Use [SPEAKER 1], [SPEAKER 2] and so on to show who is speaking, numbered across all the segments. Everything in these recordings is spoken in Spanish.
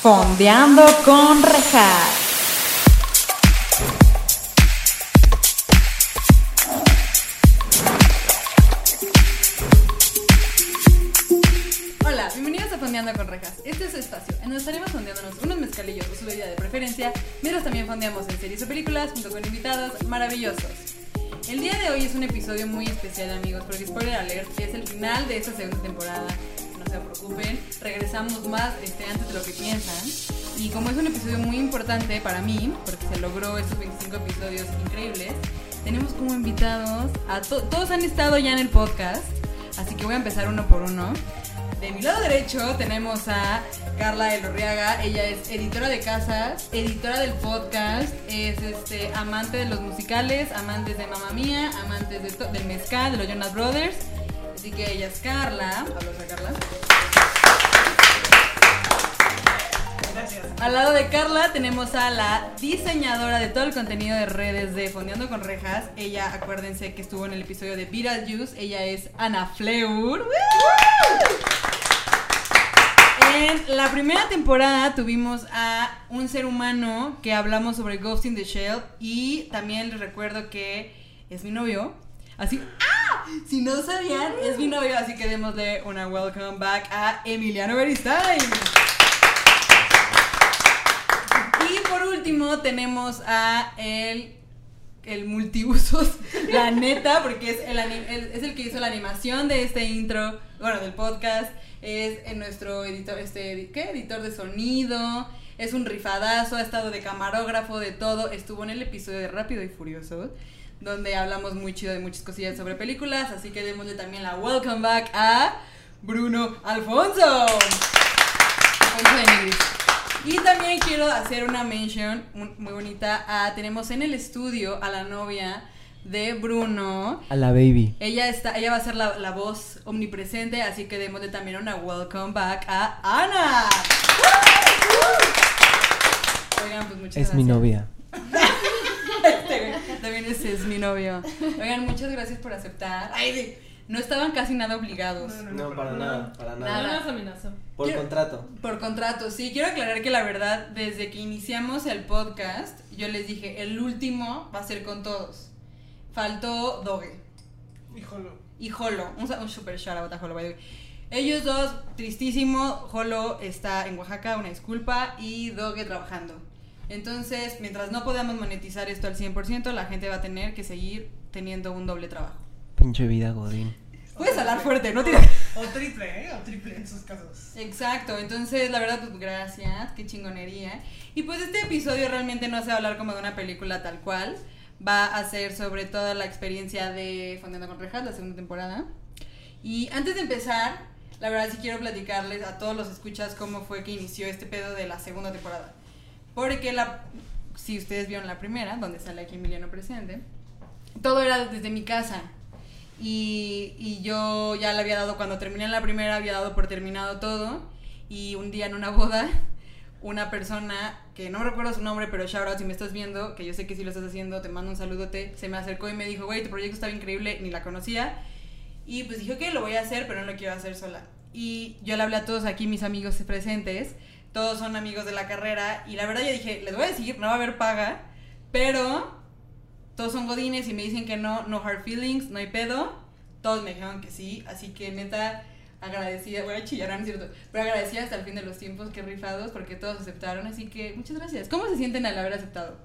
[SPEAKER 1] Fondeando con Rejas.
[SPEAKER 2] Hola, bienvenidos a Fondeando con Rejas. Este es su espacio en donde estaremos fondeándonos unos mezcalillos o su bebida de preferencia, mientras también fondeamos en series o películas junto con invitados maravillosos. El día de hoy es un episodio muy especial, amigos, porque spoiler alert, es el final de esta segunda temporada. No se preocupen, regresamos más este, antes de lo que piensan. Y como es un episodio muy importante para mí, porque se logró estos 25 episodios increíbles, tenemos como invitados a to- todos han estado ya en el podcast, así que voy a empezar uno por uno. De mi lado derecho tenemos a Carla Elorriaga. Ella es editora de casas, editora del podcast, es este, amante de los musicales, amantes de Mamma Mía, amantes de to- del mezcal, de los Jonas Brothers. Así que ella es Carla. Hablas a Carla. Al lado de Carla tenemos a la diseñadora de todo el contenido de redes de Fondeando con Rejas. Ella, acuérdense que estuvo en el episodio de Viral Juice. Ella es Ana Fleur. En la primera temporada tuvimos a un ser humano que hablamos sobre Ghost in the Shell y también les recuerdo que es mi novio. Así, ¡ah! Si no sabían, es mi novio, así que démosle una welcome back a Emiliano Beristain. Y por último tenemos a el, el multiusos, la neta, porque es el, ani- el- es el que hizo la animación de este intro, bueno, del podcast, es en nuestro editor, este, ¿qué? Editor de sonido, es un rifadazo, ha estado de camarógrafo, de todo, estuvo en el episodio de Rápido y Furioso, donde hablamos muy chido de muchas cosillas sobre películas, así que démosle también la welcome back a Bruno Alfonso. Alfonso de Nigris. Y también quiero hacer una mention un- muy bonita. a- tenemos en el estudio a la novia de Bruno.
[SPEAKER 3] A la baby.
[SPEAKER 2] Ella está, ella va a ser la, la voz omnipresente, así que démosle también una welcome back a Ana. Oigan, pues muchas
[SPEAKER 3] Es mi
[SPEAKER 2] gracias.
[SPEAKER 3] novia.
[SPEAKER 2] Este güey También ese es mi novio. Oigan, muchas gracias por aceptar. Ay, sí, no estaban casi nada obligados.
[SPEAKER 3] No, para nada, para
[SPEAKER 2] nada.
[SPEAKER 4] No nos amenazó.
[SPEAKER 3] Por
[SPEAKER 2] Quiero-
[SPEAKER 3] contrato.
[SPEAKER 2] Por contrato, sí. Quiero aclarar que la verdad, desde que iniciamos el podcast, yo les dije, el último va a ser con todos. Faltó Doge y Jolo. Un, sa- un super shout out a Jolo, by the way. Ellos dos, tristísimo. Jolo está en Oaxaca, una disculpa, y Doge trabajando. Entonces, mientras no podamos monetizar esto al 100%, la gente va a tener que seguir teniendo un doble trabajo.
[SPEAKER 3] Pinche vida, Godín.
[SPEAKER 2] Puedes hablar fuerte, no tienes...
[SPEAKER 5] tiene O triple, ¿eh? O triple en sus casos.
[SPEAKER 2] Exacto, entonces la verdad, pues gracias, qué chingonería. Y pues este episodio realmente no se va a hablar como de una película tal cual, va a ser sobre toda la experiencia de Fondeando con Rejas, la segunda temporada. Y antes de empezar, la verdad sí quiero platicarles a todos los escuchas cómo fue que inició este pedo de la segunda temporada. Porque la, si ustedes vieron la primera, donde sale aquí Emiliano presente, todo era desde mi casa. Y, y yo ya le había dado, cuando terminé la primera, había dado por terminado todo. Y un día en una boda, una persona, que no recuerdo su nombre, pero shout out si me estás viendo, que yo sé que sí lo estás haciendo, te mando un saludote, se me acercó y me dijo, güey, tu proyecto estaba increíble, ni la conocía. Y pues dije, ok, lo voy a hacer, pero no lo quiero hacer sola. Y yo le hablé a todos aquí, mis amigos presentes, todos son amigos de la carrera, y la verdad yo dije, les voy a decir, no va a haber paga, pero todos son godines y me dicen que no, no hard feelings, no hay pedo. Todos me dijeron que sí, así que neta agradecida, voy a chillar, no es cierto, pero agradecida hasta el fin de los tiempos, que rifados, porque todos aceptaron, así que muchas gracias. ¿Cómo se sienten al haber aceptado?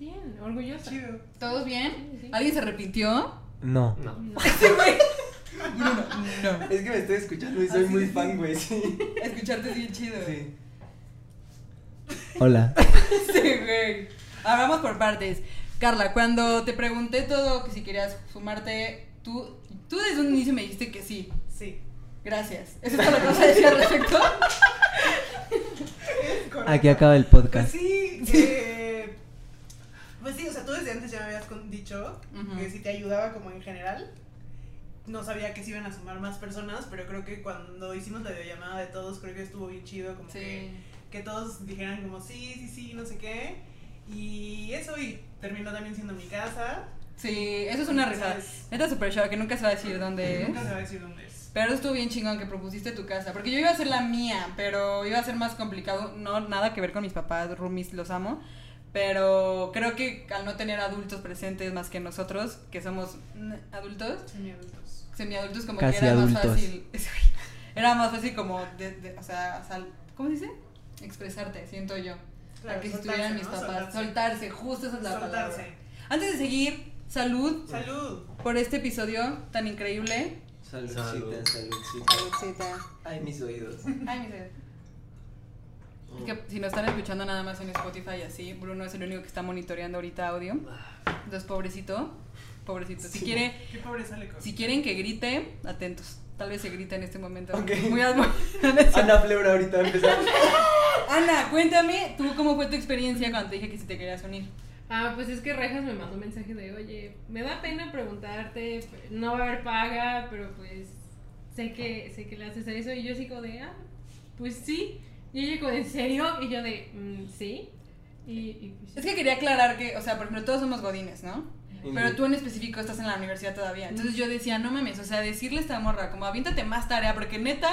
[SPEAKER 4] Bien, orgullosa.
[SPEAKER 5] Chido.
[SPEAKER 2] ¿Todos bien?
[SPEAKER 4] Sí.
[SPEAKER 2] ¿Alguien se arrepintió?
[SPEAKER 3] No.
[SPEAKER 4] No.
[SPEAKER 2] Bruno, no.
[SPEAKER 3] Es que me estoy escuchando y
[SPEAKER 2] soy muy fan,
[SPEAKER 3] güey. Sí.
[SPEAKER 2] Escucharte es bien chido.
[SPEAKER 3] Hola.
[SPEAKER 2] Sí, güey. Ahora vamos por partes. Carla, cuando te pregunté todo, que si querías sumarte, tú, tú desde un inicio me dijiste que sí.
[SPEAKER 5] Sí.
[SPEAKER 2] Gracias. ¿Eso es todo lo que vas a decir al respecto?
[SPEAKER 5] Correcto.
[SPEAKER 3] Aquí acaba el
[SPEAKER 5] Pues
[SPEAKER 3] podcast.
[SPEAKER 5] sí, que. Pues sí, o sea, tú desde antes ya me habías con- dicho
[SPEAKER 2] Ujú.
[SPEAKER 5] que si te ayudaba como en general. No sabía que se iban a sumar más personas, pero creo que cuando hicimos la videollamada de todos, creo que estuvo bien chido, como que que todos dijeran como sí, sí, sí, no sé qué. Y eso, y terminó también siendo mi casa.
[SPEAKER 2] Sí, eso es una risada.
[SPEAKER 5] Entonces,
[SPEAKER 2] Neta super show que nunca se va a decir dónde es.
[SPEAKER 5] Nunca se va a decir dónde es.
[SPEAKER 2] Pero estuvo bien chingón que propusiste tu casa, porque yo iba a hacer la mía, pero iba a ser más complicado, no nada que ver con mis papás, roomies, los amo, pero creo que al no tener adultos presentes más que nosotros, que somos mm, adultos,
[SPEAKER 5] Semiadultos.
[SPEAKER 2] semiadultos como
[SPEAKER 3] Casi
[SPEAKER 2] que era más
[SPEAKER 3] adultos.
[SPEAKER 2] fácil. Era más fácil como de- de- o sea, sal- ¿cómo se dice? Expresarte, siento yo. a que si estuvieran mis
[SPEAKER 5] ¿no?
[SPEAKER 2] papás.
[SPEAKER 5] Soltarse.
[SPEAKER 2] Soltarse, justo esa es la palabra.
[SPEAKER 5] Soltarse.
[SPEAKER 2] Antes de seguir, salud
[SPEAKER 5] Salud.
[SPEAKER 2] por este episodio tan increíble.
[SPEAKER 3] Saludcita,
[SPEAKER 6] Salud.
[SPEAKER 3] saludcita.
[SPEAKER 2] Saludcita.
[SPEAKER 3] Ay, mis oídos.
[SPEAKER 2] Ay, mi sed. Es que si no están escuchando nada más en Spotify y así, Bruno es el único que está monitoreando ahorita audio. Entonces, pobrecito, pobrecito. Si,
[SPEAKER 3] Sí.
[SPEAKER 2] quiere,
[SPEAKER 5] Qué pobre sale con.
[SPEAKER 2] si quieren que grite, atentos. Tal vez se grita en este momento.
[SPEAKER 3] Ok.
[SPEAKER 2] Muy admo-
[SPEAKER 3] Ana Flebra ahorita empezamos.
[SPEAKER 2] Ana, cuéntame, ¿tú cómo fue tu experiencia cuando te dije que si te querías unir?
[SPEAKER 4] Ah, pues es que Rejas me mandó un mensaje de, oye, me da pena preguntarte, no va a haber paga, pero pues sé que, sé que le haces eso. Y yo así como de, ah, pues sí. Y ella como, ¿en serio? Y yo de, "Mm, sí. Y, y pues,
[SPEAKER 2] Es que quería aclarar que, o sea, por ejemplo, todos somos godines, ¿no? Pero tú en específico estás en la universidad todavía. Entonces yo decía, no mames, o sea, decirle a esta morra, como aviéntate más tarea, porque neta,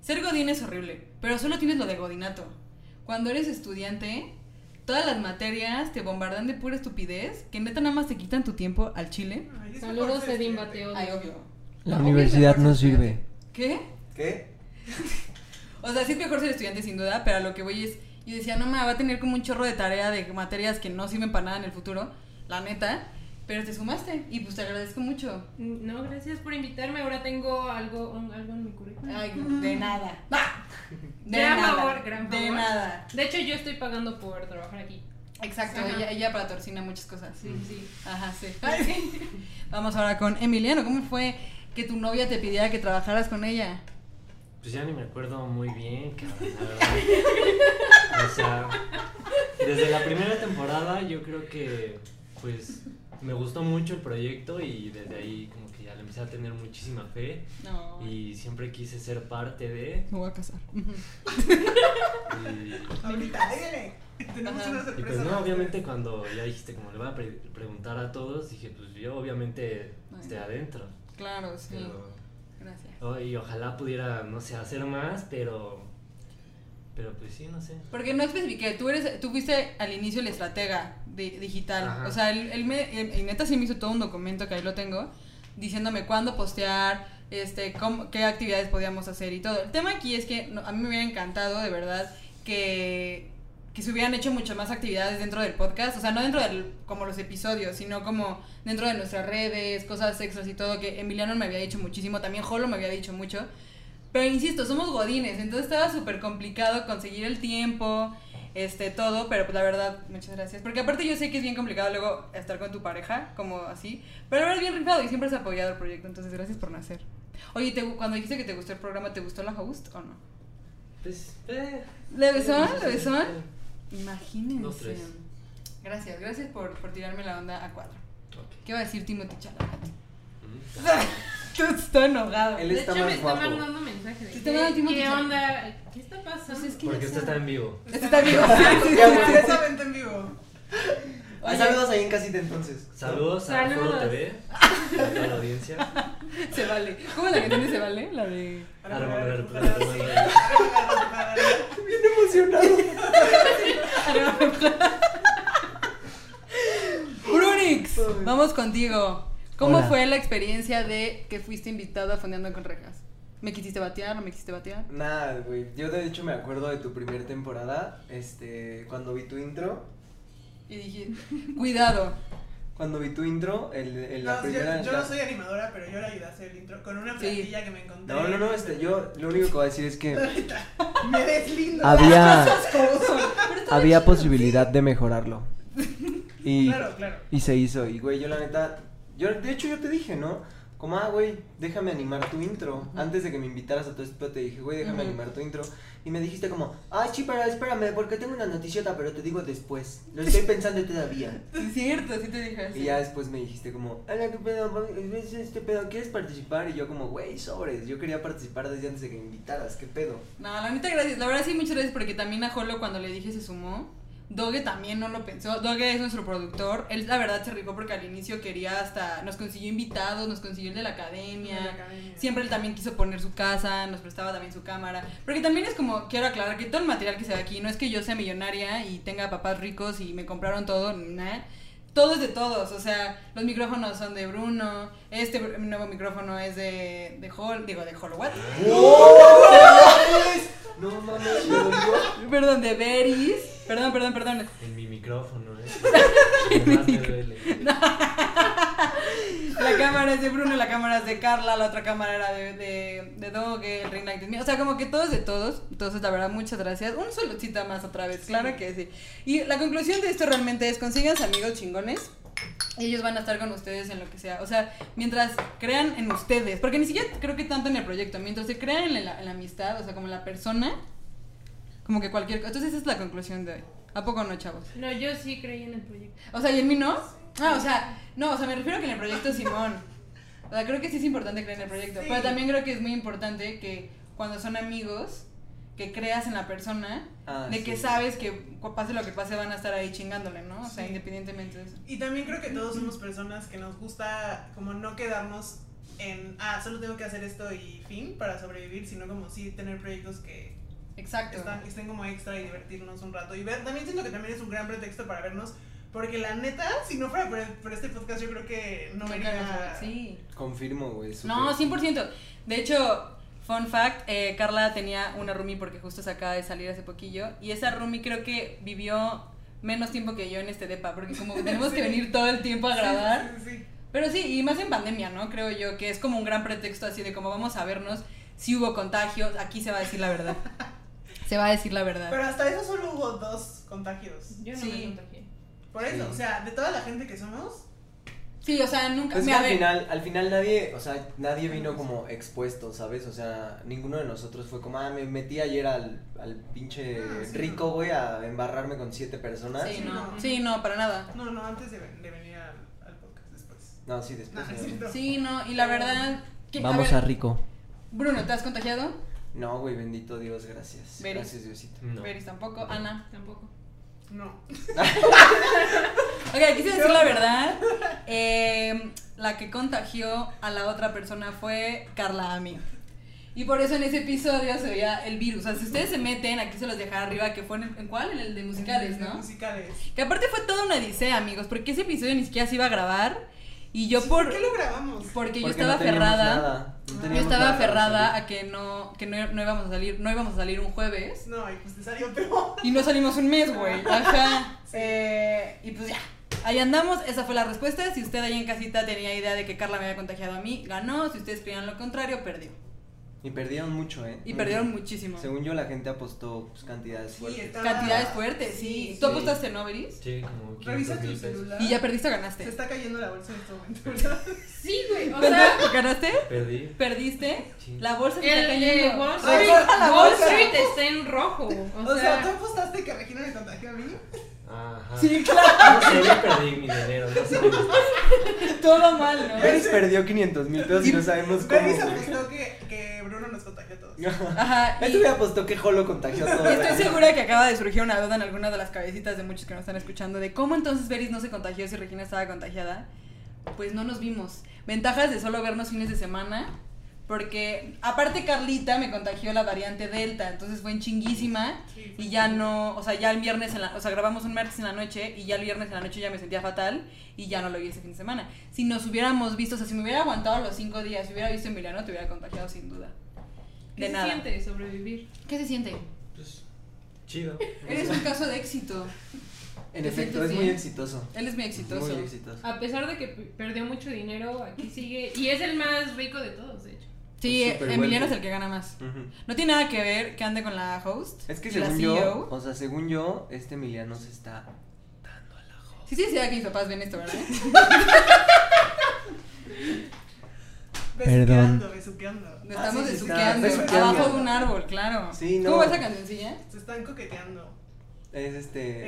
[SPEAKER 2] ser godín es horrible, pero solo tienes lo de godinato. Cuando eres estudiante, todas las materias te bombardean de pura estupidez, que neta nada más te quitan tu tiempo al chile.
[SPEAKER 5] Ay, es que
[SPEAKER 4] Saludos,
[SPEAKER 5] por ser
[SPEAKER 4] Edín
[SPEAKER 5] estudiante.
[SPEAKER 4] Bateo.
[SPEAKER 2] Ay, obvio.
[SPEAKER 6] La
[SPEAKER 2] Obvio,
[SPEAKER 6] universidad
[SPEAKER 2] mejor
[SPEAKER 6] no
[SPEAKER 2] ser
[SPEAKER 6] sirve.
[SPEAKER 2] estudiante. ¿Qué?
[SPEAKER 3] ¿Qué?
[SPEAKER 2] O sea, sí es mejor ser estudiante sin duda, pero a lo que voy es, yo decía, no mames, va a tener como un chorro de tarea de materias que no sirven para nada en el futuro, la neta, pero te sumaste y pues te agradezco mucho.
[SPEAKER 4] no, gracias por invitarme, ahora tengo algo, algo en mi currículum.
[SPEAKER 2] Ay, de nada. ¡Ah! De
[SPEAKER 4] Gran
[SPEAKER 2] nada.
[SPEAKER 4] favor, gran
[SPEAKER 2] De
[SPEAKER 4] favor.
[SPEAKER 2] nada.
[SPEAKER 4] De hecho, yo estoy pagando por trabajar aquí.
[SPEAKER 2] Exacto,
[SPEAKER 4] Ajá.
[SPEAKER 2] ella, ella patrocina muchas cosas.
[SPEAKER 4] Sí, sí.
[SPEAKER 2] Ajá, sí. Vamos ahora con Emiliano, ¿cómo fue que tu novia te pidiera que trabajaras con ella?
[SPEAKER 6] Pues ya ni me acuerdo muy bien, cabrón, la verdad. O sea, desde la primera temporada yo creo que pues me gustó mucho el proyecto y desde ahí como que ya le empecé a tener muchísima fe
[SPEAKER 2] No.
[SPEAKER 6] y siempre quise ser parte de
[SPEAKER 2] Me voy a casar.
[SPEAKER 6] y,
[SPEAKER 5] Ahorita, déjale. Tenemos
[SPEAKER 2] Ajá.
[SPEAKER 5] una
[SPEAKER 6] y
[SPEAKER 5] sorpresa.
[SPEAKER 6] pues no,
[SPEAKER 5] para
[SPEAKER 6] obviamente
[SPEAKER 5] ustedes.
[SPEAKER 6] cuando ya dijiste como le voy a pre- preguntar a todos, dije pues yo obviamente esté adentro.
[SPEAKER 2] Claro, sí.
[SPEAKER 6] Pero
[SPEAKER 2] Gracias.
[SPEAKER 6] Oh, y ojalá pudiera, no sé, hacer más, pero. Pero pues sí, no sé.
[SPEAKER 2] Porque no especifiqué, tú eres, tú fuiste al inicio el estratega di- digital.
[SPEAKER 6] Ajá.
[SPEAKER 2] O sea, él, él me, él- él neta sí me hizo todo un documento que ahí lo tengo, diciéndome cuándo postear, este, cómo- qué actividades podíamos hacer y todo. El tema aquí es que no- a mí me hubiera encantado, de verdad, que, que se hubieran hecho muchas más actividades dentro del podcast. O sea, no dentro del, como los episodios, sino como dentro de nuestras redes, cosas extras y todo, que Emiliano me había dicho muchísimo, también Jolo me había dicho mucho. Pero insisto, somos godines, entonces estaba súper complicado conseguir el tiempo, este, todo, pero pues la verdad, muchas gracias. Porque aparte yo sé que es bien complicado luego estar con tu pareja, como así, pero la verdad es bien rifado y siempre has apoyado el proyecto, entonces gracias por nacer. Oye, ¿te gu- cuando dijiste que te gustó el programa, ¿te gustó la host o no?
[SPEAKER 6] Pues. Eh,
[SPEAKER 2] ¿Le besó? ¿Le
[SPEAKER 6] Sí, sí, sí.
[SPEAKER 2] besó? Imagínense.
[SPEAKER 6] Dos, tres.
[SPEAKER 2] Gracias, gracias por, por tirarme la onda a cuatro.
[SPEAKER 6] Ok.
[SPEAKER 2] ¿Qué va a decir Timothy Chalamet?
[SPEAKER 6] Mm.
[SPEAKER 2] Tú estás enojado.
[SPEAKER 3] Él
[SPEAKER 4] De
[SPEAKER 3] está
[SPEAKER 4] hecho, me
[SPEAKER 3] más
[SPEAKER 4] está
[SPEAKER 3] guapo.
[SPEAKER 4] mandando mensaje de,
[SPEAKER 2] Te está mandando
[SPEAKER 4] ¿qué
[SPEAKER 2] Timothy.
[SPEAKER 4] onda? ¿Qué está pasando?
[SPEAKER 2] Pues es que-
[SPEAKER 6] Porque esto está en vivo.
[SPEAKER 2] Este está vivo.
[SPEAKER 5] Completamente en vivo.
[SPEAKER 3] Ah, saludos ahí en casita entonces.
[SPEAKER 6] Saludos, a
[SPEAKER 4] Saludos.
[SPEAKER 6] Foro TV, a toda la audiencia.
[SPEAKER 2] Se vale. ¿Cómo es la que tiene se vale? La de.
[SPEAKER 6] Armando
[SPEAKER 5] Ojalá,
[SPEAKER 6] Arturo,
[SPEAKER 5] sí.
[SPEAKER 6] Armando
[SPEAKER 5] Ojalá, ojalá.
[SPEAKER 3] Bien emocionado.
[SPEAKER 2] Brunix, vamos contigo. ¿Cómo
[SPEAKER 6] Hola.
[SPEAKER 2] fue la experiencia de que fuiste invitado a Fondeando con Rejas? ¿Me quisiste batear o me quisiste batear?
[SPEAKER 3] Nada, güey. Yo de hecho me acuerdo de tu primera temporada, este, cuando vi tu intro,
[SPEAKER 2] Y dije, cuidado.
[SPEAKER 3] cuando vi tu intro, el, el- la
[SPEAKER 5] No, sí,
[SPEAKER 3] primera.
[SPEAKER 5] yo, yo
[SPEAKER 3] la-
[SPEAKER 5] no soy animadora, pero yo le ayudé a hacer el intro con una
[SPEAKER 2] Sí.
[SPEAKER 5] plantilla que me encontré.
[SPEAKER 3] no, no, no, este, yo lo único que voy a decir es que
[SPEAKER 5] Me deslindo.
[SPEAKER 3] Ah,
[SPEAKER 6] Había,
[SPEAKER 2] Pero está
[SPEAKER 6] había
[SPEAKER 3] posibilidad de mejorarlo. Y,
[SPEAKER 5] Claro, claro.
[SPEAKER 3] y se hizo, y güey, yo la neta, yo, de hecho yo te dije, ¿no? Como, ah, güey, déjame animar tu intro. Antes de que me invitaras a tu estudio, te dije, güey, déjame
[SPEAKER 2] Ujú.
[SPEAKER 3] animar tu intro. Y me dijiste como, ah, sí, pero espérame, porque tengo una noticiota, pero te digo después. Lo estoy pensando todavía.
[SPEAKER 2] Sí, Es cierto, sí te dije.
[SPEAKER 3] Y
[SPEAKER 2] así.
[SPEAKER 3] ya después me dijiste como, hola, ¿qué pedo? ¿Ves este pedo? ¿Quieres participar? Y yo como, güey, sobres, yo quería participar desde antes de que me invitaras, ¿qué pedo?
[SPEAKER 2] No, la neta, gracias. La verdad, sí, muchas gracias porque también a Jolo, cuando le dije, se sumó. Doge también no lo pensó. Doge es nuestro productor. Él, la verdad, se rifó porque al inicio quería hasta. Nos consiguió invitados, nos consiguió el de la academia. Siempre él también quiso poner su casa, nos prestaba también su cámara. Porque también es como, quiero aclarar que todo el material que se ve aquí, no es que yo sea millonaria y tenga papás ricos y me compraron todo, nada. Todo es de todos, o sea, los micrófonos son de Bruno, este br- nuevo micrófono es de, de Hall, digo, de Halloween,
[SPEAKER 3] No mames, me dolió.
[SPEAKER 2] perdón, de Beris, perdón, perdón, perdón,
[SPEAKER 6] En mi micrófono, ¿eh? Además me duele.
[SPEAKER 2] La cámara es de Bruno, la cámara es de Carla, la otra cámara era de, de, de Dog, el ring light es mío. O sea, como que todo es de todos. Entonces, la verdad, muchas gracias. Un solocita más otra vez, claro que sí. Y la conclusión de esto realmente es, consigan amigos chingones. y Ellos van a estar con ustedes en lo que sea. O sea, mientras crean en ustedes. Porque ni siquiera creo que tanto en el proyecto. Mientras se crean en la, en la amistad, o sea, como en la persona. Como que cualquier... co- Entonces, esa es la conclusión de hoy. ¿A poco no, chavos?
[SPEAKER 4] No, yo sí creí en el proyecto.
[SPEAKER 2] O sea, ¿y en mí no? Ah, o sea, no, o sea, me refiero a que en el proyecto Simón. O sea, creo que sí es importante creer en el proyecto.
[SPEAKER 5] Sí.
[SPEAKER 2] Pero también creo que es muy importante que cuando son amigos, que creas en la persona,
[SPEAKER 3] Ah,
[SPEAKER 2] de que
[SPEAKER 3] sí.
[SPEAKER 2] sabes que cu- pase lo que pase van a estar ahí chingándole, ¿no? O sea,
[SPEAKER 5] Sí.
[SPEAKER 2] independientemente de eso.
[SPEAKER 5] Y también creo que todos somos personas que nos gusta como no quedarnos en, ah, solo tengo que hacer esto y fin para sobrevivir, sino como sí tener proyectos que
[SPEAKER 2] Exacto.
[SPEAKER 5] están, estén como extra y divertirnos un rato. Y ver, también siento que también es un gran pretexto para vernos, porque la neta, si no fuera por, por este podcast, yo creo que no vería...
[SPEAKER 2] Sí.
[SPEAKER 3] Confirmo, güey. súper.
[SPEAKER 2] No, 100%. De hecho, fun fact, eh, Carla tenía una roomie porque justo se acaba de salir hace poquillo. Y esa roomie creo que vivió menos tiempo que yo en este depa, porque como tenemos que
[SPEAKER 5] Sí.
[SPEAKER 2] venir todo el tiempo a grabar.
[SPEAKER 5] Sí, sí, sí.
[SPEAKER 2] Pero sí, y más en pandemia, ¿no? Creo yo que es como un gran pretexto así de como vamos a vernos, si hubo contagios, aquí se va a decir la verdad. se va a decir la verdad.
[SPEAKER 5] Pero hasta eso solo hubo dos contagios.
[SPEAKER 4] Yo no
[SPEAKER 2] Sí.
[SPEAKER 4] me contagié.
[SPEAKER 5] Por eso,
[SPEAKER 3] Sí.
[SPEAKER 5] o sea, de toda la gente que somos,
[SPEAKER 2] sí, o sea, nunca...
[SPEAKER 3] Pues que
[SPEAKER 2] mira,
[SPEAKER 3] al
[SPEAKER 2] a ver,
[SPEAKER 3] final, al final nadie, o sea, nadie vino como expuesto, ¿sabes? O sea, ninguno de nosotros fue como, ah, me metí ayer al, al pinche
[SPEAKER 5] Ah, sí.
[SPEAKER 3] rico, güey, a embarrarme con siete personas.
[SPEAKER 2] sí, no.
[SPEAKER 5] no.
[SPEAKER 2] Sí, no, para nada.
[SPEAKER 5] no, no, antes de, ven- de venir al, al podcast después.
[SPEAKER 3] No, sí, después.
[SPEAKER 5] No,
[SPEAKER 3] eh.
[SPEAKER 5] es cierto.
[SPEAKER 2] Sí, no, y la verdad... que- ver,
[SPEAKER 3] rico.
[SPEAKER 2] Bruno, ¿te has contagiado?
[SPEAKER 3] No, güey, bendito Dios, gracias.
[SPEAKER 2] Veris.
[SPEAKER 3] Gracias, Diosito.
[SPEAKER 6] No.
[SPEAKER 2] Veris tampoco, Ana.
[SPEAKER 4] Tampoco.
[SPEAKER 5] No.
[SPEAKER 2] Ok, quise decir la verdad. Eh, la que contagió a la otra persona fue Carla Ami. Y por eso en ese episodio se veía el virus. O sea, si ustedes se meten, aquí se los dejaré arriba, que fue en, el- ¿en cuál? En el de musicales, ¿no?
[SPEAKER 5] Musicales.
[SPEAKER 2] Que aparte fue toda una odisea, amigos, porque ese episodio ni siquiera se iba a grabar. Y yo
[SPEAKER 5] Sí,
[SPEAKER 2] por...
[SPEAKER 5] qué lo grabamos?
[SPEAKER 2] Porque yo
[SPEAKER 3] Porque
[SPEAKER 2] estaba
[SPEAKER 3] no teníamos
[SPEAKER 2] aferrada.
[SPEAKER 3] nada, no
[SPEAKER 2] Yo
[SPEAKER 3] teníamos
[SPEAKER 2] estaba
[SPEAKER 3] nada para
[SPEAKER 2] aferrada
[SPEAKER 3] salir.
[SPEAKER 2] a que no, que no, no íbamos a salir, no íbamos a salir un jueves.
[SPEAKER 5] No, y pues te salió peor.
[SPEAKER 2] Y no salimos un mes, güey. Ajá.
[SPEAKER 5] Sí.
[SPEAKER 2] Eh, y pues ya. Ahí andamos, esa fue la respuesta. Si usted ahí en casita tenía idea de que Carla me había contagiado a mí, ganó. Si ustedes creían lo contrario, perdió.
[SPEAKER 3] Y perdieron mucho, ¿eh?
[SPEAKER 2] Y
[SPEAKER 3] Mucho.
[SPEAKER 2] perdieron muchísimo.
[SPEAKER 3] Según yo, la gente apostó pues, cantidades fuertes.
[SPEAKER 5] está-
[SPEAKER 2] Cantidades fuertes, sí.
[SPEAKER 5] Sí,
[SPEAKER 2] ¿Tú
[SPEAKER 3] sí.
[SPEAKER 2] apostaste, no, Beris?
[SPEAKER 6] Sí, como 500
[SPEAKER 5] Revisa tu
[SPEAKER 6] mil pesos.
[SPEAKER 5] celular.
[SPEAKER 2] Y ya perdiste o
[SPEAKER 5] Se
[SPEAKER 2] ganaste.
[SPEAKER 5] está cayendo la bolsa en este momento, ¿verdad?
[SPEAKER 4] Sí, güey. O sea,
[SPEAKER 2] ¿Ganaste?
[SPEAKER 6] Perdí.
[SPEAKER 2] ¿Perdiste?
[SPEAKER 6] Sí.
[SPEAKER 2] La bolsa se está
[SPEAKER 4] el, el
[SPEAKER 2] cayendo.
[SPEAKER 4] Wall Street,
[SPEAKER 5] Recorta la
[SPEAKER 4] Wall
[SPEAKER 5] bolsa.
[SPEAKER 4] Street está en rojo. O,
[SPEAKER 5] O sea,
[SPEAKER 4] sea,
[SPEAKER 5] ¿tú apostaste que Regina me contagió a mí?
[SPEAKER 6] Ajá.
[SPEAKER 2] Sí, claro.
[SPEAKER 6] No sé, yo perdí mi dinero. No sé.
[SPEAKER 2] Todo mal, ¿no?
[SPEAKER 3] Beris perdió 500 mil pesos y no sabemos cómo.
[SPEAKER 5] Baby se
[SPEAKER 3] güey.
[SPEAKER 5] apostó que, que Bruno nos contagió a todos.
[SPEAKER 2] Ajá. y-
[SPEAKER 3] Este me apostó que Jolo contagió a todos.
[SPEAKER 2] Y estoy segura que acaba de surgir una duda en alguna de las cabecitas de muchos que nos están escuchando de cómo entonces Beris no se contagió si Regina estaba contagiada. Pues no nos vimos. Ventajas de solo vernos fines de semana. Porque aparte Carlita me contagió la variante Delta, entonces fue en chinguísima
[SPEAKER 5] Sí,
[SPEAKER 2] y ya no, o sea, ya el viernes, en la, o sea, grabamos un martes en la noche y ya el viernes en la noche ya me sentía fatal y ya no lo vi ese fin de semana. Si nos hubiéramos visto, o sea, si me hubiera aguantado los cinco días, si hubiera visto a Emiliano, te hubiera contagiado sin duda.
[SPEAKER 4] ¿qué
[SPEAKER 2] de
[SPEAKER 4] se
[SPEAKER 2] nada.
[SPEAKER 4] siente sobrevivir?
[SPEAKER 2] ¿Qué se siente?
[SPEAKER 6] Pues, chido.
[SPEAKER 2] Eres un caso de éxito.
[SPEAKER 3] En
[SPEAKER 2] ¿Te
[SPEAKER 3] efecto,
[SPEAKER 2] sientes
[SPEAKER 3] es muy
[SPEAKER 2] bien?
[SPEAKER 3] exitoso.
[SPEAKER 2] Él es muy exitoso.
[SPEAKER 3] Muy exitoso.
[SPEAKER 4] A pesar de que p- perdió mucho dinero, aquí sigue. Y es el más rico de todos, de hecho.
[SPEAKER 2] Sí,
[SPEAKER 3] Es súper
[SPEAKER 2] Emiliano
[SPEAKER 3] bueno.
[SPEAKER 2] es el que gana más.
[SPEAKER 3] Ujú.
[SPEAKER 2] No tiene nada que ver que ande con la host.
[SPEAKER 3] Es que
[SPEAKER 2] y la E
[SPEAKER 3] según yo,
[SPEAKER 2] CEO.
[SPEAKER 3] o sea, según yo, este Emiliano se está dando a la joven.
[SPEAKER 2] Sí, sí, sí, que mis papás ven esto,
[SPEAKER 3] Ah,
[SPEAKER 2] ¿verdad?
[SPEAKER 5] Besuqueando, besuqueando.
[SPEAKER 2] Nos
[SPEAKER 3] Ah,
[SPEAKER 2] estamos
[SPEAKER 3] sí, sí, está
[SPEAKER 2] besuqueando
[SPEAKER 3] besuqueando.
[SPEAKER 2] abajo de un árbol, claro.
[SPEAKER 3] Sí, no.
[SPEAKER 2] ¿Cómo va esa cancioncilla?
[SPEAKER 5] Se están coqueteando.
[SPEAKER 3] Es este.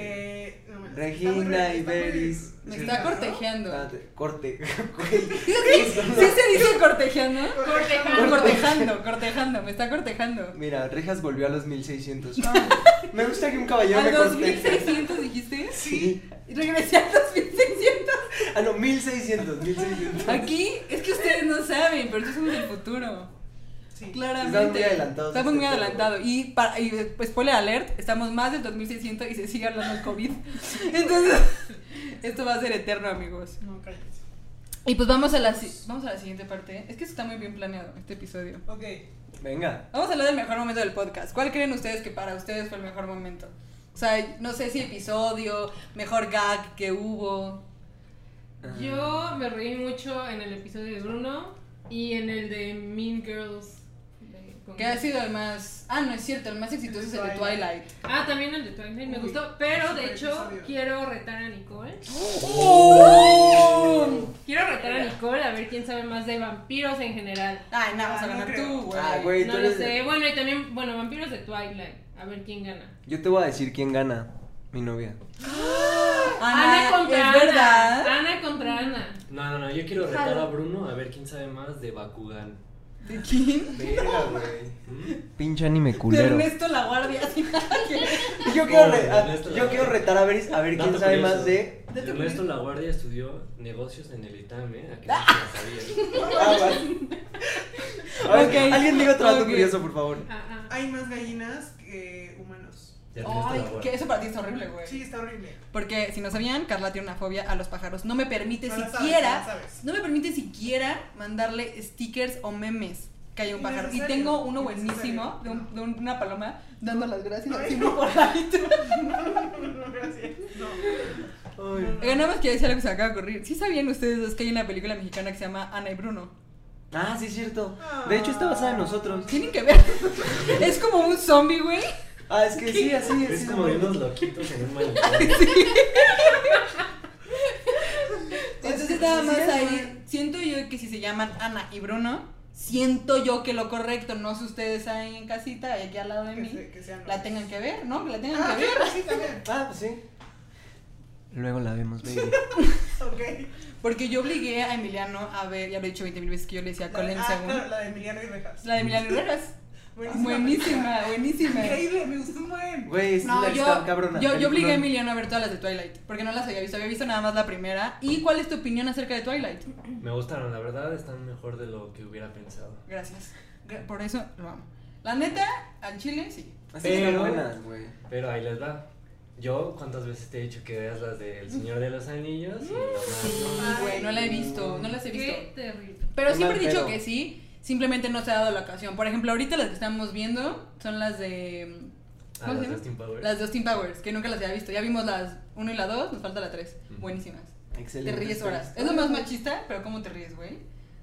[SPEAKER 5] Eh, no me la sé. Está muy
[SPEAKER 3] Regina
[SPEAKER 5] re- está muy-
[SPEAKER 3] Iberis.
[SPEAKER 2] Me
[SPEAKER 3] Sí.
[SPEAKER 2] está
[SPEAKER 5] ¿no?
[SPEAKER 2] cortejeando.
[SPEAKER 3] Espérate, ah, corte. güey.
[SPEAKER 2] ¿Sí, sí, sí se dice cortejeando?
[SPEAKER 4] Cortejando.
[SPEAKER 2] Cortejando, cortejando, me está cortejando.
[SPEAKER 3] Mira, Rejas volvió a los 1600. me gusta que un caballero
[SPEAKER 2] Ah. ¿A
[SPEAKER 3] me corteje.
[SPEAKER 2] 2600 dijiste?
[SPEAKER 3] Sí.
[SPEAKER 2] Y regresé a 2600.
[SPEAKER 3] Ah, no, 1600, 1600.
[SPEAKER 2] Aquí es que ustedes no saben, pero yo somos del futuro.
[SPEAKER 5] Sí.
[SPEAKER 2] Claramente.
[SPEAKER 3] Estamos muy adelantados.
[SPEAKER 2] Estamos muy
[SPEAKER 3] Este tema.
[SPEAKER 2] adelantados. Y, para, y pues, spoiler alert, estamos más del 2600 y se sigue hablando de COVID. Entonces, esto va a ser eterno, amigos.
[SPEAKER 5] No, cállate.
[SPEAKER 2] Y pues vamos a la, si- vamos a la siguiente parte. Es que está muy bien planeado este episodio.
[SPEAKER 5] Ok.
[SPEAKER 3] Venga.
[SPEAKER 2] Vamos a hablar del mejor momento del podcast. ¿Cuál creen ustedes que para ustedes fue el mejor momento? O sea, no sé si episodio, mejor gag que hubo.
[SPEAKER 4] Yo me reí mucho en el episodio de Bruno y en el de Mean Girls. de- con-
[SPEAKER 2] Que ha sido el más. Ah, no es cierto, el más exitoso es el de Twilight.
[SPEAKER 4] Ah, también el de Twilight me
[SPEAKER 5] Uy,
[SPEAKER 4] gustó, pero de
[SPEAKER 5] super
[SPEAKER 4] hecho
[SPEAKER 5] episodio.
[SPEAKER 4] quiero retar a Nicole.
[SPEAKER 2] ¡Oh!
[SPEAKER 4] Quiero retar a Nicole a ver quién sabe más de vampiros en general.
[SPEAKER 2] Ay, nada, vas a
[SPEAKER 5] Ah, no
[SPEAKER 2] ganar
[SPEAKER 5] creo.
[SPEAKER 2] tú, güey.
[SPEAKER 3] Ah, güey, tú
[SPEAKER 4] No lo
[SPEAKER 3] eres.
[SPEAKER 4] sé. Bueno, y también, bueno, vampiros de Twilight. A ver quién gana.
[SPEAKER 3] Yo te voy a decir quién gana. Mi novia.
[SPEAKER 2] Ana,
[SPEAKER 4] contra
[SPEAKER 2] Ah, es
[SPEAKER 4] Ana.
[SPEAKER 2] verdad.
[SPEAKER 4] Ana contra Ana.
[SPEAKER 6] No, no, no, yo quiero retar a Bruno a ver quién sabe más de Bakugan.
[SPEAKER 2] ¿De quién?
[SPEAKER 3] Verga, güey. Pinche anime
[SPEAKER 2] De
[SPEAKER 3] culero.
[SPEAKER 2] Ernesto La Guardia. así, nada que-
[SPEAKER 3] Yo quiero, re-
[SPEAKER 6] Ernesto
[SPEAKER 3] a-
[SPEAKER 6] Laguardia.
[SPEAKER 3] yo quiero retar a ver, a ver quién
[SPEAKER 6] Dato
[SPEAKER 3] sabe
[SPEAKER 6] curioso.
[SPEAKER 3] más de.
[SPEAKER 2] Dato
[SPEAKER 6] Ernesto
[SPEAKER 2] curioso.
[SPEAKER 6] La Guardia estudió negocios en el ITAM, ¿eh? A que no se la sabía.
[SPEAKER 3] Ah, vale. A ver,
[SPEAKER 2] Ok.
[SPEAKER 3] Alguien diga otro dato
[SPEAKER 2] Ok.
[SPEAKER 3] curioso, por favor.
[SPEAKER 4] Ah, ah.
[SPEAKER 5] Hay más gallinas que humanos.
[SPEAKER 6] De Ernesto La
[SPEAKER 2] Ay,
[SPEAKER 6] Guardia.
[SPEAKER 2] que eso para ti es horrible, güey.
[SPEAKER 5] Sí, está horrible.
[SPEAKER 2] Porque si no sabían, Carla tiene una fobia a los pájaros. No me permite
[SPEAKER 5] No la sabes,
[SPEAKER 2] siquiera.
[SPEAKER 5] no la sabes.
[SPEAKER 2] No me permite siquiera mandarle stickers o memes que haya un pájaro. Y
[SPEAKER 5] Innecesario,
[SPEAKER 2] tengo uno buenísimo
[SPEAKER 5] innecesario.
[SPEAKER 2] de, un- de un- una paloma dando las gracias
[SPEAKER 5] Ay,
[SPEAKER 2] así
[SPEAKER 5] no.
[SPEAKER 2] por ahí.
[SPEAKER 5] No, gracias. No.
[SPEAKER 2] Oigan, nada más que decía lo que se me acaba de ocurrir. ¿Sí sabían ustedes dos que hay una película mexicana que se llama Ana y Bruno?
[SPEAKER 3] Ah, sí, es cierto. De hecho, está basada en nosotros.
[SPEAKER 2] Tienen que ver. es como un zombie, güey.
[SPEAKER 3] Ah, es que sí, así
[SPEAKER 6] Es
[SPEAKER 3] así
[SPEAKER 6] como de
[SPEAKER 3] somos.
[SPEAKER 6] unos loquitos en un manicomio.
[SPEAKER 2] Entonces
[SPEAKER 5] sí,
[SPEAKER 2] nada
[SPEAKER 5] Pues sí,
[SPEAKER 2] más
[SPEAKER 5] sí,
[SPEAKER 2] ahí.
[SPEAKER 5] güey.
[SPEAKER 2] Siento yo que si se llaman Ana y Bruno, siento yo que lo correcto, no sé ustedes ahí en casita, aquí al lado de
[SPEAKER 5] Que,
[SPEAKER 2] mí,
[SPEAKER 5] se- que sean
[SPEAKER 2] la tengan que ver, ¿no? Que la tengan
[SPEAKER 5] Ah,
[SPEAKER 2] que ver.
[SPEAKER 5] claro, sí, también.
[SPEAKER 3] Ah, pues sí. Luego la vemos, baby.
[SPEAKER 5] Ok.
[SPEAKER 2] Porque yo obligué a Emiliano a ver, ya lo he dicho 20 mil veces que yo le decía
[SPEAKER 5] La de,
[SPEAKER 2] Colin
[SPEAKER 5] ah,
[SPEAKER 2] según.
[SPEAKER 5] claro, la de Emiliano y Rejas.
[SPEAKER 2] La de Emiliano Herreras.
[SPEAKER 5] Buenísima.
[SPEAKER 2] Buenísima, buenísima.
[SPEAKER 5] Increíble, me gustó un buen.
[SPEAKER 3] Güey, es
[SPEAKER 2] No,
[SPEAKER 3] la
[SPEAKER 2] yo,
[SPEAKER 3] está cabrona.
[SPEAKER 2] yo, yo obligué a
[SPEAKER 3] peliculón.
[SPEAKER 2] Emiliano a ver todas las de Twilight, porque no las había visto, había visto nada más la primera. ¿Y cuál es tu opinión acerca de Twilight?
[SPEAKER 6] Me gustaron, la verdad, están mejor de lo que hubiera pensado.
[SPEAKER 2] Gracias. Gra- Por eso lo amo. La neta, al chile, sí.
[SPEAKER 3] Así están
[SPEAKER 6] Pero-
[SPEAKER 3] buenas, güey.
[SPEAKER 6] Pero ahí les va. Yo, ¿cuántas veces te he dicho que veas las de El Señor de los Anillos? Y nomás
[SPEAKER 5] Ay,
[SPEAKER 2] Güey, no la he visto, no las he visto.
[SPEAKER 4] Qué terrible.
[SPEAKER 2] Pero
[SPEAKER 3] Qué
[SPEAKER 2] siempre he
[SPEAKER 3] mal
[SPEAKER 2] dicho
[SPEAKER 3] pedo.
[SPEAKER 2] que sí, simplemente no se ha dado la ocasión. Por ejemplo, ahorita las que estamos viendo son las de.
[SPEAKER 6] no.
[SPEAKER 2] ¿Cómo
[SPEAKER 6] Ah,
[SPEAKER 2] se
[SPEAKER 6] las
[SPEAKER 2] llama?
[SPEAKER 6] de Austin Powers.
[SPEAKER 2] Las de Austin Powers, que nunca las había visto. Ya vimos las 1 y la 2, nos falta la 3.
[SPEAKER 6] Ujú.
[SPEAKER 2] Buenísimas. Te
[SPEAKER 3] Excelente.
[SPEAKER 2] ríes horas. Es lo más machista, pero ¿cómo te ríes, güey?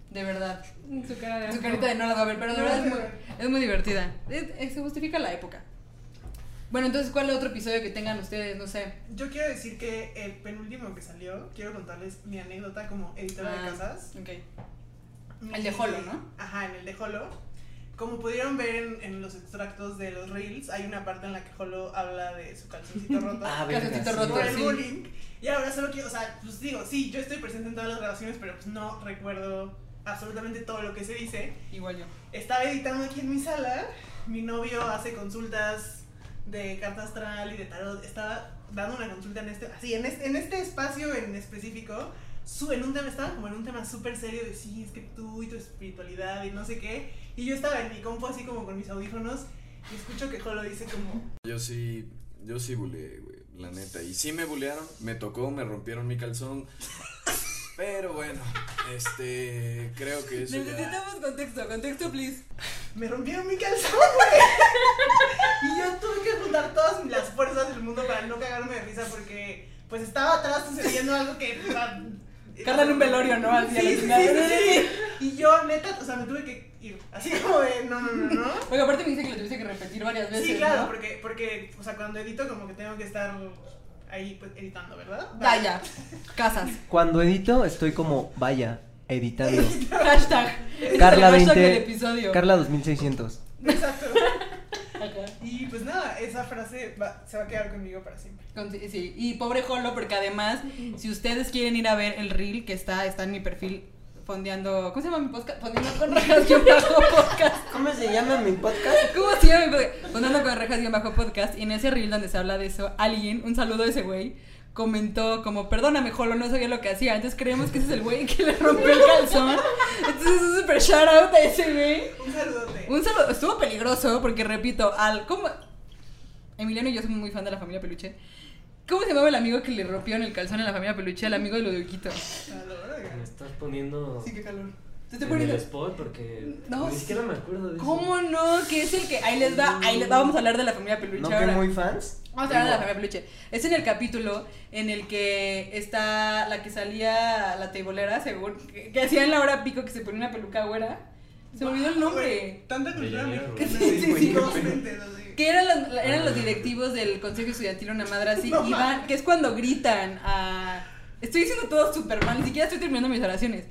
[SPEAKER 2] De verdad.
[SPEAKER 4] Su cara de
[SPEAKER 2] Su
[SPEAKER 4] asco.
[SPEAKER 2] carita de no la va a ver, pero de
[SPEAKER 5] No,
[SPEAKER 2] verdad es
[SPEAKER 5] no,
[SPEAKER 2] muy, es muy divertida. Es- es- se justifica la época. Bueno, entonces, ¿cuál otro episodio que tengan ustedes? No sé.
[SPEAKER 5] Yo quiero decir que el penúltimo que salió, quiero contarles mi anécdota como editora
[SPEAKER 2] Ah,
[SPEAKER 5] de casas.
[SPEAKER 2] Ok. El de Holo, ¿no?
[SPEAKER 5] Ajá, en el de Holo. Como pudieron ver en, en los extractos de los reels, hay una parte en la que Holo habla de su calzoncito roto.
[SPEAKER 3] Ah,
[SPEAKER 2] Calcetito
[SPEAKER 3] verga, sí.
[SPEAKER 2] roto,
[SPEAKER 5] por el
[SPEAKER 2] sí.
[SPEAKER 5] bullying. Y ahora solo quiero, o sea, pues digo, sí, yo estoy presente en todas las grabaciones, pero pues no recuerdo absolutamente todo lo que se dice.
[SPEAKER 2] Igual yo.
[SPEAKER 5] Estaba editando aquí en mi sala. Mi novio hace consultas de carta astral y de tarot. Estaba dando una consulta en este, así, en este, en este espacio en específico. Su, en un tema, estaba como en un tema súper serio de sí, es que tú y tu espiritualidad y no sé qué. Y yo estaba en mi compu así como con mis audífonos y escucho que Jolo dice como,
[SPEAKER 7] Yo sí, yo sí buleé, güey, la neta. Y sí me bulearon, me tocó, me rompieron mi calzón. Pero bueno, este, creo que eso ya...
[SPEAKER 2] Necesitamos contexto, contexto, please.
[SPEAKER 5] me rompieron mi calzón, güey. y yo tuve que juntar todas las fuerzas del mundo para no cagarme de risa porque pues estaba atrás sucediendo algo que... o sea,
[SPEAKER 2] Carla en un velorio, ¿no? Así a
[SPEAKER 5] Sí,
[SPEAKER 2] la
[SPEAKER 5] sí, sí,
[SPEAKER 2] chingada.
[SPEAKER 5] sí, sí. Y yo, neta, o sea, me tuve que ir. Así como de, no, no, no, no.
[SPEAKER 2] Porque aparte me dice que lo tuviste que repetir varias veces.
[SPEAKER 5] Sí, claro,
[SPEAKER 2] ¿no?
[SPEAKER 5] porque, porque, o sea, cuando edito, como que tengo que estar ahí pues, editando, ¿verdad?
[SPEAKER 2] Vaya, casas.
[SPEAKER 3] Cuando edito, estoy como, vaya, editando.
[SPEAKER 2] Hashtag. Ese es el
[SPEAKER 3] Carla
[SPEAKER 2] hashtag
[SPEAKER 3] 20.
[SPEAKER 2] del episodio.
[SPEAKER 3] Carla 2600.
[SPEAKER 5] Exacto.
[SPEAKER 2] Ajá.
[SPEAKER 5] Y pues nada, esa frase va- se va a quedar conmigo para siempre.
[SPEAKER 2] Con- sí, y pobre Jolo, porque además, si ustedes quieren ir a ver el reel que está, está en mi perfil fondeando. ¿Cómo se llama mi podcast? Fondeando con rejas guión bajo podcast.
[SPEAKER 3] ¿Cómo se llama mi podcast?
[SPEAKER 2] ¿Cómo se llama mi podcast? Fondeando con rejas guión bajo podcast. Y en ese reel donde se habla de eso, alguien, un saludo a ese güey, comentó como, perdóname Jolo, no sabía lo que hacía. Entonces creemos que ese es el güey que le rompió el calzón. Entonces es un super shout out a ese güey.
[SPEAKER 5] Un saludote.
[SPEAKER 2] Un saludo, estuvo peligroso porque repito, al ¿cómo? Emiliano y yo somos muy fan de la familia Peluche. ¿Cómo se llamaba el amigo que le rompió en el calzón en la familia Peluche al amigo de Luduquito?
[SPEAKER 5] Calor,
[SPEAKER 6] Me
[SPEAKER 5] oigan.
[SPEAKER 6] estás poniendo
[SPEAKER 5] Sí, qué calor.
[SPEAKER 2] ¿Te estoy
[SPEAKER 6] en el
[SPEAKER 2] poniendo?
[SPEAKER 6] spot porque
[SPEAKER 2] No,
[SPEAKER 6] ni
[SPEAKER 2] sí.
[SPEAKER 6] siquiera me acuerdo de eso.
[SPEAKER 2] ¿Cómo no? Que es el que ahí les va, ahí les va, vamos a hablar de la familia Peluche
[SPEAKER 3] ¿No que
[SPEAKER 2] ahora.
[SPEAKER 3] muy fans?
[SPEAKER 2] Vamos a hablar de la familia Peluche. Es en el capítulo en el que está la que salía la teibolera, según que, que hacía en la hora pico que se ponía una peluca güera. Se me olvidó el nombre.
[SPEAKER 5] Güey, Tanta cultura
[SPEAKER 6] Leonero,
[SPEAKER 5] mexicana.
[SPEAKER 2] güey. Sí, sí, sí.
[SPEAKER 5] Dos mentes, así.
[SPEAKER 2] Que eran los, eran los directivos del Consejo Estudiantil, una madre así,
[SPEAKER 5] Ah. No
[SPEAKER 2] y van- que es cuando gritan a... Estoy diciendo todo súper mal, ni siquiera estoy terminando mis oraciones.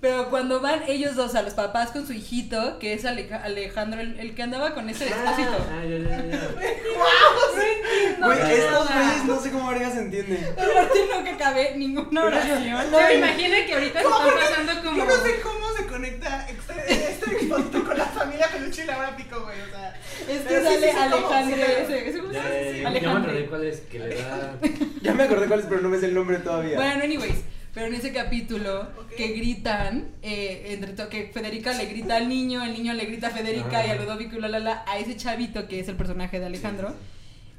[SPEAKER 2] Pero cuando van ellos dos, a los papás con su hijito, que es Aleja- Alejandro, el, el que andaba con ese despósito.
[SPEAKER 6] Ah, ya, ya, ya.
[SPEAKER 3] Güey,
[SPEAKER 6] no,
[SPEAKER 3] estos
[SPEAKER 4] no.
[SPEAKER 3] güeyes no sé cómo vergas entienden.
[SPEAKER 2] Aparte no que acabé ninguna oración.
[SPEAKER 4] Yo me imagino que ahorita se
[SPEAKER 5] ¿Cómo?
[SPEAKER 4] está pasando como.
[SPEAKER 5] Yo no sé cómo se conecta este, este exponente con la familia peluche y la hora pico, güey. O sea,
[SPEAKER 2] Es que
[SPEAKER 5] Pero sí,
[SPEAKER 2] sale
[SPEAKER 5] sí, sí, como-
[SPEAKER 2] Alejandro.
[SPEAKER 5] sí,
[SPEAKER 2] ese- ese- ¿cómo se
[SPEAKER 6] Ya,
[SPEAKER 2] llama?
[SPEAKER 6] ya, ya, ya me
[SPEAKER 2] Alejandro.
[SPEAKER 6] acordé cuál es que le da.
[SPEAKER 3] Ya me acordé cuál es, pero no me sé el nombre todavía.
[SPEAKER 2] Bueno, anyways, pero en ese capítulo
[SPEAKER 5] Ok.
[SPEAKER 2] que gritan, eh, entre to- que Federica le grita al niño, el niño le grita a Federica
[SPEAKER 6] Ah.
[SPEAKER 2] y a Ludovico y la, la, la, a ese chavito que es el personaje de Alejandro,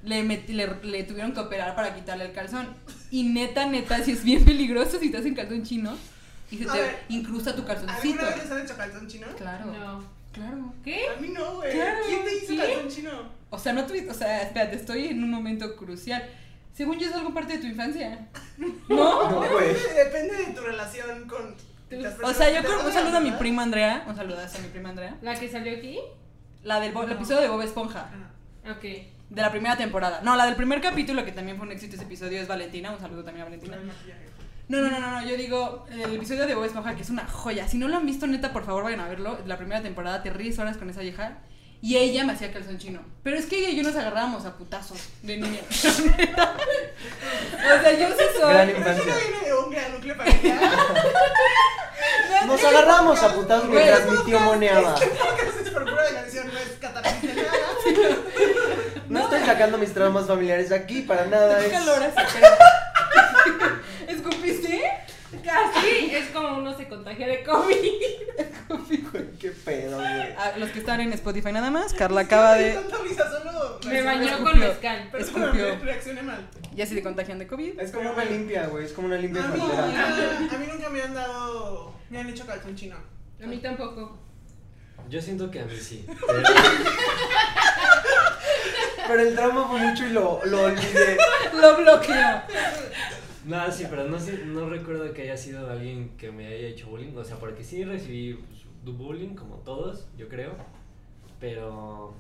[SPEAKER 2] le, met- le, le tuvieron que operar para quitarle el calzón. Y neta, neta, si es bien peligroso si te hacen calzón chino y se
[SPEAKER 5] A
[SPEAKER 2] te
[SPEAKER 5] ver.
[SPEAKER 2] incrusta tu calzoncito.
[SPEAKER 5] ¿Alguna vez les han hecho calzón chino?
[SPEAKER 2] Claro,
[SPEAKER 4] No.
[SPEAKER 2] claro.
[SPEAKER 4] ¿Qué?
[SPEAKER 5] A mí no, güey.
[SPEAKER 2] Claro,
[SPEAKER 5] ¿Quién te hizo
[SPEAKER 4] ¿sí?
[SPEAKER 5] calzón chino?
[SPEAKER 2] O sea, no tuviste, o sea, espérate, estoy en un momento crucial. Según yo es algo parte de tu infancia. ¿No? pues.
[SPEAKER 3] No, güey.
[SPEAKER 5] Depende, depende de tu relación con.
[SPEAKER 4] Tú-
[SPEAKER 5] las
[SPEAKER 2] O
[SPEAKER 5] personas
[SPEAKER 2] sea,
[SPEAKER 5] que
[SPEAKER 2] yo
[SPEAKER 5] te
[SPEAKER 2] creo, un
[SPEAKER 5] rodean,
[SPEAKER 2] saludo a mi
[SPEAKER 5] Pues ¿verdad?
[SPEAKER 2] prima Andrea, un saludazo a mi prima Andrea.
[SPEAKER 4] ¿La que salió aquí?
[SPEAKER 2] La del Bo- el
[SPEAKER 4] No.
[SPEAKER 2] episodio de Bob Esponja,
[SPEAKER 5] Ah,
[SPEAKER 4] Ok.
[SPEAKER 2] de la primera temporada. No, la del primer capítulo, que también fue un éxito ese episodio, es Valentina. Un saludo también a
[SPEAKER 5] no,
[SPEAKER 2] Valentina.
[SPEAKER 5] el maquillaje.
[SPEAKER 2] No, no, no, no, no, yo digo, el episodio de Bob Esponja, que es una joya. Si no lo han visto, neta, por favor, vayan a verlo. La primera temporada, te ríes horas con esa vieja. Y ella me hacía calzón chino. Pero es que ella y yo nos agarrábamos a putazos de niña. o sea, yo sí
[SPEAKER 3] Gran
[SPEAKER 2] soy.
[SPEAKER 5] Pero eso no
[SPEAKER 3] infancia.
[SPEAKER 5] viene de un gran núcleo familiar.
[SPEAKER 3] Nos agarramos a putazos
[SPEAKER 2] Güey,
[SPEAKER 3] mientras mi tío moneaba.
[SPEAKER 5] Porque es por pura canción, no es catapista nada.
[SPEAKER 3] No estoy sacando mis traumas familiares aquí para nada.
[SPEAKER 2] Qué
[SPEAKER 3] Es...
[SPEAKER 2] calor hace, pero- ¿Escupiste?
[SPEAKER 4] Casi es como uno se contagia de COVID.
[SPEAKER 3] Güey, Qué pedo, güey.
[SPEAKER 2] A los que están en Spotify nada más, Carla acaba
[SPEAKER 5] Sí,
[SPEAKER 2] de.
[SPEAKER 5] tanta risa, solo.
[SPEAKER 4] Me bañó
[SPEAKER 2] escupió.
[SPEAKER 4] con mezcal.
[SPEAKER 5] Pero
[SPEAKER 2] escupió.
[SPEAKER 5] reaccioné mal.
[SPEAKER 2] Ya se te contagian de COVID.
[SPEAKER 3] Es como una limpia, güey. Es como una limpia
[SPEAKER 5] A
[SPEAKER 2] Ah,
[SPEAKER 5] mí,
[SPEAKER 3] frontera.
[SPEAKER 5] nunca- a mí nunca me han dado. Me han hecho calzón chino.
[SPEAKER 4] A mí tampoco.
[SPEAKER 6] Yo siento que a mí sí. pero-
[SPEAKER 3] Pero el trauma fue mucho y lo, lo olvidé.
[SPEAKER 2] Lo bloqueó.
[SPEAKER 6] No, sí, pero no, sé- no recuerdo que haya sido alguien que me haya hecho bullying. O sea, porque sí recibí pues, bullying, como todos, yo creo. Pero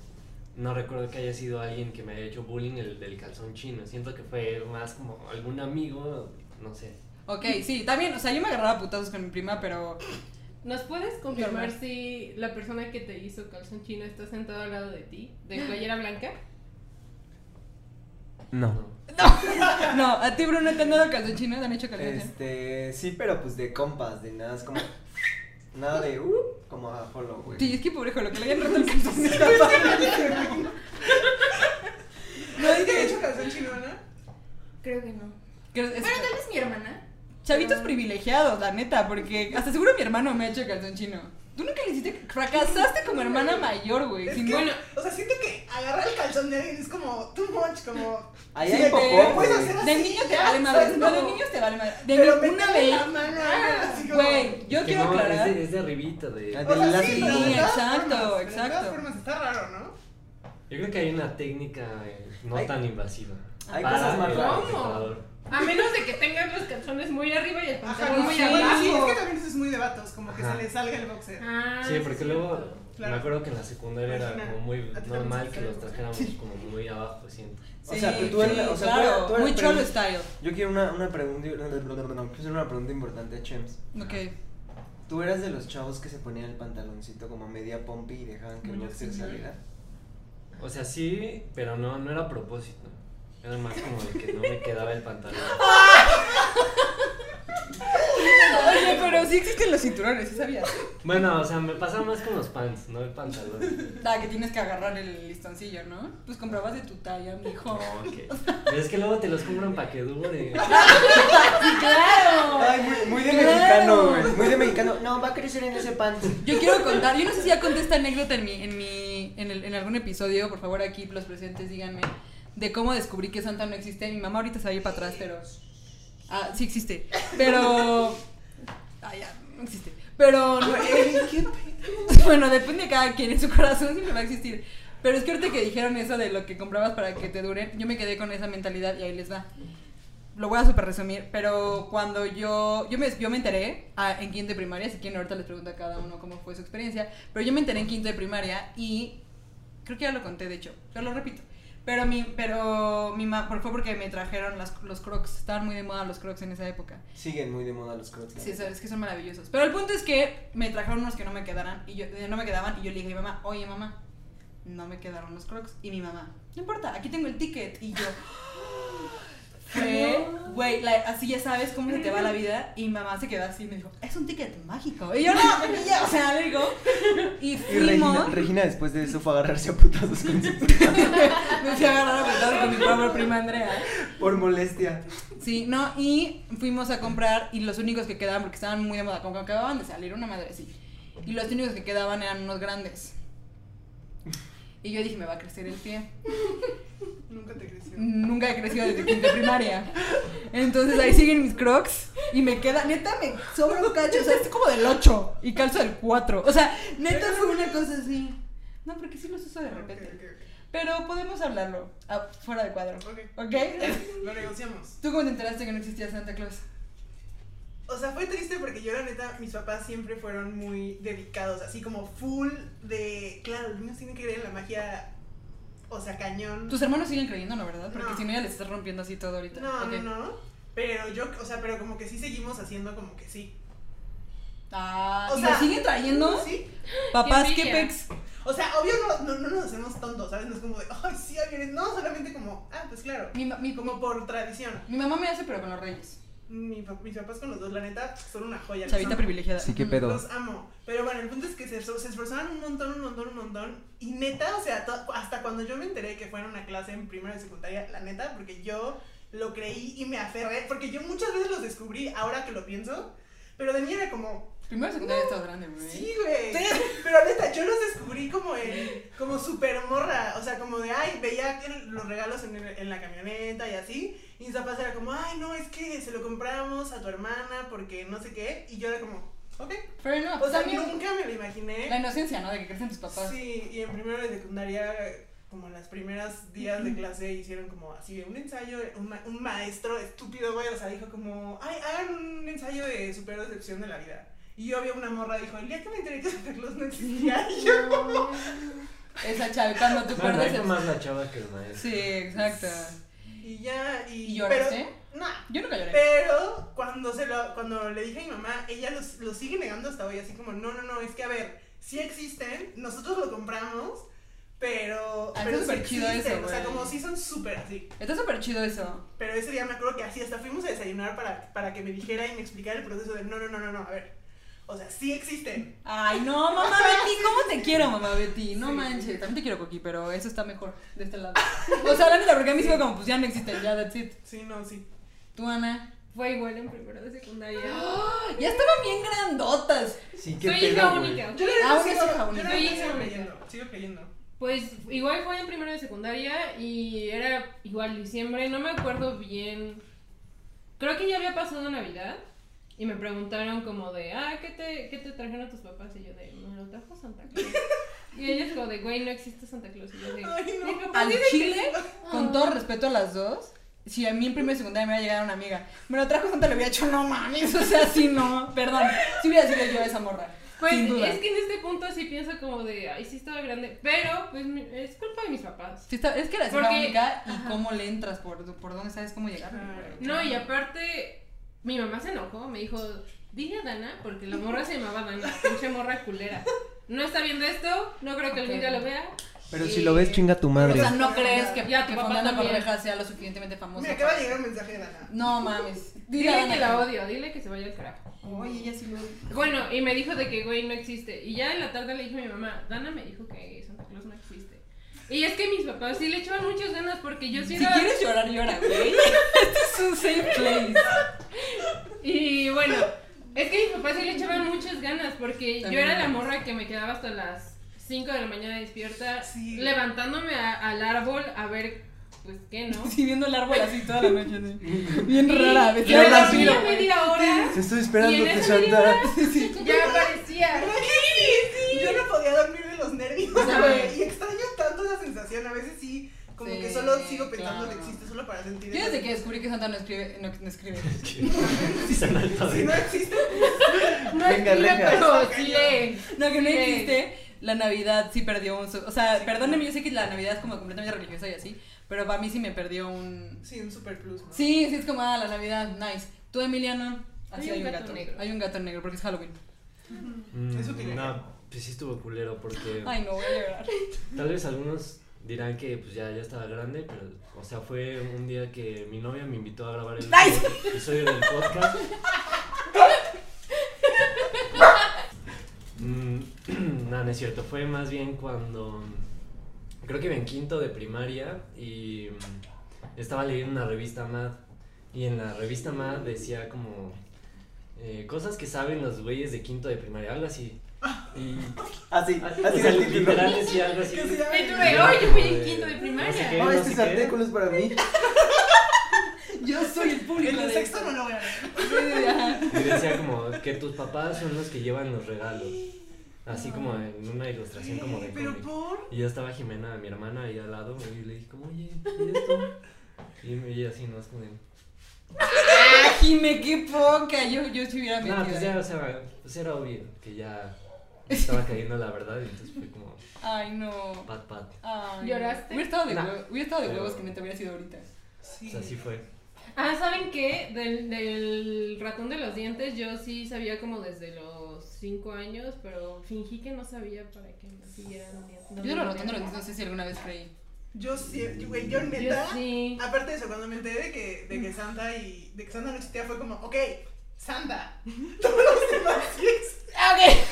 [SPEAKER 6] no recuerdo que haya sido alguien que me haya hecho bullying el del calzón chino. Siento que fue más como algún amigo, no sé.
[SPEAKER 2] Ok, sí, también, o sea, yo me agarraba a putazos con mi prima, pero
[SPEAKER 4] ¿Nos puedes confirmar
[SPEAKER 2] Normal.
[SPEAKER 4] si la persona que te hizo calzón chino está sentada al lado de ti? ¿De playera blanca?
[SPEAKER 3] No.
[SPEAKER 6] No.
[SPEAKER 2] no, a ti Bruno te han dado calzón chino, te han hecho calzón chino?
[SPEAKER 3] Este, sí, pero pues de compas, de nada. Es como. Nada de. Uh, como a Jolo, güey.
[SPEAKER 2] Sí, es que pobre lo que le hayan roto el calzón está padre.
[SPEAKER 5] ¿No te han hecho calzón chino, no?
[SPEAKER 8] Creo que no.
[SPEAKER 2] Creo- es-
[SPEAKER 8] Bueno, tal vez mi hermana.
[SPEAKER 2] Chavitos privilegiados, la neta, porque hasta seguro mi hermano me ha hecho calzón chino. Tú nunca le hiciste, fracasaste como hermana mayor, güey.
[SPEAKER 5] Es
[SPEAKER 2] sin-
[SPEAKER 5] que,
[SPEAKER 2] Bueno,
[SPEAKER 5] o sea, siento que agarrar el calzón de alguien es como too much, como.
[SPEAKER 3] Ahí
[SPEAKER 2] sí,
[SPEAKER 3] hay
[SPEAKER 2] pero
[SPEAKER 3] popó,
[SPEAKER 5] puedes
[SPEAKER 3] güey.
[SPEAKER 5] hacer-
[SPEAKER 2] de niño te
[SPEAKER 5] Ya,
[SPEAKER 2] vale madre,
[SPEAKER 5] ¿sabes?
[SPEAKER 2] no, de
[SPEAKER 5] No.
[SPEAKER 2] niños te vale madre. De
[SPEAKER 5] Pero
[SPEAKER 2] ni- una
[SPEAKER 5] métele
[SPEAKER 2] vez, Ah,
[SPEAKER 5] la mano, así como.
[SPEAKER 2] güey, yo
[SPEAKER 6] Es que
[SPEAKER 2] quiero
[SPEAKER 6] no,
[SPEAKER 2] aclarar.
[SPEAKER 6] Es de, es de arribita, de...
[SPEAKER 3] Ah,
[SPEAKER 5] O sea, sí,
[SPEAKER 3] Sí,
[SPEAKER 5] pero de todas
[SPEAKER 2] exacto,
[SPEAKER 5] formas, pero De
[SPEAKER 2] exacto.
[SPEAKER 5] todas formas, está raro, ¿no?
[SPEAKER 6] Yo creo que hay una técnica eh, no
[SPEAKER 3] Hay-
[SPEAKER 6] tan invasiva.
[SPEAKER 3] hay
[SPEAKER 6] para
[SPEAKER 3] cosas más
[SPEAKER 6] el
[SPEAKER 3] raras.
[SPEAKER 6] espectador.
[SPEAKER 4] A menos de que tengan los calzones muy arriba y el pantalón
[SPEAKER 5] Ajá,
[SPEAKER 4] muy
[SPEAKER 5] sí,
[SPEAKER 4] abajo.
[SPEAKER 5] sí, es que también eso es muy de vatos, como que se
[SPEAKER 6] Ajá.
[SPEAKER 5] le salga el boxer.
[SPEAKER 4] Ah,
[SPEAKER 6] Sí, porque luego
[SPEAKER 5] Claro.
[SPEAKER 6] me acuerdo que en la secundaria era
[SPEAKER 5] Imagina,
[SPEAKER 6] como muy
[SPEAKER 5] a ti también
[SPEAKER 6] normal
[SPEAKER 5] te
[SPEAKER 6] que
[SPEAKER 5] sale
[SPEAKER 6] los
[SPEAKER 5] boca.
[SPEAKER 6] trajéramos como muy abajo, siento.
[SPEAKER 3] O sea, tú
[SPEAKER 2] sí,
[SPEAKER 3] en la- o sea, tú-
[SPEAKER 2] claro,
[SPEAKER 3] tú en-
[SPEAKER 2] muy
[SPEAKER 3] pero-
[SPEAKER 2] cholo style.
[SPEAKER 3] Yo quiero una, una pregunta. Quiero hacer una pregunta importante a Chems.
[SPEAKER 2] Ok.
[SPEAKER 3] ¿Tú eras de los chavos que se ponían el pantaloncito como a media pompi y dejaban que el
[SPEAKER 4] Bueno,
[SPEAKER 3] boxer
[SPEAKER 4] sí.
[SPEAKER 3] saliera?
[SPEAKER 6] O sea, sí, pero no, no era a propósito. Era más como de que no me quedaba el pantalón.
[SPEAKER 2] Oye, pero sí existen los cinturones, ¿sí sabías?
[SPEAKER 6] Bueno, o sea, me pasa más con los pants, no el pantalón.
[SPEAKER 2] Da, Ah, que tienes que agarrar el listoncillo, ¿no? Pues comprabas de tu talla, mijo.
[SPEAKER 6] Ok. Pero es que luego te los compran para que dure.
[SPEAKER 2] ¡Claro!
[SPEAKER 3] Ay, muy, muy de
[SPEAKER 2] Claro.
[SPEAKER 3] mexicano, güey. Muy de mexicano. No, va a crecer en ese pan.
[SPEAKER 2] Yo quiero contar, yo no sé si ya conté esta anécdota en mi, en mi, en, el- en algún episodio, por favor aquí los presentes díganme, de cómo descubrí que Santa no existe. Mi mamá ahorita se va a ir para atrás, pero... Ah, sí existe. Pero... Ah, ya, no existe. Pero... no- bueno, depende de cada quien, en su corazón siempre va a existir. Pero es que ahorita que dijeron eso de lo que comprabas para que te dure, yo me quedé con esa mentalidad y ahí les va. Lo voy a super resumir, pero cuando yo, yo me, yo me enteré ah, en quinto de primaria, si quieren ahorita les pregunto a cada uno cómo fue su experiencia, pero yo me enteré en quinto de primaria y creo que ya lo conté de hecho, pero lo repito. Pero mi, pero mi ma, fue porque me trajeron las- los crocs, estaban muy de moda los crocs en esa época.
[SPEAKER 3] Siguen muy de moda los crocs. la
[SPEAKER 2] Sí,
[SPEAKER 3] neta.
[SPEAKER 2] sabes que son maravillosos. Pero el punto es que me trajeron unos que no me quedaran y yo eh, no me quedaban y yo le dije a mi mamá, "Oye, mamá, no me quedaron los Crocs." Y mi mamá, "No importa, aquí tengo el ticket." Y yo fue, güey, la- así ya sabes cómo se te va la vida y mi mamá se quedó así y me dijo, "Es un ticket mágico." Y yo, "No, niña", o sea, le digo, y
[SPEAKER 3] Y Regina,
[SPEAKER 2] fuimos
[SPEAKER 3] Regina después de eso fue a agarrarse a putazos con su prima
[SPEAKER 2] me fui a agarrar a putazos con mi pobre prima Andrea.
[SPEAKER 3] por molestia.
[SPEAKER 2] Sí, no, y fuimos a comprar y los únicos que quedaban, porque estaban muy de moda, como que acababan de salir, una madre así. Y los únicos que quedaban eran unos grandes. Y yo dije, me va a crecer el pie.
[SPEAKER 5] Nunca te creció.
[SPEAKER 2] Nunca he crecido desde quinta primaria. Entonces ahí siguen mis crocs y me queda, neta, me sobra un cacho, o sea, es como del 8 y calzo del 4. O sea, neta fue una cosa así. No, porque sí los uso de repente. Pero podemos hablarlo ah, fuera de cuadro.
[SPEAKER 5] Ok, ok, ok.
[SPEAKER 2] ¿Ok?
[SPEAKER 5] Lo negociamos.
[SPEAKER 2] ¿Tú cómo te enteraste que no existía Santa Claus?
[SPEAKER 5] O sea, fue triste porque yo, la neta, mis papás siempre fueron muy dedicados, así como full de. Claro, los niños tienen que creer en la magia. O sea, cañón.
[SPEAKER 2] Tus hermanos siguen creyendo, ¿no? ¿Verdad? Porque
[SPEAKER 5] No.
[SPEAKER 2] si no, ya les estás rompiendo así todo ahorita.
[SPEAKER 5] No,
[SPEAKER 2] Ok.
[SPEAKER 5] no, no. Pero yo, o sea, pero como que sí seguimos haciendo como que sí.
[SPEAKER 2] Ah,
[SPEAKER 5] O
[SPEAKER 2] ¿y
[SPEAKER 5] sea,
[SPEAKER 2] lo siguen trayendo?
[SPEAKER 5] Sí.
[SPEAKER 2] Papás,
[SPEAKER 4] Qué
[SPEAKER 2] qué
[SPEAKER 4] envidia.
[SPEAKER 2] pex.
[SPEAKER 5] O sea, obvio no, no, no nos hacemos tontos, ¿sabes? No es como de, ay, sí, hay bienes". No, solamente como, ah, pues claro.
[SPEAKER 2] Mi, ma- mi-
[SPEAKER 5] Como por tradición.
[SPEAKER 2] mi mamá me hace, pero con los reyes.
[SPEAKER 5] Mi pa- mis papás con los dos, la neta, son una joya. los
[SPEAKER 2] Chavita
[SPEAKER 5] amo.
[SPEAKER 2] privilegiada.
[SPEAKER 3] Sí, qué
[SPEAKER 2] Mm.
[SPEAKER 3] pedo.
[SPEAKER 5] Los amo. Pero bueno, el punto es que se, se esforzaban un montón, un montón, un montón. Y neta, o sea, to- hasta cuando yo me enteré que fue en una clase en primera y secundaria, la neta, porque yo lo creí y me aferré. Porque yo muchas veces los descubrí ahora que lo pienso. Pero de mí era como,
[SPEAKER 2] Primero secundaria estaba grande, güey.
[SPEAKER 5] sí, güey. Pero neta, yo los descubrí como en, como super morra. O sea, como de, ay, veía que los regalos en, el- en la camioneta y así. Y mis papás era como, ay, no, es que se lo compramos a tu hermana porque no sé qué. Y yo era como, ok.
[SPEAKER 2] Pero no, pues,
[SPEAKER 5] O sea,
[SPEAKER 2] también
[SPEAKER 5] nunca me lo
[SPEAKER 2] la
[SPEAKER 5] imaginé.
[SPEAKER 2] inocencia, ¿no? De que crecen tus papás.
[SPEAKER 5] Sí, y en primero de secundaria, como en las primeras días de clase, hicieron como así un ensayo, un, ma- un maestro estúpido, güey, o sea, dijo como, ay, hagan un ensayo de super decepción de la vida. Y yo había una morra, dijo, el día que me enteré que Santa Claus no existía, y yo como...
[SPEAKER 2] Esa chavi, cuando tú
[SPEAKER 6] Bueno, ahí
[SPEAKER 2] pierdes
[SPEAKER 6] fue
[SPEAKER 2] el...
[SPEAKER 6] más la chava que el maestro.
[SPEAKER 2] Sí, exacto.
[SPEAKER 5] Y ya, y...
[SPEAKER 2] ¿Y lloraste?
[SPEAKER 5] Pero, nah,
[SPEAKER 2] Yo nunca lloré.
[SPEAKER 5] Pero cuando se lo, cuando le dije a mi mamá, ella los- lo sigue negando hasta hoy, así como, no, no, no, es que a ver, sí existen, nosotros lo compramos, pero,
[SPEAKER 2] Ah,
[SPEAKER 5] pero
[SPEAKER 2] está súper chido eso,
[SPEAKER 5] o sea,
[SPEAKER 2] güey.
[SPEAKER 5] como sí son súper así.
[SPEAKER 2] Está súper chido eso.
[SPEAKER 5] Pero ese día me acuerdo que así hasta fuimos a desayunar para, para que me dijera y me explicara el proceso de no, no, no, no, no, a ver. O sea, sí existen.
[SPEAKER 2] Ay, no, mamá Betty, ¿cómo te quiero, mamá Betty? No
[SPEAKER 5] Sí.
[SPEAKER 2] manches, también te quiero, Coqui, pero eso está mejor de este lado. O sea, la neta, porque a mí sí fue como, pues ya no existen, ya, that's it.
[SPEAKER 5] Sí, no, sí.
[SPEAKER 2] Tú, Ana.
[SPEAKER 4] Fue igual en primero de secundaria.
[SPEAKER 2] Ya estaban bien grandotas.
[SPEAKER 3] Sí, qué
[SPEAKER 4] Soy
[SPEAKER 3] pedo,
[SPEAKER 4] hija
[SPEAKER 3] güey.
[SPEAKER 4] única.
[SPEAKER 5] Yo le
[SPEAKER 2] Ah,
[SPEAKER 5] sigo,
[SPEAKER 2] una hija
[SPEAKER 5] yo
[SPEAKER 2] única.
[SPEAKER 5] la
[SPEAKER 4] Soy
[SPEAKER 5] neta
[SPEAKER 4] hija
[SPEAKER 5] sigo
[SPEAKER 4] única.
[SPEAKER 5] creyendo, sigo creyendo.
[SPEAKER 4] Pues igual fue en primero de secundaria y era igual diciembre, no me acuerdo bien. Creo que ya había pasado Navidad y me preguntaron como de, ah, ¿qué te, qué te trajeron tus papás? Y yo de, me lo trajo Santa Claus. y ellos como de, güey, no existe Santa Claus. Y yo de,
[SPEAKER 5] Ay, no.
[SPEAKER 4] "Mi papá
[SPEAKER 2] Al
[SPEAKER 4] dice que
[SPEAKER 2] chile,
[SPEAKER 4] Ah.
[SPEAKER 2] con todo respeto a las dos, si a mí en primera y secundaria me hubiera llegado una amiga, me lo trajo Santa, le hubiera hecho, no mames, o sea, sí, no, perdón. Si hubiera sido yo esa morra.
[SPEAKER 4] Pues
[SPEAKER 2] sin duda.
[SPEAKER 4] es que en este punto sí pienso como de, ay, sí estaba grande, pero pues mi- es culpa de mis papás.
[SPEAKER 2] Sí está- es que eras
[SPEAKER 4] Porque-
[SPEAKER 2] hija única y
[SPEAKER 4] ajá.
[SPEAKER 2] cómo le entras, por, por dónde sabes cómo llegar.
[SPEAKER 5] Claro.
[SPEAKER 4] No, y aparte, mi mamá se enojó, me dijo, dile a Dana, porque la morra se llamaba Dana, pinche morra culera. No está viendo esto, no creo que algún
[SPEAKER 2] Ok.
[SPEAKER 4] día lo vea.
[SPEAKER 3] Pero si lo ves, chinga tu
[SPEAKER 2] O
[SPEAKER 3] madre.
[SPEAKER 2] sea, ¿no crees que,
[SPEAKER 4] Y a tu
[SPEAKER 2] que
[SPEAKER 4] papá
[SPEAKER 2] Fernando
[SPEAKER 4] también.
[SPEAKER 2] Correja sea lo suficientemente famoso?
[SPEAKER 5] Mira, acaba de llegar un mensaje de Dana.
[SPEAKER 2] No mames. Dile a
[SPEAKER 4] Dile
[SPEAKER 2] Dana
[SPEAKER 4] que la odio, dile que se vaya al carajo.
[SPEAKER 2] Oye, ella sí lo
[SPEAKER 4] Bueno, y me dijo de que güey no existe. Y ya en la tarde le dije a mi mamá, Dana me dijo que Santa Claus no existe. Y es que mis papás sí le echaban muchas ganas porque yo sí
[SPEAKER 2] Si
[SPEAKER 4] era-
[SPEAKER 2] quieres llorar, llora, güey. Este es un safe place.
[SPEAKER 4] Y bueno, es que mis papás sí le echaban muchas ganas porque yo
[SPEAKER 2] También
[SPEAKER 4] era la
[SPEAKER 2] ganas.
[SPEAKER 4] morra que me quedaba hasta las 5 de la mañana despierta,
[SPEAKER 5] Sí.
[SPEAKER 4] levantándome a- al árbol a ver, pues qué, ¿no?
[SPEAKER 2] Sí, viendo el árbol así toda la noche. así. Bien
[SPEAKER 4] Y-
[SPEAKER 2] rara.
[SPEAKER 4] y
[SPEAKER 2] vestida
[SPEAKER 4] yo
[SPEAKER 2] de
[SPEAKER 4] la vi
[SPEAKER 2] vampiro,
[SPEAKER 4] a
[SPEAKER 2] güey.
[SPEAKER 4] media hora,
[SPEAKER 3] Te estoy
[SPEAKER 4] Y
[SPEAKER 3] esperando
[SPEAKER 4] en
[SPEAKER 3] que
[SPEAKER 4] esa
[SPEAKER 3] Santa.
[SPEAKER 4] ya aparecía.
[SPEAKER 5] Yo no podía dormir de los nervios,
[SPEAKER 4] No.
[SPEAKER 5] güey. Y extraño tanto esa sensación. A veces sí, como
[SPEAKER 2] Sí,
[SPEAKER 5] que solo sigo pensando
[SPEAKER 2] claro.
[SPEAKER 5] que existe, solo para sentir.
[SPEAKER 2] Yo
[SPEAKER 5] esa
[SPEAKER 2] desde que descubrí que Santa no escribe, no, no escribe.
[SPEAKER 6] San
[SPEAKER 5] Si no
[SPEAKER 6] Alfabeta.
[SPEAKER 5] existe,
[SPEAKER 4] No
[SPEAKER 3] Venga,
[SPEAKER 4] escribe,
[SPEAKER 3] Reja.
[SPEAKER 4] pero sí lee.
[SPEAKER 2] No, que no
[SPEAKER 4] Sí.
[SPEAKER 2] existe. La Navidad sí perdió un... su- O sea, perdónenme, yo sé que la Navidad es como completamente religiosa y así, pero para mí sí me perdió un...
[SPEAKER 5] sí, un super plus. ¿no?
[SPEAKER 2] Sí, sí, es como, ah, la Navidad, nice. Tú, Emiliano, así
[SPEAKER 4] Hay un
[SPEAKER 2] hay un
[SPEAKER 4] gato
[SPEAKER 2] gato.
[SPEAKER 4] negro.
[SPEAKER 2] Hay un gato negro porque es Halloween.
[SPEAKER 6] Mm,
[SPEAKER 5] Eso tiene.
[SPEAKER 6] No, pues sí estuvo culero porque
[SPEAKER 2] Ay, no, voy a llorar.
[SPEAKER 6] tal vez algunos dirán que pues ya, ya estaba grande, pero o sea, fue un día que mi novia me invitó a grabar el episodio del podcast. Mm, no, no es cierto, fue más bien cuando creo que iba en quinto de primaria y mm, estaba leyendo una revista Mad y en la revista Mad decía como eh, cosas que saben los güeyes de quinto de primaria, algo así. Y
[SPEAKER 3] Así,
[SPEAKER 6] o
[SPEAKER 3] así
[SPEAKER 6] sea,
[SPEAKER 3] es el título. Ah,
[SPEAKER 6] literal decía algo así.
[SPEAKER 5] Que se llama-
[SPEAKER 4] Me tuve hoy, yo fui en quinto de
[SPEAKER 6] No sé
[SPEAKER 4] primaria.
[SPEAKER 6] qué.
[SPEAKER 3] Ah, este
[SPEAKER 6] sé qué.
[SPEAKER 3] sartén es para mí.
[SPEAKER 2] Yo soy el público.
[SPEAKER 5] En el
[SPEAKER 2] de
[SPEAKER 5] sexto
[SPEAKER 2] esto.
[SPEAKER 5] no lo voy a ver.
[SPEAKER 2] Sí, ajá.
[SPEAKER 6] Y decía como que tus papás son los que llevan los regalos. Así como en una ilustración como de
[SPEAKER 5] Pero
[SPEAKER 6] cómic.
[SPEAKER 5] por.
[SPEAKER 6] Y ya estaba Jimena, mi hermana, ahí al lado. Y le dije como, oye, ¿y esto? Y me veía así, no es como... de,
[SPEAKER 2] Ah, Jime, qué poca. Yo, yo estuviera
[SPEAKER 6] No,
[SPEAKER 2] metida.
[SPEAKER 6] pues ya, o sea, pues era obvio que ya estaba cayendo la verdad. Y entonces fue como,
[SPEAKER 2] Ay, no.
[SPEAKER 6] pat, pat.
[SPEAKER 2] Ay, no.
[SPEAKER 4] ¿Lloraste?
[SPEAKER 2] Hubiera estado de,
[SPEAKER 6] No.
[SPEAKER 2] huevo- hubiera estado de
[SPEAKER 6] Pero-
[SPEAKER 2] huevos que neta hubiera sido ahorita.
[SPEAKER 6] O sea, así fue.
[SPEAKER 4] Ah, ¿saben qué? Del, del ratón de los dientes yo sí sabía como desde los 5 años, pero fingí que no sabía para que me siguieran
[SPEAKER 2] Yo de los ratones los no sé si alguna vez creí.
[SPEAKER 5] Yo sí, güey, yo
[SPEAKER 4] Yo
[SPEAKER 5] neta.
[SPEAKER 4] sí.
[SPEAKER 5] Aparte de eso, cuando me enteré de que, de que Santa y. de que Santa no existía, fue como, ok, Santa. Todos los demás sí existían.
[SPEAKER 2] Ok.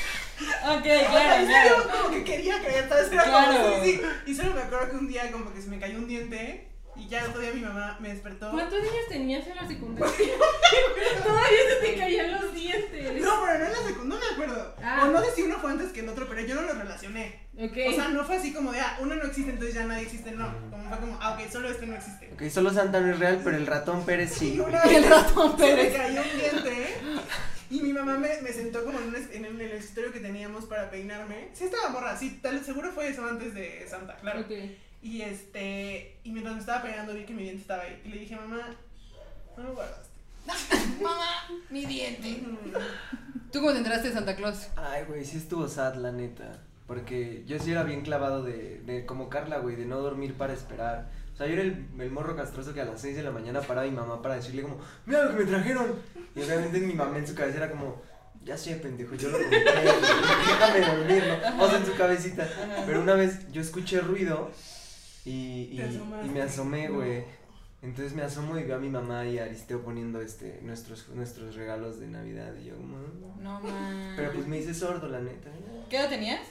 [SPEAKER 2] Ok,
[SPEAKER 5] O sea,
[SPEAKER 2] claro,
[SPEAKER 5] en
[SPEAKER 2] claro.
[SPEAKER 5] serio, como que quería creer, ¿sabes? Era
[SPEAKER 2] Claro.
[SPEAKER 5] como, sí, sí. Y solo me acuerdo que un día, como que se me cayó un diente. Y ya otro día mi mamá me despertó.
[SPEAKER 4] ¿Cuántos niños tenías en la secundaria? Todavía se te caían los dientes.
[SPEAKER 5] No, pero no en la secundaria, no me acuerdo.
[SPEAKER 4] Ah.
[SPEAKER 5] O no sé si uno fue antes que el otro, pero yo no lo relacioné.
[SPEAKER 4] Ok.
[SPEAKER 5] O sea, no fue así como de, ah, uno no existe, entonces ya nadie existe, no.
[SPEAKER 6] Mm.
[SPEAKER 5] Como fue como, ah, ok, solo este no existe.
[SPEAKER 3] Ok, solo Santa no es real, pero el ratón Pérez sí.
[SPEAKER 5] Y una
[SPEAKER 2] El
[SPEAKER 5] vez
[SPEAKER 2] ratón
[SPEAKER 5] se me
[SPEAKER 2] Pérez.
[SPEAKER 5] cayó un diente y mi mamá me, me sentó como en, un es- en el- en el escritorio que teníamos para peinarme. Sí, estaba morra, sí, tal, seguro fue eso antes de Santa, claro.
[SPEAKER 4] Ok.
[SPEAKER 5] Y este, y mientras me estaba peinando vi que mi diente estaba ahí. Y le dije, mamá, no lo guardaste. Mm.
[SPEAKER 8] Mamá, mi diente.
[SPEAKER 2] ¿Tú cómo te enteraste de Santa Claus?
[SPEAKER 3] Ay, güey, sí estuvo sad, la neta. Porque yo sí era bien clavado de, de como Carla, güey, de no dormir para esperar. O sea, yo era el, el morro castroso que a las 6 de la mañana paraba a mi mamá para decirle como, mira lo que me trajeron. Y obviamente mi mamá en su cabeza era como, ya sé, pendejo, yo lo compré, güey, déjame dormirlo. O sea, en su cabecita. Pero una vez yo escuché ruido y, y-
[SPEAKER 5] Te asomaste.
[SPEAKER 3] y me asomé, güey. Entonces me asomo y veo a mi mamá y a Aristeo poniendo este, nuestros, nuestros regalos de Navidad. Y yo como... "Ah".
[SPEAKER 2] No mames.
[SPEAKER 3] Pero pues me hice sordo, la neta. ¿eh?
[SPEAKER 2] ¿Qué edad tenías?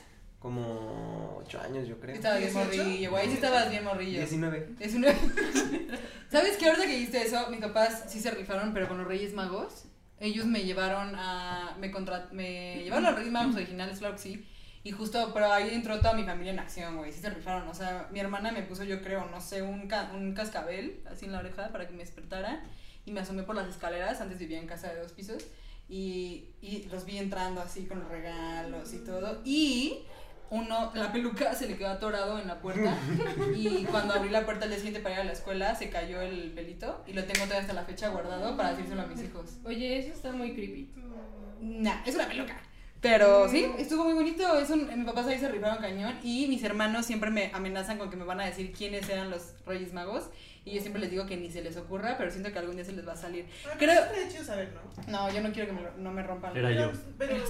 [SPEAKER 3] Como 8 años, yo creo.
[SPEAKER 2] Estabas bien
[SPEAKER 5] 18.
[SPEAKER 2] morrillo, güey. Ahí sí estabas bien morrillo.
[SPEAKER 3] 19.
[SPEAKER 2] Es una... ¿Sabes qué? Ahorita que dijiste eso, mis papás sí se rifaron, pero con los Reyes Magos. Ellos me llevaron a... Me, contra... me llevaron a los Reyes Magos originales, claro que sí. Y justo, pero ahí entró toda mi familia en acción, güey. Sí se rifaron. O sea, mi hermana me puso, yo creo, no sé, un, ca- un cascabel así en la oreja para que me despertara. Y me asomé por las escaleras. Antes vivía en casa de dos pisos. Y, y los vi entrando así con los regalos y todo. Y uno, la peluca se le quedó atorado en la puerta. Y cuando abrí la puerta al día siguiente para ir a la escuela, se cayó el pelito y lo tengo todavía hasta la fecha guardado para decírselo a mis hijos.
[SPEAKER 4] Oye, eso está muy creepy.
[SPEAKER 2] Nah, es una peluca. Mm. Pero sí, estuvo muy bonito. Es un, mis papás ahí se rifaron cañón y mis hermanos siempre me amenazan con que me van a decir quiénes eran los Reyes Magos. Y yo siempre les digo que ni se les ocurra, pero siento que algún día se les va a salir. Creo-
[SPEAKER 5] Creo. Estaría chido saber, ¿no?
[SPEAKER 2] No, yo no quiero que me, lo- no me rompan.
[SPEAKER 6] Era yo.
[SPEAKER 5] Pero,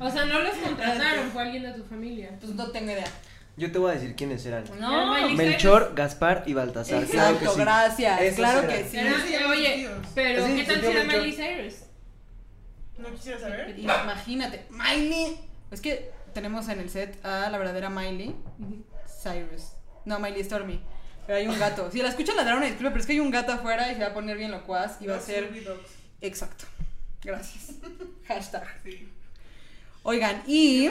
[SPEAKER 4] O sea, no los contrataron, fue alguien de tu familia.
[SPEAKER 2] Pues no tengo idea.
[SPEAKER 3] Yo te voy a decir quiénes eran.
[SPEAKER 2] No,
[SPEAKER 4] Miley Cyrus.
[SPEAKER 3] Melchor, Gaspar y Baltasar. claro que
[SPEAKER 2] exacto,
[SPEAKER 3] sí.
[SPEAKER 2] gracias.
[SPEAKER 3] Esos
[SPEAKER 2] claro
[SPEAKER 3] eran.
[SPEAKER 2] que sí.
[SPEAKER 4] Era-
[SPEAKER 5] sí, eran
[SPEAKER 4] oye,
[SPEAKER 5] vestidos.
[SPEAKER 4] pero
[SPEAKER 3] Sí,
[SPEAKER 4] ¿qué tal
[SPEAKER 3] sí,
[SPEAKER 4] si
[SPEAKER 3] yo
[SPEAKER 4] era
[SPEAKER 3] me- yo-
[SPEAKER 4] Miley Cyrus?
[SPEAKER 5] ¿No quisiera saber?
[SPEAKER 2] Imagínate, Miley. Es que tenemos en el set a la verdadera Miley Cyrus. No, Miley Stormy. Pero hay un gato. Si la escuchan ladrar, una disculpa, pero es que hay un gato afuera y se va a poner bien locuaz y va a
[SPEAKER 5] Los
[SPEAKER 2] ser.
[SPEAKER 5] Survey Dogs,
[SPEAKER 2] Exacto. Gracias. Hashtag.
[SPEAKER 5] Sí.
[SPEAKER 2] Oigan, y.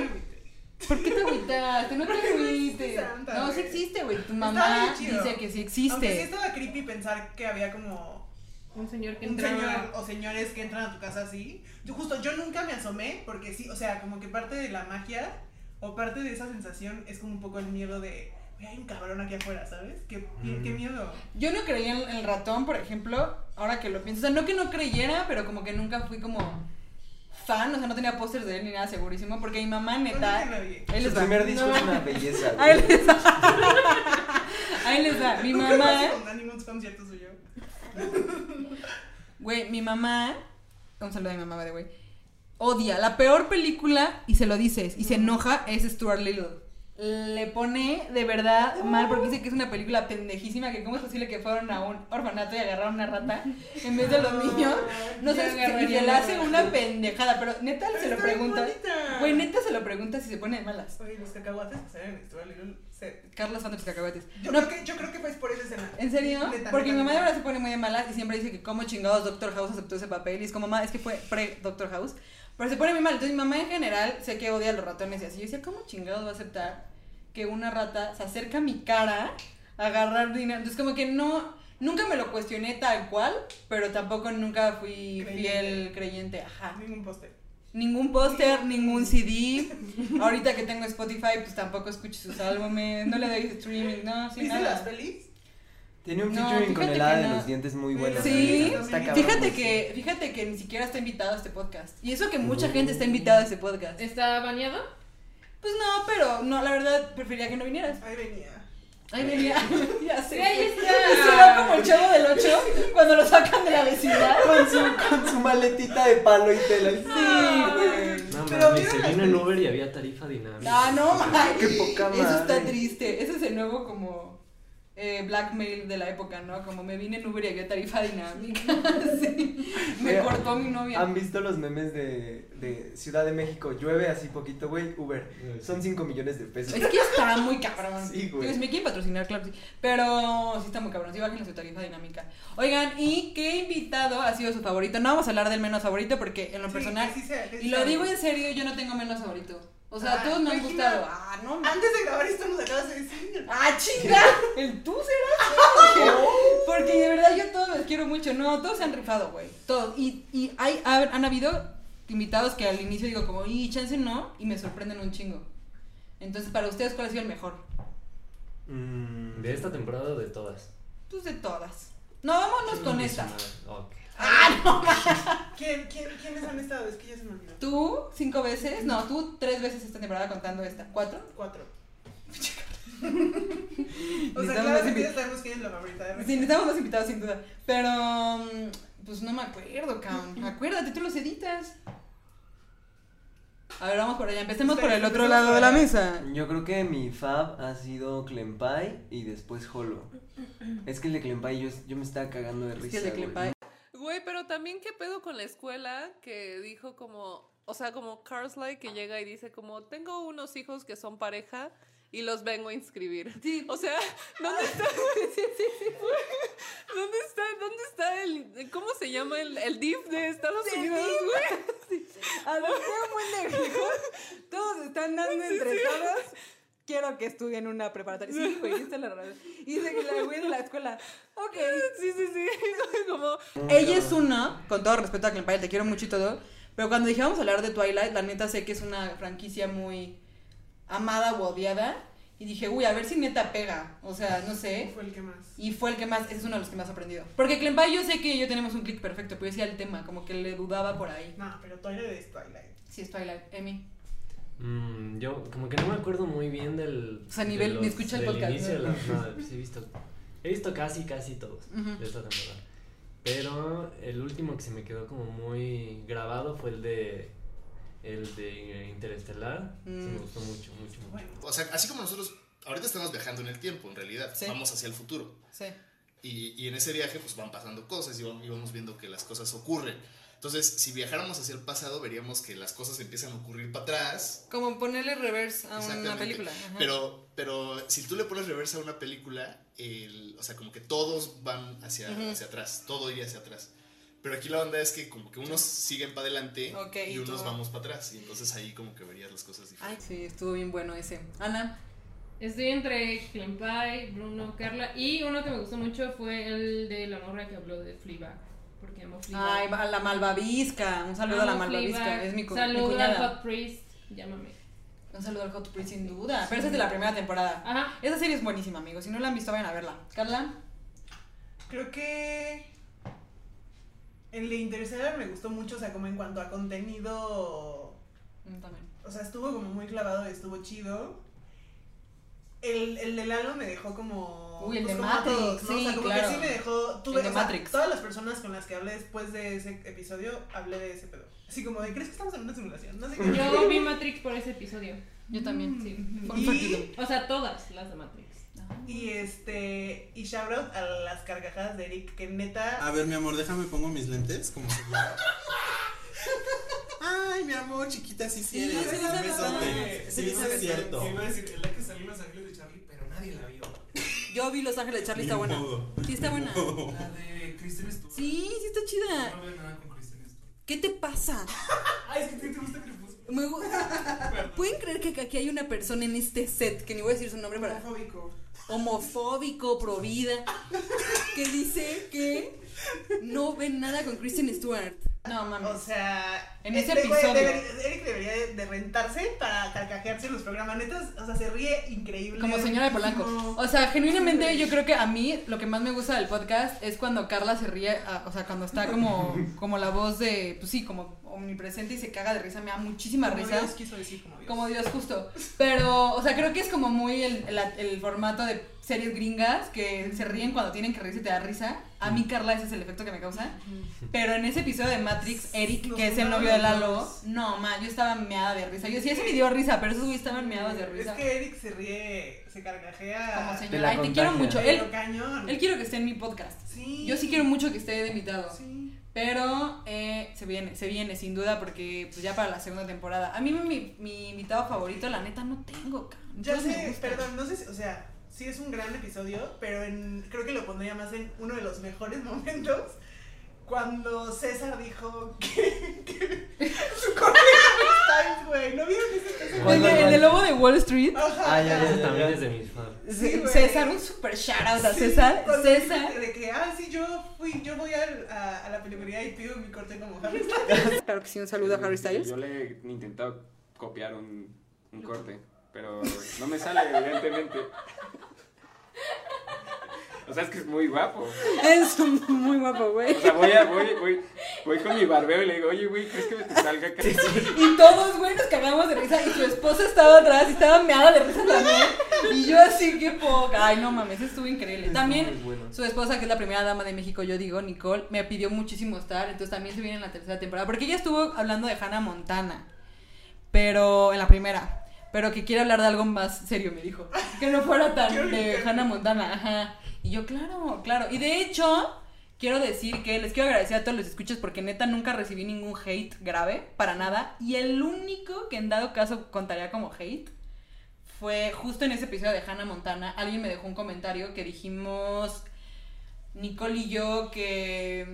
[SPEAKER 2] ¿Por qué te agüitaste? No te agüites.
[SPEAKER 5] Santa,
[SPEAKER 2] No, sí
[SPEAKER 5] güey.
[SPEAKER 2] existe, güey. Tu
[SPEAKER 5] Estaba
[SPEAKER 2] mamá
[SPEAKER 5] bien chido.
[SPEAKER 2] dice que sí
[SPEAKER 5] Aunque sí
[SPEAKER 2] existe.
[SPEAKER 5] estaba creepy pensar que había como
[SPEAKER 4] Un señor que
[SPEAKER 5] un
[SPEAKER 4] entraba.
[SPEAKER 5] señor o señores que entran a tu casa así. Yo justo yo nunca me asomé porque sí, o sea, como que parte de la magia o parte de esa sensación es como un poco el miedo de, "Güey, hay un cabrón aquí afuera, ¿sabes? Qué, qué- qué miedo.
[SPEAKER 2] Yo no creía en el ratón, por ejemplo, ahora que lo pienso. O sea, no que no creyera, pero como que nunca fui como fan. O sea, no tenía pósters de él ni nada segurísimo. Porque mi mamá,
[SPEAKER 5] No
[SPEAKER 2] neta.
[SPEAKER 5] dije nadie.
[SPEAKER 2] Ahí
[SPEAKER 3] Su
[SPEAKER 2] les va.
[SPEAKER 3] primer disco
[SPEAKER 2] No.
[SPEAKER 3] es una belleza. güey.
[SPEAKER 2] Ahí les va. Ahí les va. Mi
[SPEAKER 5] Nunca
[SPEAKER 2] mamá.
[SPEAKER 5] pasé con ningún concierto suyo.
[SPEAKER 2] Güey, mi mamá. Un saludo a mi mamá, de güey. Odia. La peor película, y se lo dices, y se enoja, es Stuart Little. Le pone de verdad mal porque dice que es una película pendejísima. Que cómo es posible que fueron a un orfanato y agarraron una rata en vez de los niños. No
[SPEAKER 4] ya
[SPEAKER 2] sé, y
[SPEAKER 4] agarraría
[SPEAKER 2] le
[SPEAKER 4] una
[SPEAKER 2] hace
[SPEAKER 4] rata.
[SPEAKER 2] una pendejada. Pero neta se lo
[SPEAKER 5] Está bien
[SPEAKER 2] pregunta.
[SPEAKER 5] bonita.
[SPEAKER 2] Güey, neta se lo pregunta si se pone de malas.
[SPEAKER 5] Oye, los cacahuates que salen en Stuart Little se-
[SPEAKER 2] Carlos fan de los cacahuetes.
[SPEAKER 5] Yo,
[SPEAKER 2] No,
[SPEAKER 5] creo que, yo creo que fue por esa escena.
[SPEAKER 2] ¿En serio?
[SPEAKER 5] Neta,
[SPEAKER 2] Porque mi
[SPEAKER 5] neta,
[SPEAKER 2] mamá de
[SPEAKER 5] neta.
[SPEAKER 2] verdad se pone muy de malas y siempre dice que cómo chingados Doctor House aceptó ese papel. Y es como, mamá, es que fue pre-Doctor House. Pero se pone muy mal. Entonces mi mamá en general sé que odia a los ratones y así. Yo decía, ¿cómo chingados va a aceptar que una rata se acerca a mi cara a agarrar dinero? Entonces como que no, nunca me lo cuestioné tal cual, pero tampoco nunca fui
[SPEAKER 5] Creyente.
[SPEAKER 2] fiel creyente. Ajá.
[SPEAKER 5] Ah, Ningún póster.
[SPEAKER 2] Ningún póster, ningún CD. Ahorita que tengo Spotify, pues tampoco escucho sus álbumes. No le doy streaming, no, sin
[SPEAKER 5] ¿Viste
[SPEAKER 2] nada.
[SPEAKER 5] las pelis?
[SPEAKER 3] Tiene un
[SPEAKER 2] No,
[SPEAKER 3] featuring con
[SPEAKER 2] fíjate
[SPEAKER 3] el hada
[SPEAKER 2] que
[SPEAKER 3] de
[SPEAKER 2] no.
[SPEAKER 3] los dientes muy bueno.
[SPEAKER 2] Sí,
[SPEAKER 3] la neta. Está cabrón,
[SPEAKER 2] Fíjate
[SPEAKER 3] güey.
[SPEAKER 2] que, fíjate que ni siquiera está invitado a este podcast. Y eso que mucha gente está invitada a este podcast.
[SPEAKER 4] ¿Está bañado?
[SPEAKER 2] Pues no, pero no, la verdad preferiría que no vinieras.
[SPEAKER 5] Ahí venía.
[SPEAKER 2] Ay, venía. ya sé.
[SPEAKER 4] Ahí está.
[SPEAKER 2] Será como el chavo del 8 cuando lo sacan de la vecindad.
[SPEAKER 3] Con su, con su maletita de palo y tela.
[SPEAKER 2] Sí, güey.
[SPEAKER 6] No
[SPEAKER 5] Pero
[SPEAKER 6] mames, se
[SPEAKER 5] vieron
[SPEAKER 6] vino
[SPEAKER 5] las
[SPEAKER 6] en Uber y había tarifa dinámica.
[SPEAKER 2] Ah, no, man.
[SPEAKER 3] Qué poca madre.
[SPEAKER 2] Eso está triste. Ese es el nuevo como eh, blackmail de la época, ¿no? Como me vine en Uber y había tarifa dinámica. sí. Me
[SPEAKER 3] Mira,
[SPEAKER 2] cortó mi novia.
[SPEAKER 3] ¿Han visto los memes de, de Ciudad de México? Llueve así poquito, güey. Uber. Son 5 millones de pesos.
[SPEAKER 2] Es que está muy cabrón.
[SPEAKER 3] Sí, güey.
[SPEAKER 2] Digo, si me quieren patrocinar, claro, que sí. Pero sí está muy cabrón. Sí, bajen su tarifa dinámica. Oigan, ¿y qué invitado ha sido su favorito? No vamos a hablar del menos favorito porque en lo
[SPEAKER 5] Sí,
[SPEAKER 2] personal.
[SPEAKER 5] que sí sea, que sí
[SPEAKER 2] y lo
[SPEAKER 5] sea.
[SPEAKER 2] digo en serio, yo no tengo menos favorito. O sea,
[SPEAKER 5] Ah,
[SPEAKER 2] todos me han
[SPEAKER 5] imagina.
[SPEAKER 2] gustado. Ah, no mames.
[SPEAKER 5] Antes de grabar esto nos acabas de decir.
[SPEAKER 2] ¡Ah, chinga! El tú será. Porque de verdad yo a todos los quiero mucho. No, todos se han rifado, güey. Todos. Y, y hay, ha- han habido invitados que al inicio digo como, y chance no, y me sorprenden un chingo. Entonces, para ustedes, ¿cuál ha sido el mejor?
[SPEAKER 3] Mm,
[SPEAKER 6] De esta temporada o de todas.
[SPEAKER 2] Pues de todas. No, vámonos con esta.
[SPEAKER 6] Ok.
[SPEAKER 5] ¿Quién, quién, ¿Quiénes han estado? Es que ya se me olvidó.
[SPEAKER 2] Tú cinco veces, no, tú tres veces esta temporada contando esta. ¿Cuatro?
[SPEAKER 5] Cuatro. o sea,
[SPEAKER 2] Necesitamos
[SPEAKER 5] claro
[SPEAKER 2] más
[SPEAKER 5] que
[SPEAKER 2] invitados.
[SPEAKER 5] ya sabemos quién es la favorita de
[SPEAKER 2] Sí,
[SPEAKER 5] Rebeca.
[SPEAKER 2] necesitamos más invitados sin duda. Pero, mm, pues no me acuerdo, cabrón. Acuérdate, tú los editas. A ver, vamos por allá. Empecemos por el otro lado de la mesa.
[SPEAKER 3] Yo creo que mi fab ha sido Clempai y después Holo. Es que el de Clempai yo, yo me estaba cagando de
[SPEAKER 2] Es que
[SPEAKER 3] risa.
[SPEAKER 2] el de
[SPEAKER 3] güey.
[SPEAKER 2] Clempai.
[SPEAKER 9] Güey, pero también qué pedo con la escuela que dijo como, o sea, como Carsley que llega y dice como, tengo unos hijos que son pareja y los vengo a inscribir. O sea, ¿dónde está? Sí, sí, sí. ¿Dónde está? ¿Dónde está el cómo se llama el, el DIF de Estados Unidos, güey?
[SPEAKER 2] Todos están dando entre todos. Quiero que estudien una preparatoria. Sí, güey, esta es la verdad. Y dice que la güey de la escuela. Ok.
[SPEAKER 9] Sí, sí, sí. Como
[SPEAKER 2] Ella es una, con todo respeto a Clempai, te quiero mucho y todo, pero cuando dije vamos a hablar de Twilight, la neta sé que es una franquicia muy amada o odiada, y dije, uy, a ver si neta pega, o sea, no sé,
[SPEAKER 5] Fue el que más.
[SPEAKER 2] y fue el que más, ese es uno de los que más aprendido. Porque Clempai yo sé que yo tenemos un clic perfecto, pero yo decía el tema, como que le dudaba por ahí.
[SPEAKER 5] No, pero Twilight es Twilight.
[SPEAKER 2] Sí, es Twilight, Emi.
[SPEAKER 6] Mm, yo como que no me acuerdo muy bien del.
[SPEAKER 2] O sea, ni
[SPEAKER 6] de
[SPEAKER 2] ve- ni escucha el
[SPEAKER 6] del
[SPEAKER 2] podcast.
[SPEAKER 6] inicio de la- no, pues he visto. He visto casi, casi todos
[SPEAKER 2] Ujú.
[SPEAKER 10] Eh.
[SPEAKER 6] de esta temporada. Pero el último que se me quedó como muy grabado fue el de. El de Interestelar. Sí, me
[SPEAKER 2] Mm.
[SPEAKER 6] gustó mucho, mucho, mucho.
[SPEAKER 5] Bueno.
[SPEAKER 10] O sea, así como nosotros ahorita estamos viajando en el tiempo, en realidad.
[SPEAKER 2] Sí.
[SPEAKER 10] Vamos hacia el futuro.
[SPEAKER 2] Sí.
[SPEAKER 10] Y, y en ese viaje pues van pasando cosas y vamos, y vamos viendo que las cosas ocurren. Entonces, si viajáramos hacia el pasado, veríamos que las cosas empiezan a ocurrir para atrás.
[SPEAKER 2] Como ponerle reverse a una
[SPEAKER 10] Exactamente.
[SPEAKER 2] película. ajá.
[SPEAKER 10] Pero, pero si tú le pones reversa a una película, el- o sea, como que todos van hacia,
[SPEAKER 2] Ujú.
[SPEAKER 10] hacia atrás, todo iría hacia atrás. Pero aquí la onda es que como que unos siguen para adelante
[SPEAKER 2] Ok, y
[SPEAKER 10] y unos
[SPEAKER 2] tú-
[SPEAKER 10] vamos para atrás. Y entonces ahí como que verías las cosas
[SPEAKER 2] Ay,
[SPEAKER 10] diferentes.
[SPEAKER 2] sí, estuvo bien bueno ese. Ana.
[SPEAKER 4] Estoy entre Clempai, Bruno, Carla y uno que me gustó mucho fue el de la morra que habló de Fleabag, porque amo Fleabag.
[SPEAKER 2] Ay, a la malvavisca. Un saludo a la
[SPEAKER 4] Amo
[SPEAKER 2] malvavisca.
[SPEAKER 4] Fleabag.
[SPEAKER 2] Es mi, cu- mi
[SPEAKER 4] Saludo al
[SPEAKER 2] cuñada.
[SPEAKER 4] Hot Priest, llámame.
[SPEAKER 2] Un saludo al Hot Priest, sin duda. Pero esa es de la primera temporada.
[SPEAKER 4] Ajá.
[SPEAKER 2] Esa serie es buenísima, amigos. Si no la han visto, vayan a verla. Carla.
[SPEAKER 5] Creo que el de Interstellar me gustó mucho, o sea, como en cuanto a contenido,
[SPEAKER 2] Mm, También.
[SPEAKER 5] o sea, estuvo como muy clavado y estuvo chido. El, el de Lalo me dejó como... pues,
[SPEAKER 2] Uy, el de
[SPEAKER 5] como a
[SPEAKER 2] Matrix,
[SPEAKER 5] ¿no? O
[SPEAKER 2] sí,
[SPEAKER 5] sea, como
[SPEAKER 2] claro.
[SPEAKER 5] que sí me dejó... Tuve,
[SPEAKER 2] El de
[SPEAKER 5] o sea,
[SPEAKER 2] Matrix.
[SPEAKER 5] todas las personas con las que hablé después de ese episodio, hablé de ese pedo. Así como de, ¿crees que estamos en una simulación? No sé qué.
[SPEAKER 4] Yo vi Matrix por ese episodio.
[SPEAKER 2] Yo también.
[SPEAKER 4] Sí.
[SPEAKER 2] Fun
[SPEAKER 5] Y,
[SPEAKER 4] O sea, todas las de Matrix.
[SPEAKER 5] y este... Y shout out a las carcajadas de Eric, que neta...
[SPEAKER 11] A ver, mi amor, déjame pongo mis lentes. Como que- Ay, mi amor, chiquita, si sí eres.
[SPEAKER 5] sí, sí,
[SPEAKER 11] Un besote.
[SPEAKER 5] sí,
[SPEAKER 11] Sí, no es cierto.
[SPEAKER 3] Iba a decir, es la que salió en Los Ángeles de Charlie, pero nadie la vio.
[SPEAKER 2] Yo vi Los Ángeles de Charlie, está
[SPEAKER 11] Ni
[SPEAKER 2] buena.
[SPEAKER 11] modo.
[SPEAKER 2] Sí, está buena.
[SPEAKER 3] La de Kristen Stewart.
[SPEAKER 2] Sí, sí está chida.
[SPEAKER 3] No veo nada con Kristen Stewart.
[SPEAKER 2] ¿Qué te pasa?
[SPEAKER 3] Ay, es que a ti te gusta Crepúsculo.
[SPEAKER 2] Me gu- ¿Pueden creer que aquí hay una persona en este set, que ni voy a decir su nombre para...
[SPEAKER 5] Homofóbico.
[SPEAKER 2] homofóbico, pro vida, que dice que no ven nada con Kristen Stewart. No
[SPEAKER 5] O sea,
[SPEAKER 2] En ese
[SPEAKER 5] güey
[SPEAKER 2] episodio.
[SPEAKER 5] debería- Eric debería de, de rentarse para carcajearse en los programas netas. O sea, se ríe increíble.
[SPEAKER 2] Como señora de Polanco. O sea, genuinamente yo creo que a mí lo que más me gusta del podcast es cuando Carla se ríe, a- o sea, cuando está como, como la voz de, pues sí, como omnipresente y se caga de risa, me da muchísima
[SPEAKER 5] Como
[SPEAKER 2] risa.
[SPEAKER 5] Dios quiso decir como Dios.
[SPEAKER 2] Como Dios justo. Pero, o sea, creo que es como muy el, el- el formato de series gringas que se ríen cuando tienen que reírse y te da risa. A mí, Carla, ese es el efecto que me causa. Pero en ese episodio de Matrix, Eric,
[SPEAKER 5] Nos
[SPEAKER 2] que es el
[SPEAKER 5] burlamos
[SPEAKER 2] novio de
[SPEAKER 5] los
[SPEAKER 2] Lalo,
[SPEAKER 5] dos.
[SPEAKER 2] no, ma, yo estaba meada de risa. Yo sí, ese me dio risa, pero esos güeyes estaban meados de
[SPEAKER 5] Es
[SPEAKER 2] risa.
[SPEAKER 5] que Eric se ríe, se carcajea.
[SPEAKER 2] Como
[SPEAKER 3] Te
[SPEAKER 2] señora,
[SPEAKER 3] la
[SPEAKER 2] ay, te quiero mucho.
[SPEAKER 3] contagia.
[SPEAKER 2] Él,
[SPEAKER 5] pero cañón.
[SPEAKER 2] él quiero que esté en mi podcast.
[SPEAKER 5] Sí.
[SPEAKER 2] Yo sí quiero mucho que esté de invitado.
[SPEAKER 5] Sí.
[SPEAKER 2] Pero eh, se viene, se viene, sin duda, porque pues, ya para la segunda temporada. A mí mi, mi invitado favorito, la neta, no tengo, cabrón.
[SPEAKER 5] Ya
[SPEAKER 2] Todos me
[SPEAKER 5] sé,
[SPEAKER 2] gustan.
[SPEAKER 5] perdón, no sé si, o sea, sí es un gran episodio, pero en, creo que lo pondría más en uno de los mejores momentos. Cuando César dijo que, que su colega no está, güey. ¿No vieron ese ese-
[SPEAKER 2] El, de- el de Lobo de Wall Street.
[SPEAKER 5] Ajá.
[SPEAKER 3] Ah, ya, ya,
[SPEAKER 6] Ese
[SPEAKER 3] ya,
[SPEAKER 6] también
[SPEAKER 3] ya.
[SPEAKER 6] es de mis fans.
[SPEAKER 5] Sí, güey.
[SPEAKER 2] César, un super shout out a
[SPEAKER 5] Sí,
[SPEAKER 2] César.
[SPEAKER 5] cuando
[SPEAKER 2] César.
[SPEAKER 5] dijiste De que, ah, sí, yo fui, yo voy al- a, a la peluquería y pido mi corte como Harry Styles.
[SPEAKER 2] Claro que sí, un saludo a Harry Styles.
[SPEAKER 12] Yo le he intentado copiar un, un corte, pero no me sale, evidentemente. O sea, es que es muy guapo.
[SPEAKER 2] Es muy guapo, güey.
[SPEAKER 12] O sea, voy, a, voy, voy, voy con mi barbero y le digo, oye, güey, ¿crees que me te salga acá?
[SPEAKER 2] Y todos, güey, nos cagamos de risa. Y tu esposa estaba atrás y estaba meada de risa también. Y yo así, que poca. Ay, no mames, estuvo increíble. También
[SPEAKER 3] Muy bueno.
[SPEAKER 2] su esposa, que es la primera dama de México, yo digo, Nicole, me pidió muchísimo estar. Entonces también se viene en la tercera temporada. Porque ella estuvo hablando de Hannah Montana. Pero en la primera. Pero que quiere hablar de algo más serio, me dijo. Que no fuera tan de Hannah Montana. Ajá. Y yo, claro, claro. Y de hecho, quiero decir que les quiero agradecer a todos los escuchas porque neta nunca recibí ningún hate grave, para nada. Y el único que en dado caso contaría como hate fue justo en ese episodio de Hannah Montana. Alguien me dejó un comentario que dijimos, Nicole y yo, que...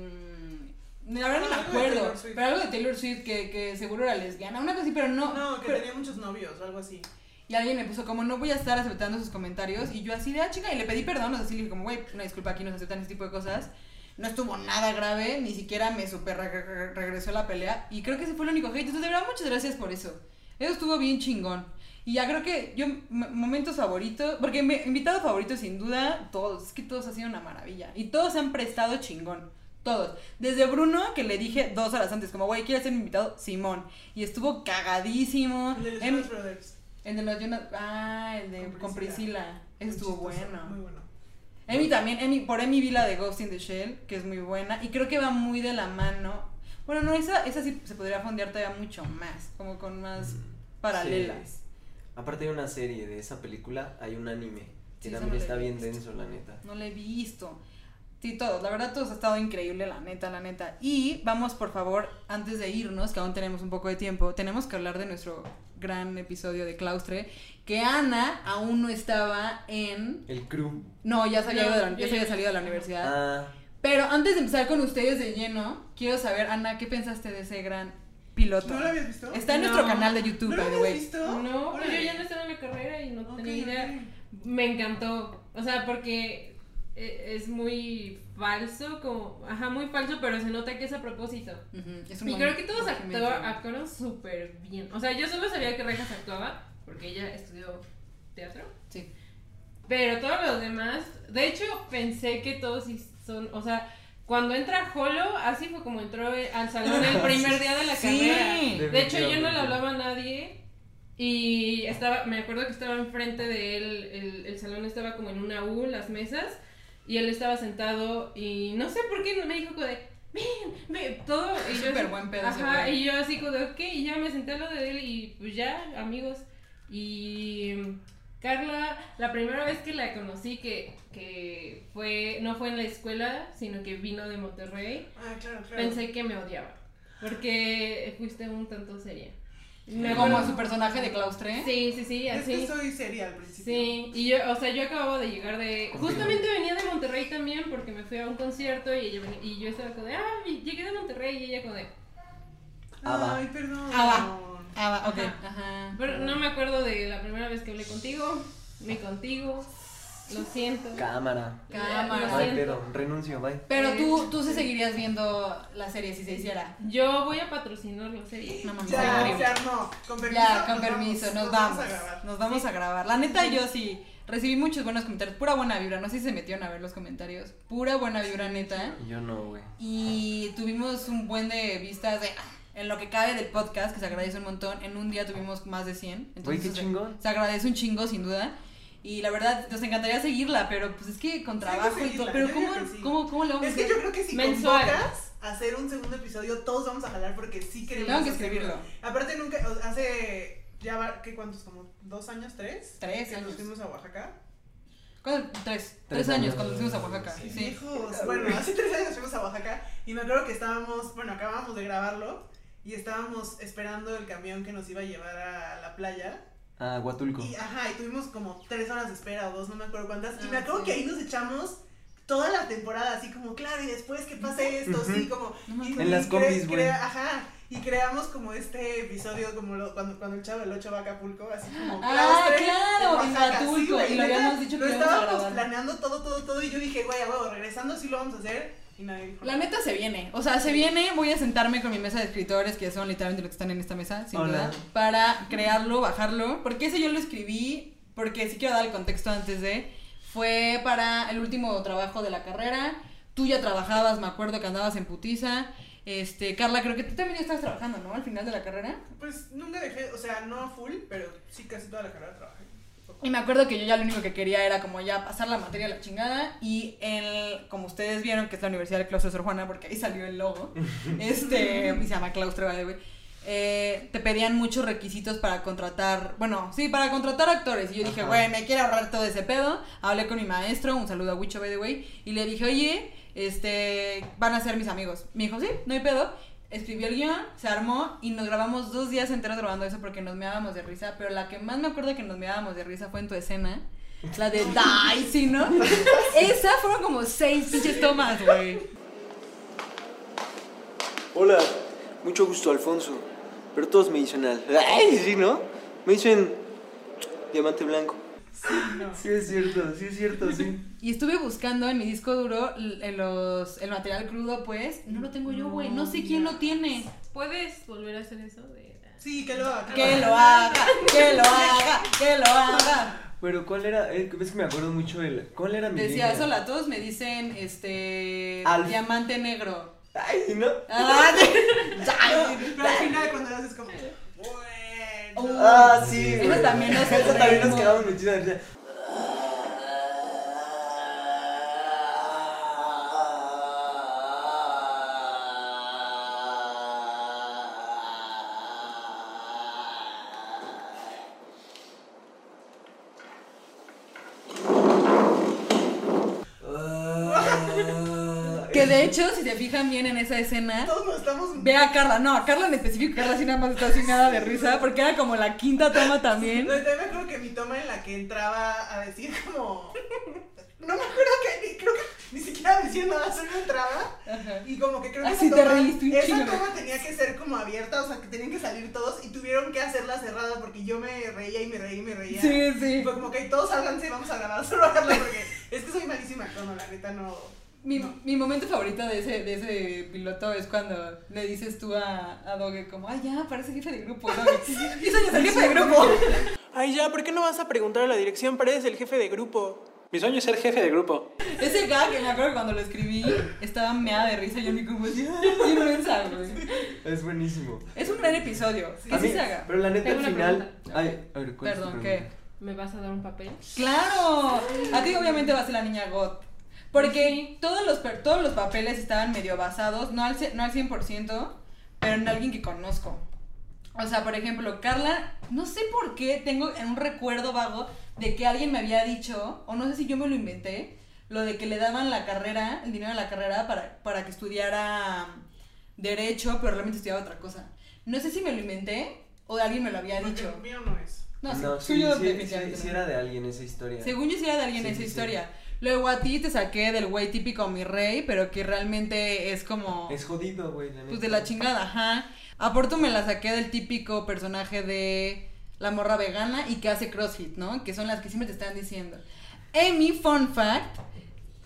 [SPEAKER 2] mm, La verdad no me
[SPEAKER 5] Algo de
[SPEAKER 2] acuerdo,
[SPEAKER 5] Taylor Swift.
[SPEAKER 2] pero algo de Taylor Swift que, que seguro era lesbiana, una cosa así, pero no.
[SPEAKER 5] No, que
[SPEAKER 2] pero-
[SPEAKER 5] tenía muchos novios o algo así.
[SPEAKER 2] y alguien me puso como, no voy a estar aceptando sus comentarios. Y yo así de, ah, chica, y le pedí perdón. O sea, sí le dije como, güey, una disculpa, aquí no se aceptan ese tipo de cosas. No estuvo nada grave, ni siquiera me super re- re- regresó la pelea. Y creo que ese fue el único hate. Entonces, de verdad, muchas gracias por eso. Eso estuvo bien chingón. Y ya creo que yo, m- momentos favoritos, porque mi invitado favorito sin duda, todos, es que todos han sido una maravilla. Y todos se han prestado chingón, todos. Desde Bruno, que le dije dos horas antes, como, güey, ¿quieres ser mi invitado? Simón. Y estuvo cagadísimo.
[SPEAKER 5] El de los
[SPEAKER 2] Em-
[SPEAKER 5] Jonas Brothers.
[SPEAKER 2] el de los Jonas. Ah, el de con
[SPEAKER 5] Con
[SPEAKER 2] Priscila.
[SPEAKER 5] Priscila.
[SPEAKER 2] Ese Estuvo
[SPEAKER 5] Muy chistoso, Muy
[SPEAKER 2] bueno.
[SPEAKER 5] bueno.
[SPEAKER 2] Emi también. Emi, por Emi vi la de Ghost in the Shell, que es muy buena. Y creo que va muy de la mano. Bueno,
[SPEAKER 3] Mm,
[SPEAKER 2] no, esa, esa sí se podría fondear todavía mucho más. Como con más paralelas.
[SPEAKER 3] Aparte hay una serie de esa película, hay un anime, que
[SPEAKER 2] Sí, esa no
[SPEAKER 3] también
[SPEAKER 2] la
[SPEAKER 3] está
[SPEAKER 2] he
[SPEAKER 3] bien
[SPEAKER 2] visto.
[SPEAKER 3] denso, la neta.
[SPEAKER 2] No la he visto. Sí, todos. La verdad, todos ha estado increíble, la neta, la neta. Y vamos, por favor, antes de irnos, que aún tenemos un poco de tiempo, tenemos que hablar de nuestro gran episodio de Claustre, que Ana aún no estaba en...
[SPEAKER 3] El crew.
[SPEAKER 2] No, ya, se había
[SPEAKER 3] No,
[SPEAKER 2] ido de la-
[SPEAKER 3] yo
[SPEAKER 2] ya se
[SPEAKER 3] ya
[SPEAKER 2] había
[SPEAKER 3] no
[SPEAKER 2] salido de la universidad.
[SPEAKER 3] Ah,
[SPEAKER 2] Pero antes de empezar con ustedes de lleno, quiero saber, Ana, ¿qué pensaste de ese gran piloto?
[SPEAKER 5] ¿No lo habías visto?
[SPEAKER 2] Está en
[SPEAKER 5] No.
[SPEAKER 2] nuestro canal de YouTube,
[SPEAKER 5] ¿No
[SPEAKER 2] by
[SPEAKER 5] lo
[SPEAKER 2] the
[SPEAKER 5] habías
[SPEAKER 2] way.
[SPEAKER 5] visto?
[SPEAKER 4] No, pues
[SPEAKER 5] Órale.
[SPEAKER 4] yo ya no estaba en la carrera y no tenía
[SPEAKER 5] Ok,
[SPEAKER 4] idea. Me encantó. O sea, porque e- es muy falso, como, ajá, muy falso, pero se nota que es a propósito.
[SPEAKER 2] Ujú, es un
[SPEAKER 4] Y
[SPEAKER 2] buen
[SPEAKER 4] creo que todos
[SPEAKER 2] movimiento.
[SPEAKER 4] actua- actuaron súper bien. O sea, yo solo sabía que Rejas actuaba, porque ella estudió teatro.
[SPEAKER 2] Sí.
[SPEAKER 4] Pero todos los demás, de hecho, pensé que todos sí son, o sea, cuando entra Holo, así fue como entró eh, al salón el primer día de la
[SPEAKER 2] Sí.
[SPEAKER 4] carrera. De hecho, yo no le
[SPEAKER 2] Definitivamente.
[SPEAKER 4] hablaba a nadie. Y estaba, me acuerdo que estaba enfrente de él, el, el salón estaba como en una U, las mesas, y él estaba sentado y no sé por qué me dijo como de, ven, ven, todo. Y yo
[SPEAKER 2] Súper
[SPEAKER 4] así-
[SPEAKER 2] buen pedo ese
[SPEAKER 4] Ajá,
[SPEAKER 2] güey.
[SPEAKER 4] y yo así como de, ok, y ya me senté a lo de él y pues ya, amigos. Y mm, Carla, la primera vez que la conocí, que, que fue, no fue en la escuela, sino que vino de Monterrey,
[SPEAKER 5] Ah, claro, claro.
[SPEAKER 4] pensé que me odiaba, porque fuiste un tanto seria.
[SPEAKER 2] ¿Como
[SPEAKER 4] acuerdo-
[SPEAKER 2] su personaje de Claustre?
[SPEAKER 4] Sí, sí, sí,
[SPEAKER 5] Es
[SPEAKER 4] así.
[SPEAKER 5] que soy seria al principio.
[SPEAKER 4] Sí, y yo, o sea, yo acababa de llegar de...
[SPEAKER 5] Confirmo.
[SPEAKER 4] Justamente venía de Monterrey también porque me fui a un concierto y, ella venía- y yo estaba como de, ah, vi- llegué de Monterrey y ella como de...
[SPEAKER 3] Ava.
[SPEAKER 5] Ay, perdón.
[SPEAKER 2] Ava. Ava, Ah, ok.
[SPEAKER 4] Ajá.
[SPEAKER 2] Ajá.
[SPEAKER 4] Pero no me acuerdo de la primera vez que hablé contigo, ni contigo, lo siento.
[SPEAKER 3] Ah, cámara.
[SPEAKER 2] Cámara.
[SPEAKER 3] No hay pedo, renuncio, bye.
[SPEAKER 2] Pero tú, tú sí seguirías viendo la serie si se hiciera.
[SPEAKER 4] Yo voy a patrocinar la serie.
[SPEAKER 2] No mames.
[SPEAKER 5] Ya,
[SPEAKER 2] Confirmo.
[SPEAKER 5] se armó. Con permiso.
[SPEAKER 2] Ya, con
[SPEAKER 5] nos
[SPEAKER 2] permiso,
[SPEAKER 5] vamos,
[SPEAKER 2] nos, vamos. nos vamos a grabar. La neta, yo sí recibí muchos buenos comentarios. Pura buena vibra. No sé si se metieron a ver los comentarios. Pura buena vibra, neta.
[SPEAKER 3] Yo no, güey.
[SPEAKER 2] Y tuvimos un buen de vistas de. ah, En lo que cabe del podcast, que se agradece un montón. En un día tuvimos más de 100.
[SPEAKER 3] Güey, qué
[SPEAKER 2] se-
[SPEAKER 3] chingón.
[SPEAKER 2] Se, agradece un chingo, sin duda. Y la verdad, nos encantaría seguirla, pero pues es que con trabajo y todo.
[SPEAKER 5] seguirla,
[SPEAKER 2] Pero
[SPEAKER 5] yo
[SPEAKER 2] ¿cómo,
[SPEAKER 5] digo que sí.
[SPEAKER 2] ¿cómo, ¿cómo le vamos
[SPEAKER 5] Es
[SPEAKER 2] a
[SPEAKER 5] que
[SPEAKER 2] hacer?
[SPEAKER 5] yo creo que si
[SPEAKER 2] Mensual.
[SPEAKER 5] convocas a hacer un segundo episodio, todos vamos a jalar porque sí queremos.
[SPEAKER 2] tengo que
[SPEAKER 5] hacerlo.
[SPEAKER 2] escribirlo.
[SPEAKER 5] Aparte, nunca. o- Hace. Ya va, ¿qué cuántos? ¿Como dos años? ¿Tres?
[SPEAKER 2] Tres
[SPEAKER 5] que
[SPEAKER 2] años.
[SPEAKER 5] Nos fuimos a Oaxaca.
[SPEAKER 2] ¿Cuándo? Tres. Tres años cuando nos fuimos a Oaxaca. Sí.
[SPEAKER 5] Viejos. Bueno, hace tres años fuimos a Oaxaca y me acuerdo que estábamos, bueno, acabábamos de grabarlo y estábamos esperando el camión que nos iba a llevar a la playa.
[SPEAKER 3] Ah, Huatulco.
[SPEAKER 5] Y ajá, y tuvimos como tres horas de espera o dos, no me acuerdo cuántas. y me
[SPEAKER 2] Ah,
[SPEAKER 5] acuerdo
[SPEAKER 2] sí.
[SPEAKER 5] que ahí nos echamos toda la temporada, así como, claro, y después que pase esto,
[SPEAKER 3] Ujú.
[SPEAKER 5] sí, como.
[SPEAKER 2] No me
[SPEAKER 5] y-
[SPEAKER 3] En las
[SPEAKER 5] y cre-
[SPEAKER 3] combis, güey.
[SPEAKER 5] crea- Ajá. Y creamos como este episodio, como lo- cuando, cuando el chavo del 8 va a Acapulco, así como.
[SPEAKER 2] Ah,
[SPEAKER 5] claustre,
[SPEAKER 2] claro,
[SPEAKER 5] en
[SPEAKER 2] en
[SPEAKER 5] Oaxaca, sí,
[SPEAKER 2] Acapulco,
[SPEAKER 5] güey,
[SPEAKER 2] y lo
[SPEAKER 5] neta,
[SPEAKER 2] habíamos dicho que
[SPEAKER 5] Lo
[SPEAKER 2] lo íbamos a
[SPEAKER 5] estábamos
[SPEAKER 2] grabar.
[SPEAKER 5] planeando todo, todo, todo. Y yo dije, güey, a huevo, regresando sí lo vamos a hacer. Y nadie dijo.
[SPEAKER 2] La neta se viene, o sea, se viene, voy a sentarme con mi mesa de escritores, que son literalmente los que están en esta mesa, sin
[SPEAKER 3] Hola.
[SPEAKER 2] duda, para crearlo, bajarlo, porque ese yo lo escribí, porque sí quiero dar el contexto antes de, fue para el último trabajo de la carrera, tú ya trabajabas, me acuerdo que andabas en putiza, este, Carla, creo que tú también ya estabas trabajando, ¿no? Al final de la carrera.
[SPEAKER 5] Pues nunca dejé, o sea, no a full, pero sí casi toda la carrera trabajé.
[SPEAKER 2] Y me acuerdo que yo ya lo único que quería era como ya pasar la materia a la chingada y el, como ustedes vieron, que es la Universidad del Claustro de Sor Juana, porque ahí salió el logo, este, y se llama Claustro, by the way, eh, te pedían muchos requisitos para contratar, bueno, sí, para contratar actores. Y yo dije,
[SPEAKER 3] Ajá.
[SPEAKER 2] güey, me quiero ahorrar todo ese pedo. Hablé con mi maestro, un saludo a Wicho, by the way, y le dije, oye, este, van a ser mis amigos. Me dijo, sí, no hay pedo. Escribió el guión, se armó y nos grabamos dos días enteros grabando eso porque nos meábamos de risa. Pero la que más me acuerdo que nos meábamos de risa fue en tu escena, la de Daisy, ¿no? Esa fueron como seis pinches tomas, güey.
[SPEAKER 3] Hola, mucho gusto, Alfonso. Pero todos me dicen al. ¡Ay, sí, no! Me dicen. Diamante blanco.
[SPEAKER 5] Sí, no.
[SPEAKER 3] Sí, es cierto, sí, es cierto, sí.
[SPEAKER 2] Y estuve buscando en mi disco duro l- en los, el material crudo, pues. No lo tengo yo, güey. No sé quién lo tiene.
[SPEAKER 4] ¿Puedes volver a hacer eso? De...
[SPEAKER 5] Sí, que lo haga.
[SPEAKER 2] Que lo haga, que lo haga, que lo haga.
[SPEAKER 3] Pero, ¿cuál era? Eh, Es que me acuerdo mucho el. ¿Cuál era mi
[SPEAKER 2] Decía
[SPEAKER 3] línea?
[SPEAKER 2] eso, la todos me dicen, este.
[SPEAKER 3] Alf.
[SPEAKER 2] Diamante negro.
[SPEAKER 3] ¡Ay, sí, no!
[SPEAKER 2] Ah,
[SPEAKER 5] No, pero al final cuando lo haces como. Bueno.
[SPEAKER 2] Oh,
[SPEAKER 3] ¡Ah, sí!
[SPEAKER 5] Eso
[SPEAKER 3] güey.
[SPEAKER 5] también nos
[SPEAKER 3] Eso también nos
[SPEAKER 5] reímos.
[SPEAKER 3] quedamos muchísimo. de risa.
[SPEAKER 2] Que de hecho, si se fijan bien en esa escena, ve a Carla, no, a Carla en específico, Carla sí nada más está así nada de risa, porque era como la quinta toma también.
[SPEAKER 5] No, y también me acuerdo que mi toma en la que entraba a decir como... No me acuerdo que ni, creo que ni siquiera decía nada, solo entraba. Y como que creo que
[SPEAKER 2] Así
[SPEAKER 5] esa,
[SPEAKER 2] te
[SPEAKER 5] toma,
[SPEAKER 2] reíste un
[SPEAKER 5] esa
[SPEAKER 2] chingo.
[SPEAKER 5] toma tenía que ser como abierta, o sea, que tenían que salir todos y tuvieron que hacerla cerrada porque yo me reía y me reía y me reía.
[SPEAKER 2] Sí, sí.
[SPEAKER 5] Y fue como que todos sálganse, vamos a grabar solo a Carla porque es que soy malísima cuando la neta no...
[SPEAKER 2] Mi, mi momento favorito de ese, de ese piloto es cuando le dices tú a, a Doge como, ay ya, parece jefe de grupo, Doge. Y eso ya es el jefe de grupo.
[SPEAKER 13] Ay, ya, ¿por qué no vas a preguntar a la dirección? Paredes el jefe de grupo. Mi sueño es ser jefe de grupo.
[SPEAKER 2] Ese gag, me acuerdo que cuando lo escribí, estaba meada de risa yo en mi compu así, "Ay, inmensa, güey.
[SPEAKER 3] Es buenísimo.
[SPEAKER 2] Es un gran episodio, que
[SPEAKER 3] A
[SPEAKER 2] sí
[SPEAKER 3] mí-
[SPEAKER 2] se haga.
[SPEAKER 3] Pero la neta,
[SPEAKER 4] Tengo
[SPEAKER 3] al
[SPEAKER 4] una
[SPEAKER 3] final. Ay, a ver, ¿cuál es tu
[SPEAKER 2] Perdón,
[SPEAKER 3] pregunta?
[SPEAKER 2] ¿qué?
[SPEAKER 4] ¿Me vas a dar un papel?
[SPEAKER 2] ¡Claro! A ti obviamente va a ser la niña Got. Porque todos los, per- todos los papeles estaban medio basados, no al, ce- no al 100%, pero en alguien que conozco. O sea, por ejemplo, Carla, no sé por qué tengo en un recuerdo vago de que alguien me había dicho, o no sé si yo me lo inventé, lo de que le daban la carrera, el dinero de la carrera para, para que estudiara derecho, pero realmente estudiaba otra cosa. No sé si me lo inventé o alguien me lo había
[SPEAKER 5] Porque
[SPEAKER 2] dicho.
[SPEAKER 5] mío no es.
[SPEAKER 2] No, sí,
[SPEAKER 3] No, sí,
[SPEAKER 2] suyo
[SPEAKER 3] sí, sí,
[SPEAKER 2] definitivamente
[SPEAKER 3] sí
[SPEAKER 2] no.
[SPEAKER 3] era de alguien esa historia.
[SPEAKER 2] Según yo sí era de alguien
[SPEAKER 3] Sí,
[SPEAKER 2] esa
[SPEAKER 3] sí, sí.
[SPEAKER 2] historia. Luego a ti te saqué del güey típico mi rey, pero que realmente es como...
[SPEAKER 3] Es jodido, güey. la
[SPEAKER 2] Pues
[SPEAKER 3] neta.
[SPEAKER 2] de la chingada, ajá. Aporto me la saqué del típico personaje de la morra vegana y que hace CrossFit, ¿no? Que son las que siempre te están diciendo. Amy, fun fact,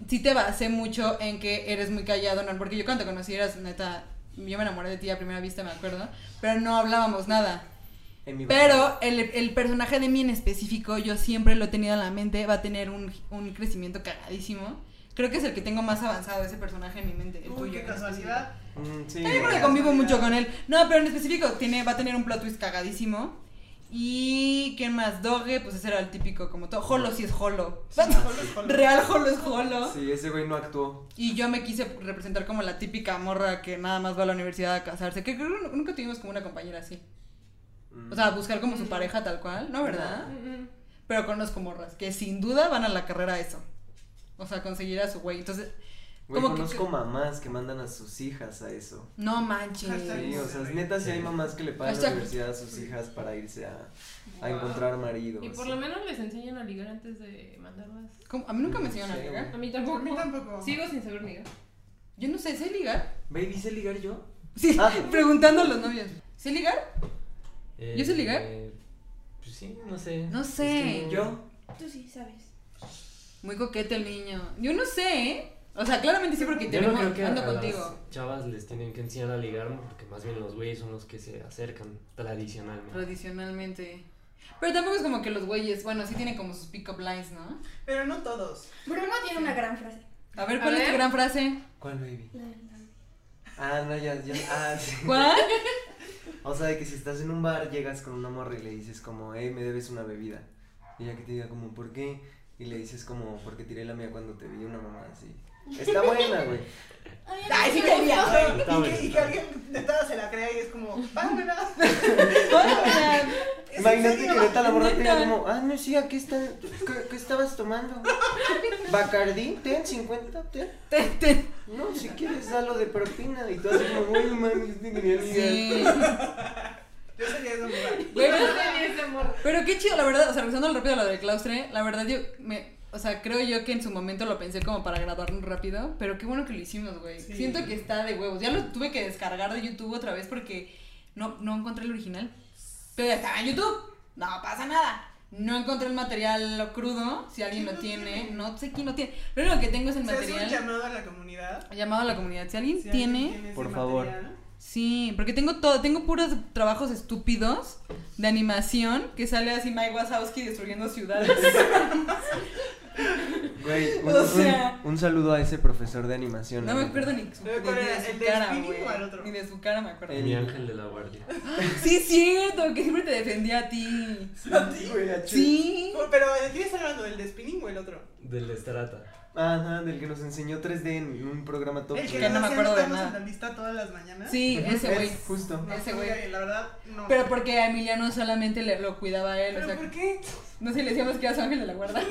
[SPEAKER 2] sí te basé mucho en que eres muy callado, ¿no? Porque yo cuando te conocí eras, neta, yo me enamoré de ti a primera vista, me acuerdo, pero no hablábamos nada.
[SPEAKER 3] En mi
[SPEAKER 2] Pero el, el personaje de mí en específico, yo siempre lo he tenido en la mente, va a tener un, un crecimiento cagadísimo. Creo que es el que tengo más avanzado ese personaje en mi mente. el
[SPEAKER 5] Uy,
[SPEAKER 2] tuyo,
[SPEAKER 5] qué
[SPEAKER 2] en específico.
[SPEAKER 5] casualidad.
[SPEAKER 3] Mm, sí.
[SPEAKER 2] También porque convivo mucho con él. No, pero en específico tiene, va a tener un plot twist cagadísimo. Y ¿quién más? Doge, pues ese era el típico como todo. Holo sí es Holo. Real Holo es Holo.
[SPEAKER 3] Sí, ese güey no actuó.
[SPEAKER 2] Y yo me quise representar como la típica morra que nada más va a la universidad a casarse. Que creo que nunca tuvimos como una compañera así.
[SPEAKER 3] Mm.
[SPEAKER 2] O sea, buscar como su pareja tal cual, ¿no? ¿Verdad? Pero conozco morras que sin duda van a la carrera a eso. O sea, conseguir a su güey. Entonces,
[SPEAKER 3] Güey,
[SPEAKER 2] como que-
[SPEAKER 3] conozco mamás que mandan a sus hijas a eso.
[SPEAKER 2] no manches.
[SPEAKER 3] Sí, o sea, neta, si hay mamás que le pagan la
[SPEAKER 2] Hashtag-
[SPEAKER 3] universidad a sus hijas para irse a, a
[SPEAKER 4] Wow.
[SPEAKER 3] encontrar marido.
[SPEAKER 4] Y por
[SPEAKER 3] así.
[SPEAKER 4] lo menos les enseñan a ligar antes de mandarlas.
[SPEAKER 2] ¿Cómo? A mí nunca me
[SPEAKER 3] No
[SPEAKER 2] enseñaron a
[SPEAKER 3] sé,
[SPEAKER 2] ligar.
[SPEAKER 3] güey.
[SPEAKER 4] A mí tampoco.
[SPEAKER 5] A mí tampoco.
[SPEAKER 4] Sigo sin saber ligar.
[SPEAKER 2] Yo no sé, ¿sé ligar?
[SPEAKER 3] Baby, ¿sé ligar yo?
[SPEAKER 2] Sí,
[SPEAKER 3] Ah.
[SPEAKER 2] preguntando a los novios. ¿Sé ligar? ¿Yo sé ligar?
[SPEAKER 6] Eh, Pues sí, no sé.
[SPEAKER 2] No sé.
[SPEAKER 6] Es que-
[SPEAKER 8] Tú sí sabes.
[SPEAKER 2] Muy coqueto el niño. Yo no sé, ¿eh? O sea, claramente sí porque
[SPEAKER 6] Yo no
[SPEAKER 2] tenemos
[SPEAKER 6] creo que
[SPEAKER 2] ando
[SPEAKER 6] a
[SPEAKER 2] contigo.
[SPEAKER 6] las chavas les tienen que enseñar a ligar, ¿no? porque más bien los güeyes son los que se acercan tradicionalmente.
[SPEAKER 2] Tradicionalmente. Pero tampoco es como que los güeyes, bueno, sí tienen como sus pick-up lines, ¿no?
[SPEAKER 5] Pero no todos.
[SPEAKER 8] Bruno tiene una gran frase.
[SPEAKER 2] A ver,
[SPEAKER 4] A
[SPEAKER 2] ¿cuál es
[SPEAKER 4] ver.
[SPEAKER 2] tu gran frase?
[SPEAKER 3] ¿Cuál baby?
[SPEAKER 8] La- la-
[SPEAKER 3] Ah, no, ya, ya. Ah, sí.
[SPEAKER 2] ¿Cuál?
[SPEAKER 3] O sea, de que si estás en un bar, llegas con una morra y le dices como, eh, me debes una bebida. Y ella que te diga como, ¿por qué? Y le dices como, porque tiré la mía cuando te vi una mamá así. Está buena, güey.
[SPEAKER 5] Ay, sí quería, güey.
[SPEAKER 3] Está
[SPEAKER 5] Y
[SPEAKER 3] bueno,
[SPEAKER 5] que- Y que
[SPEAKER 3] está
[SPEAKER 5] alguien de todas se la crea y es como, págamela. ¿Es
[SPEAKER 3] Imagínate
[SPEAKER 5] en serio?
[SPEAKER 3] que neta la morra te diga
[SPEAKER 2] Neta.
[SPEAKER 3] como, ah, no, sí, aquí está, ¿qué, qué estabas tomando? Bacardí, ten, 50, ten.
[SPEAKER 2] Ten, ten.
[SPEAKER 3] No, si quieres, dalo de propina. Y tú así como, güey, mami, este quería
[SPEAKER 2] Sí.
[SPEAKER 3] ligar.
[SPEAKER 5] Yo sería esa morra.
[SPEAKER 2] Güey,
[SPEAKER 4] No
[SPEAKER 2] pero-
[SPEAKER 4] sé ni ese amor.
[SPEAKER 2] Pero qué chido, la verdad, o sea, regresando al rápido a lo del claustre, la verdad yo me, o sea, creo yo que en su momento lo pensé como para graduarnos rápido, pero qué bueno que lo hicimos, güey.
[SPEAKER 5] Sí.
[SPEAKER 2] Siento que está de huevos. Ya lo tuve que descargar de YouTube otra vez porque no, no encontré el original. Pero ya estaba en YouTube. No pasa nada. No encontré el material crudo, si alguien
[SPEAKER 5] ¿Quién
[SPEAKER 2] lo
[SPEAKER 5] lo
[SPEAKER 2] tiene,
[SPEAKER 5] tiene?
[SPEAKER 2] no sé quién lo tiene. Lo único que tengo es el
[SPEAKER 5] Se hace un
[SPEAKER 2] material
[SPEAKER 5] llamado a la comunidad.
[SPEAKER 2] llamado a la comunidad. Si alguien
[SPEAKER 5] Si alguien
[SPEAKER 2] tiene,
[SPEAKER 5] ese
[SPEAKER 3] Por favor.
[SPEAKER 5] material.
[SPEAKER 2] Sí, porque tengo todo, tengo puros trabajos estúpidos de animación que sale así Mike Wazowski destruyendo ciudades.
[SPEAKER 3] Güey, un,
[SPEAKER 2] O sea-
[SPEAKER 3] un- un saludo a ese profesor de animación.
[SPEAKER 2] No
[SPEAKER 3] la
[SPEAKER 2] me
[SPEAKER 3] neta.
[SPEAKER 2] acuerdo ni su, de-
[SPEAKER 5] ¿Cuál
[SPEAKER 2] de
[SPEAKER 5] era?
[SPEAKER 2] su
[SPEAKER 5] ¿El de
[SPEAKER 2] cara,
[SPEAKER 5] Spinning o el
[SPEAKER 2] güey.
[SPEAKER 5] otro?
[SPEAKER 2] Ni de su cara me acuerdo.
[SPEAKER 3] El-
[SPEAKER 6] Mi ángel de la guardia.
[SPEAKER 2] Sí, es cierto, que siempre te defendía a ti.
[SPEAKER 3] Sí, güey, a Chile.
[SPEAKER 2] Sí.
[SPEAKER 5] Pero ¿de quién estás hablando? ¿El de spinning o el otro?
[SPEAKER 6] Del estrata.
[SPEAKER 3] Ajá, del que nos enseñó 3D en un programa top.
[SPEAKER 5] El que,
[SPEAKER 2] Que no
[SPEAKER 5] nos
[SPEAKER 2] me
[SPEAKER 5] hacía
[SPEAKER 2] acuerdo de
[SPEAKER 5] notarnos
[SPEAKER 2] nada.
[SPEAKER 5] en la lista todas las mañanas.
[SPEAKER 2] Sí, ese güey.
[SPEAKER 3] Es justo.
[SPEAKER 5] No,
[SPEAKER 2] Ese
[SPEAKER 5] no,
[SPEAKER 2] güey.
[SPEAKER 5] La verdad, no.
[SPEAKER 2] Pero porque a Emiliano solamente le- lo cuidaba a él, o
[SPEAKER 5] ¿Pero
[SPEAKER 2] sea,
[SPEAKER 5] por qué?
[SPEAKER 2] no sé, le decíamos que era su ángel de la guarda.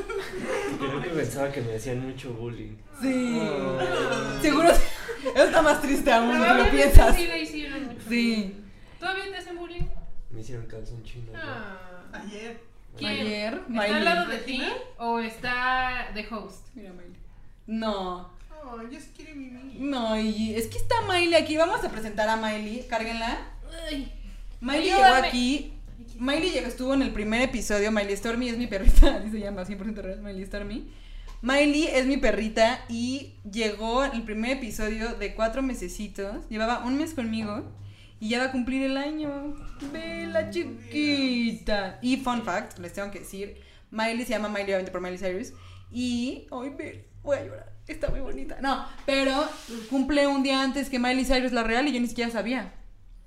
[SPEAKER 6] Creo que pensaba que me hacían mucho bullying.
[SPEAKER 2] Sí.
[SPEAKER 3] Ah.
[SPEAKER 2] Seguro Está más triste aún si Ah, lo
[SPEAKER 4] Probablemente
[SPEAKER 2] piensas.
[SPEAKER 4] Sí, lo hicieron mucho.
[SPEAKER 2] Sí.
[SPEAKER 4] ¿Todavía te hacen bullying?
[SPEAKER 6] Me hicieron calzón chino.
[SPEAKER 4] Ah.
[SPEAKER 5] Ayer.
[SPEAKER 4] ¿Quién?
[SPEAKER 2] Ayer,
[SPEAKER 4] ¿Está
[SPEAKER 2] Miley.
[SPEAKER 4] al lado de ti o está de host?
[SPEAKER 2] Mira, Miley. No.
[SPEAKER 5] Oh, yo sí quiero mi mini.
[SPEAKER 2] No, y es que está Miley aquí. Vamos a presentar a Miley. Cárguenla. Miley llegó
[SPEAKER 4] Ayúdame.
[SPEAKER 2] aquí. Miley llegó, estuvo en el primer episodio. Miley Stormy es mi perrita. Así se llama, 100% real. Miley Stormy. Miley es mi perrita y llegó en el primer episodio de cuatro mesecitos. Llevaba un mes conmigo y ya va a cumplir el año. Ve la chiquita. Y fun fact, les tengo que decir, Miley se llama Miley obviamente por Miley Cyrus y hoy ve, voy a llorar. Está muy bonita. No, pero cumple un día antes que Miley Cyrus la real y yo ni siquiera sabía.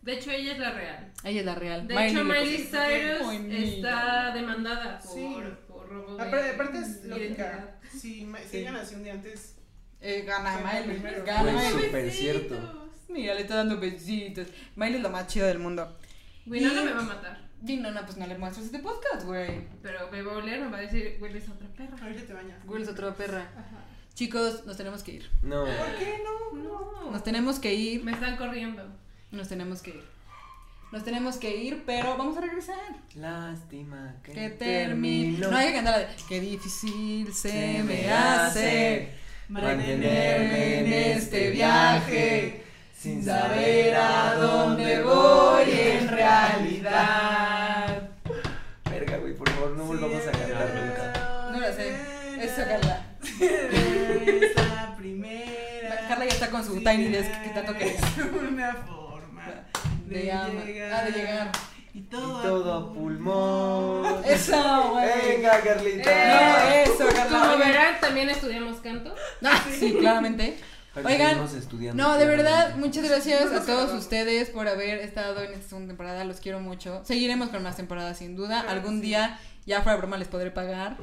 [SPEAKER 4] De hecho, ella es la real.
[SPEAKER 2] Ella es la real.
[SPEAKER 4] De hecho,
[SPEAKER 2] le
[SPEAKER 4] Miley
[SPEAKER 2] puso-
[SPEAKER 4] Cyrus
[SPEAKER 2] Ay, mira.
[SPEAKER 4] está demandada por,
[SPEAKER 5] Sí.
[SPEAKER 4] por robo de
[SPEAKER 5] Aparte, aparte es
[SPEAKER 4] identidad.
[SPEAKER 5] lógica. Si, ma- si ganas un día antes.
[SPEAKER 2] Eh, gana
[SPEAKER 5] Gana
[SPEAKER 2] Miley.
[SPEAKER 5] primero.
[SPEAKER 2] Gana
[SPEAKER 4] Pues
[SPEAKER 3] Güey,
[SPEAKER 2] Miley.
[SPEAKER 3] súper cierto.
[SPEAKER 2] Mira, le está dando besitos. Miley es lo más chido del mundo.
[SPEAKER 4] Güey, no, no
[SPEAKER 2] Y-
[SPEAKER 4] me va a matar.
[SPEAKER 2] Y no, no, pues no le muestras este podcast, güey.
[SPEAKER 4] Pero me va a oler, me va a decir, hueles a otra perra.
[SPEAKER 5] Ahorita te bañas.
[SPEAKER 2] Güey, es otra perra.
[SPEAKER 4] Ajá.
[SPEAKER 2] Chicos, nos tenemos que ir.
[SPEAKER 3] No.
[SPEAKER 5] ¿Por qué no?
[SPEAKER 4] No.
[SPEAKER 2] Nos tenemos que ir.
[SPEAKER 4] Me están corriendo.
[SPEAKER 2] Nos tenemos que ir. Nos tenemos que ir, pero vamos a regresar.
[SPEAKER 3] Lástima que,
[SPEAKER 2] Que termine. No hay que cantar la de. Qué difícil se me hace
[SPEAKER 3] mantenerme
[SPEAKER 2] en este viaje
[SPEAKER 3] sin
[SPEAKER 2] sin saber a dónde voy en realidad.
[SPEAKER 3] Verga, güey, por favor, no volvamos a cantar nunca.
[SPEAKER 2] No lo sé. Eso, Carla.
[SPEAKER 5] Esa primera.
[SPEAKER 2] Carla ya está con su tiny desk que tanto querés.
[SPEAKER 5] Una forma de,
[SPEAKER 2] De ama-
[SPEAKER 5] llegar.
[SPEAKER 2] ah, de llegar.
[SPEAKER 5] Y
[SPEAKER 3] Y
[SPEAKER 5] todo.
[SPEAKER 3] todo a pulmón.
[SPEAKER 2] Eso, güey.
[SPEAKER 3] Venga, Carlita.
[SPEAKER 2] Eh, eso, Carla.
[SPEAKER 4] Como
[SPEAKER 2] oigan.
[SPEAKER 4] verán, también estudiamos canto.
[SPEAKER 2] Ah, sí, claramente.
[SPEAKER 3] Para que
[SPEAKER 2] Oigan,
[SPEAKER 3] seguimos estudiando.
[SPEAKER 2] no, de verdad, muchas gracias a todos ustedes por haber estado en esta segunda temporada, los quiero mucho. Seguiremos con más temporadas sin duda.
[SPEAKER 5] Claro que
[SPEAKER 2] Algún
[SPEAKER 5] sí.
[SPEAKER 2] día, ya fuera de broma, les podré pagar.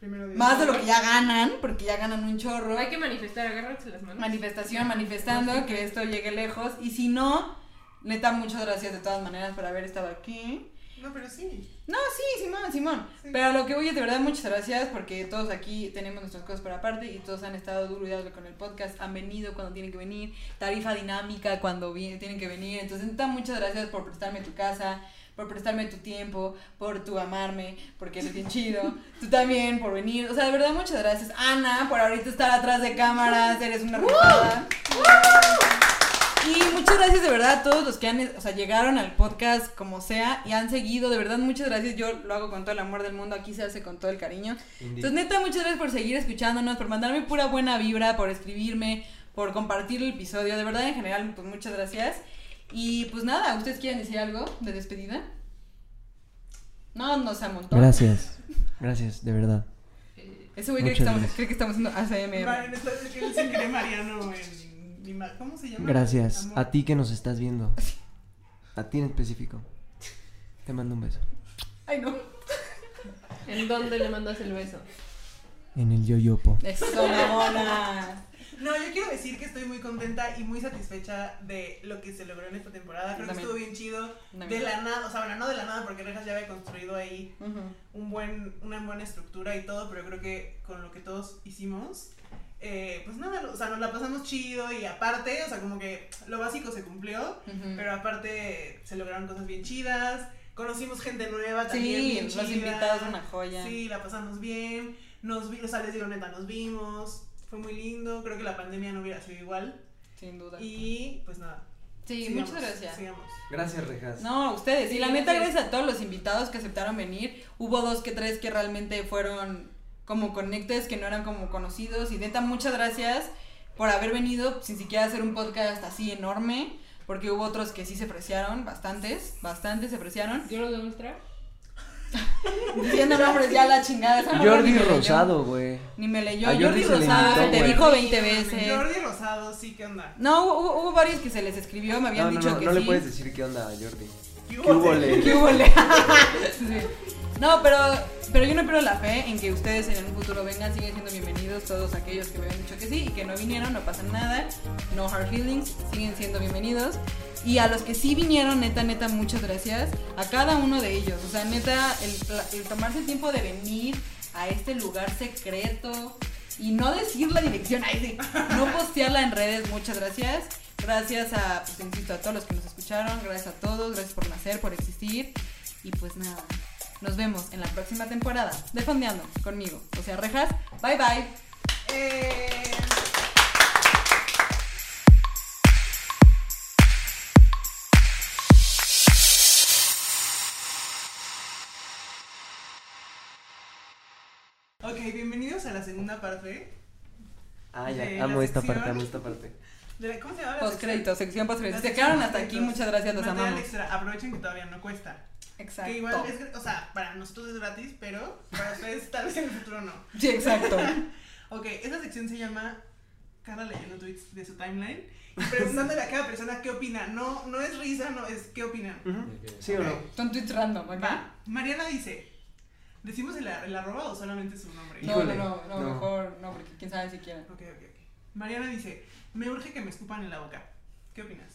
[SPEAKER 5] Primero Dios.
[SPEAKER 2] Más de lo que ya ganan, porque ya ganan un chorro.
[SPEAKER 4] Hay que manifestar, agárrense las manos.
[SPEAKER 2] Manifestación, manifestando, que esto llegue lejos. Y si no, neta, muchas gracias de todas maneras por haber estado aquí.
[SPEAKER 5] No, pero sí.
[SPEAKER 2] No, sí, Simón, Simón.
[SPEAKER 5] Sí.
[SPEAKER 2] Pero a lo que voy es de verdad muchas gracias porque todos aquí tenemos nuestras cosas para aparte y todos han estado duro y dándole con el podcast, han venido cuando tienen que venir, tarifa dinámica cuando vi- tienen que venir. Entonces, neta, muchas gracias por prestarme tu casa, por prestarme tu tiempo, por tu amarme, porque eres bien chido. Tú también por venir. O sea, de verdad muchas gracias. Ana, por ahorita estar atrás de cámaras, eres una rifada. Y muchas gracias de verdad a todos los que han, o sea, llegaron al podcast como sea y han seguido. De verdad, muchas gracias. Yo lo hago con todo el amor del mundo. Aquí se hace con todo el cariño.
[SPEAKER 3] Indie.
[SPEAKER 2] Entonces, neta, muchas gracias por seguir escuchándonos, por mandarme pura buena vibra, por escribirme, por compartir el episodio. De verdad, en general, pues muchas gracias. Y pues nada, ¿ustedes quieren decir algo de despedida? No, no se amontó.
[SPEAKER 3] Gracias. Gracias, de verdad.
[SPEAKER 2] Ese güey cree que,
[SPEAKER 3] Muchas
[SPEAKER 2] estamos,
[SPEAKER 3] gracias.
[SPEAKER 2] cree que estamos haciendo ACMR.
[SPEAKER 5] Mariano, ¿sabes qué dicen que de Mariano en- en- ¿Cómo se llama?
[SPEAKER 3] Gracias
[SPEAKER 5] Amor.
[SPEAKER 3] a ti que nos estás viendo. A ti en específico. Te mando un beso.
[SPEAKER 2] Ay, no.
[SPEAKER 4] ¿En dónde le mandas el beso?
[SPEAKER 3] En el yoyopo.
[SPEAKER 2] Eso, mamona.
[SPEAKER 5] No, yo quiero decir que estoy muy contenta y muy satisfecha de lo que se logró en esta temporada. Creo que
[SPEAKER 2] También.
[SPEAKER 5] estuvo bien chido.
[SPEAKER 2] También.
[SPEAKER 5] De la nada, o sea, bueno, no de la nada porque Rejas ya había construido ahí
[SPEAKER 2] Ujú.
[SPEAKER 5] un buen, una buena estructura y todo, pero creo que con lo que todos hicimos, eh, pues nada, o sea, nos la pasamos chido y aparte, o sea, como que lo básico se cumplió,
[SPEAKER 2] Ujú.
[SPEAKER 5] pero aparte se lograron cosas bien chidas, conocimos gente nueva también.
[SPEAKER 2] Sí,
[SPEAKER 5] bien
[SPEAKER 2] los
[SPEAKER 5] chida.
[SPEAKER 2] invitados una joya.
[SPEAKER 5] Sí, la pasamos bien. Nos vi, o sea, les digo neta, nos vimos. Fue muy lindo. Creo que la pandemia no hubiera sido igual.
[SPEAKER 2] Sin duda.
[SPEAKER 5] Y pues nada.
[SPEAKER 2] sí,
[SPEAKER 5] sigamos,
[SPEAKER 2] muchas gracias.
[SPEAKER 5] Sigamos.
[SPEAKER 3] Gracias, Rejas.
[SPEAKER 2] No, a ustedes. Y
[SPEAKER 4] Sí,
[SPEAKER 2] la neta,
[SPEAKER 4] gracias.
[SPEAKER 2] gracias a todos los invitados que aceptaron venir. Hubo dos que tres que realmente fueron como conectes, que no eran como conocidos. Y neta, muchas gracias por haber venido sin siquiera hacer un podcast así enorme. Porque hubo otros que sí se apreciaron, bastantes, bastantes se apreciaron.
[SPEAKER 4] ¿Yo lo demostrar?
[SPEAKER 2] Diciendo nombres ya la chingada. esa morra ni
[SPEAKER 3] Jordi
[SPEAKER 2] me leyó.
[SPEAKER 3] Rosado, güey.
[SPEAKER 2] Ni me leyó.
[SPEAKER 3] A Jordi
[SPEAKER 2] Jordi,
[SPEAKER 3] se le
[SPEAKER 2] Rosado,
[SPEAKER 3] invitó,
[SPEAKER 2] te
[SPEAKER 3] güey.
[SPEAKER 2] dijo 20 veces.
[SPEAKER 5] Jordi Rosado, sí, ¿qué onda?
[SPEAKER 2] No, hubo, hubo- hubo varios que se les escribió, me habían
[SPEAKER 3] No, no,
[SPEAKER 2] dicho
[SPEAKER 3] no,
[SPEAKER 2] que
[SPEAKER 3] no
[SPEAKER 2] sí.
[SPEAKER 3] le puedes decir qué onda a Jordi.
[SPEAKER 5] ¿Qué
[SPEAKER 3] ¿Qué hubo, le?
[SPEAKER 2] ¿Qué hubo, le? Sí. No, pero, pero yo no pierdo la fe en que ustedes en un futuro vengan, siguen siendo bienvenidos todos aquellos que me habían dicho que sí y que no vinieron, no pasa nada, no hard feelings, siguen siendo bienvenidos. Y a los que sí vinieron, neta, neta, muchas gracias a cada uno de ellos. O sea, neta, el, pla- el tomarse el tiempo de venir a este lugar secreto, y no decir la dirección, ay, sí, no postearla en redes, muchas gracias. Gracias a, pues, insisto, a todos los que nos escucharon, gracias a todos, gracias por nacer, por existir. Y pues nada, nos vemos en la próxima temporada de Fondeando conmigo. O sea, rejas, bye bye.
[SPEAKER 5] Eh, Ok, bienvenidos a la segunda parte.
[SPEAKER 3] Ah,
[SPEAKER 5] de
[SPEAKER 3] ya,
[SPEAKER 5] la
[SPEAKER 3] amo esta
[SPEAKER 5] sección-
[SPEAKER 3] parte, amo esta parte.
[SPEAKER 5] de la- ¿Cómo se llama? la
[SPEAKER 2] Postcréditos, sección postcréditos.
[SPEAKER 5] La
[SPEAKER 2] Se quedaron
[SPEAKER 5] sección
[SPEAKER 2] hasta aquí,
[SPEAKER 5] postcréditos.
[SPEAKER 2] muchas gracias, los
[SPEAKER 5] Material
[SPEAKER 2] amamos.
[SPEAKER 5] extra, aprovechen que todavía no cuesta.
[SPEAKER 2] Exacto.
[SPEAKER 5] Que igual es, gr- o sea, para nosotros es gratis, pero para ustedes tal vez en el futuro no.
[SPEAKER 2] Sí, exacto.
[SPEAKER 5] ok, esta sección se llama Carla leyendo tweets de su timeline y preguntándole a cada persona qué opina. No, no es risa, no es qué opina.
[SPEAKER 3] ¿Sí o no?
[SPEAKER 2] Son tweets random,
[SPEAKER 5] Va. Mariana dice, ¿decimos el, a- el arroba o solamente su nombre?
[SPEAKER 2] No, no, no, no, mejor no, porque quién sabe si quieren.
[SPEAKER 5] Ok, ok, ok. Mariana dice, me urge que me escupan en la boca. ¿Qué opinas?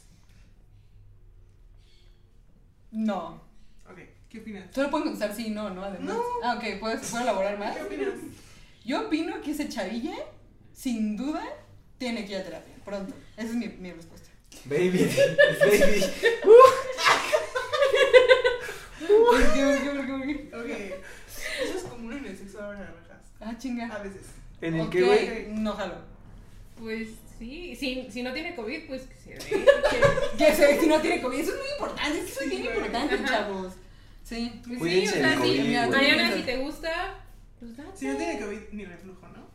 [SPEAKER 2] No.
[SPEAKER 5] Ok, ¿qué opinas?
[SPEAKER 2] Solo pueden contestar sí y no, ¿no? Además. Ah, ok, ¿puedo, ¿puedo elaborar más?
[SPEAKER 5] ¿Qué opinas?
[SPEAKER 2] Yo opino que ese chavilla, sin duda, tiene que ir a terapia. Pronto. Esa es mi, mi respuesta.
[SPEAKER 3] Baby, baby.
[SPEAKER 2] ¿Por qué, por qué, por qué, por qué?
[SPEAKER 5] Ok, eso es común en el sexo ahora, ¿verdad?
[SPEAKER 2] Ah, chinga.
[SPEAKER 5] A veces.
[SPEAKER 3] ¿En el
[SPEAKER 2] Ok,
[SPEAKER 3] que, güey?
[SPEAKER 2] No jalo.
[SPEAKER 4] Pues sí, si, si no tiene COVID, pues que se dé.
[SPEAKER 2] Ya sé, si no tiene COVID. Eso es muy importante. Es que eso es bien importante, chavos. Sí.
[SPEAKER 4] Pues sí, o
[SPEAKER 3] Cuídense
[SPEAKER 4] sea,
[SPEAKER 3] del COVID,
[SPEAKER 4] sí.
[SPEAKER 3] güey.
[SPEAKER 4] Mariana, si te gusta, pues date.
[SPEAKER 5] Si no tiene COVID ni reflujo, ¿no?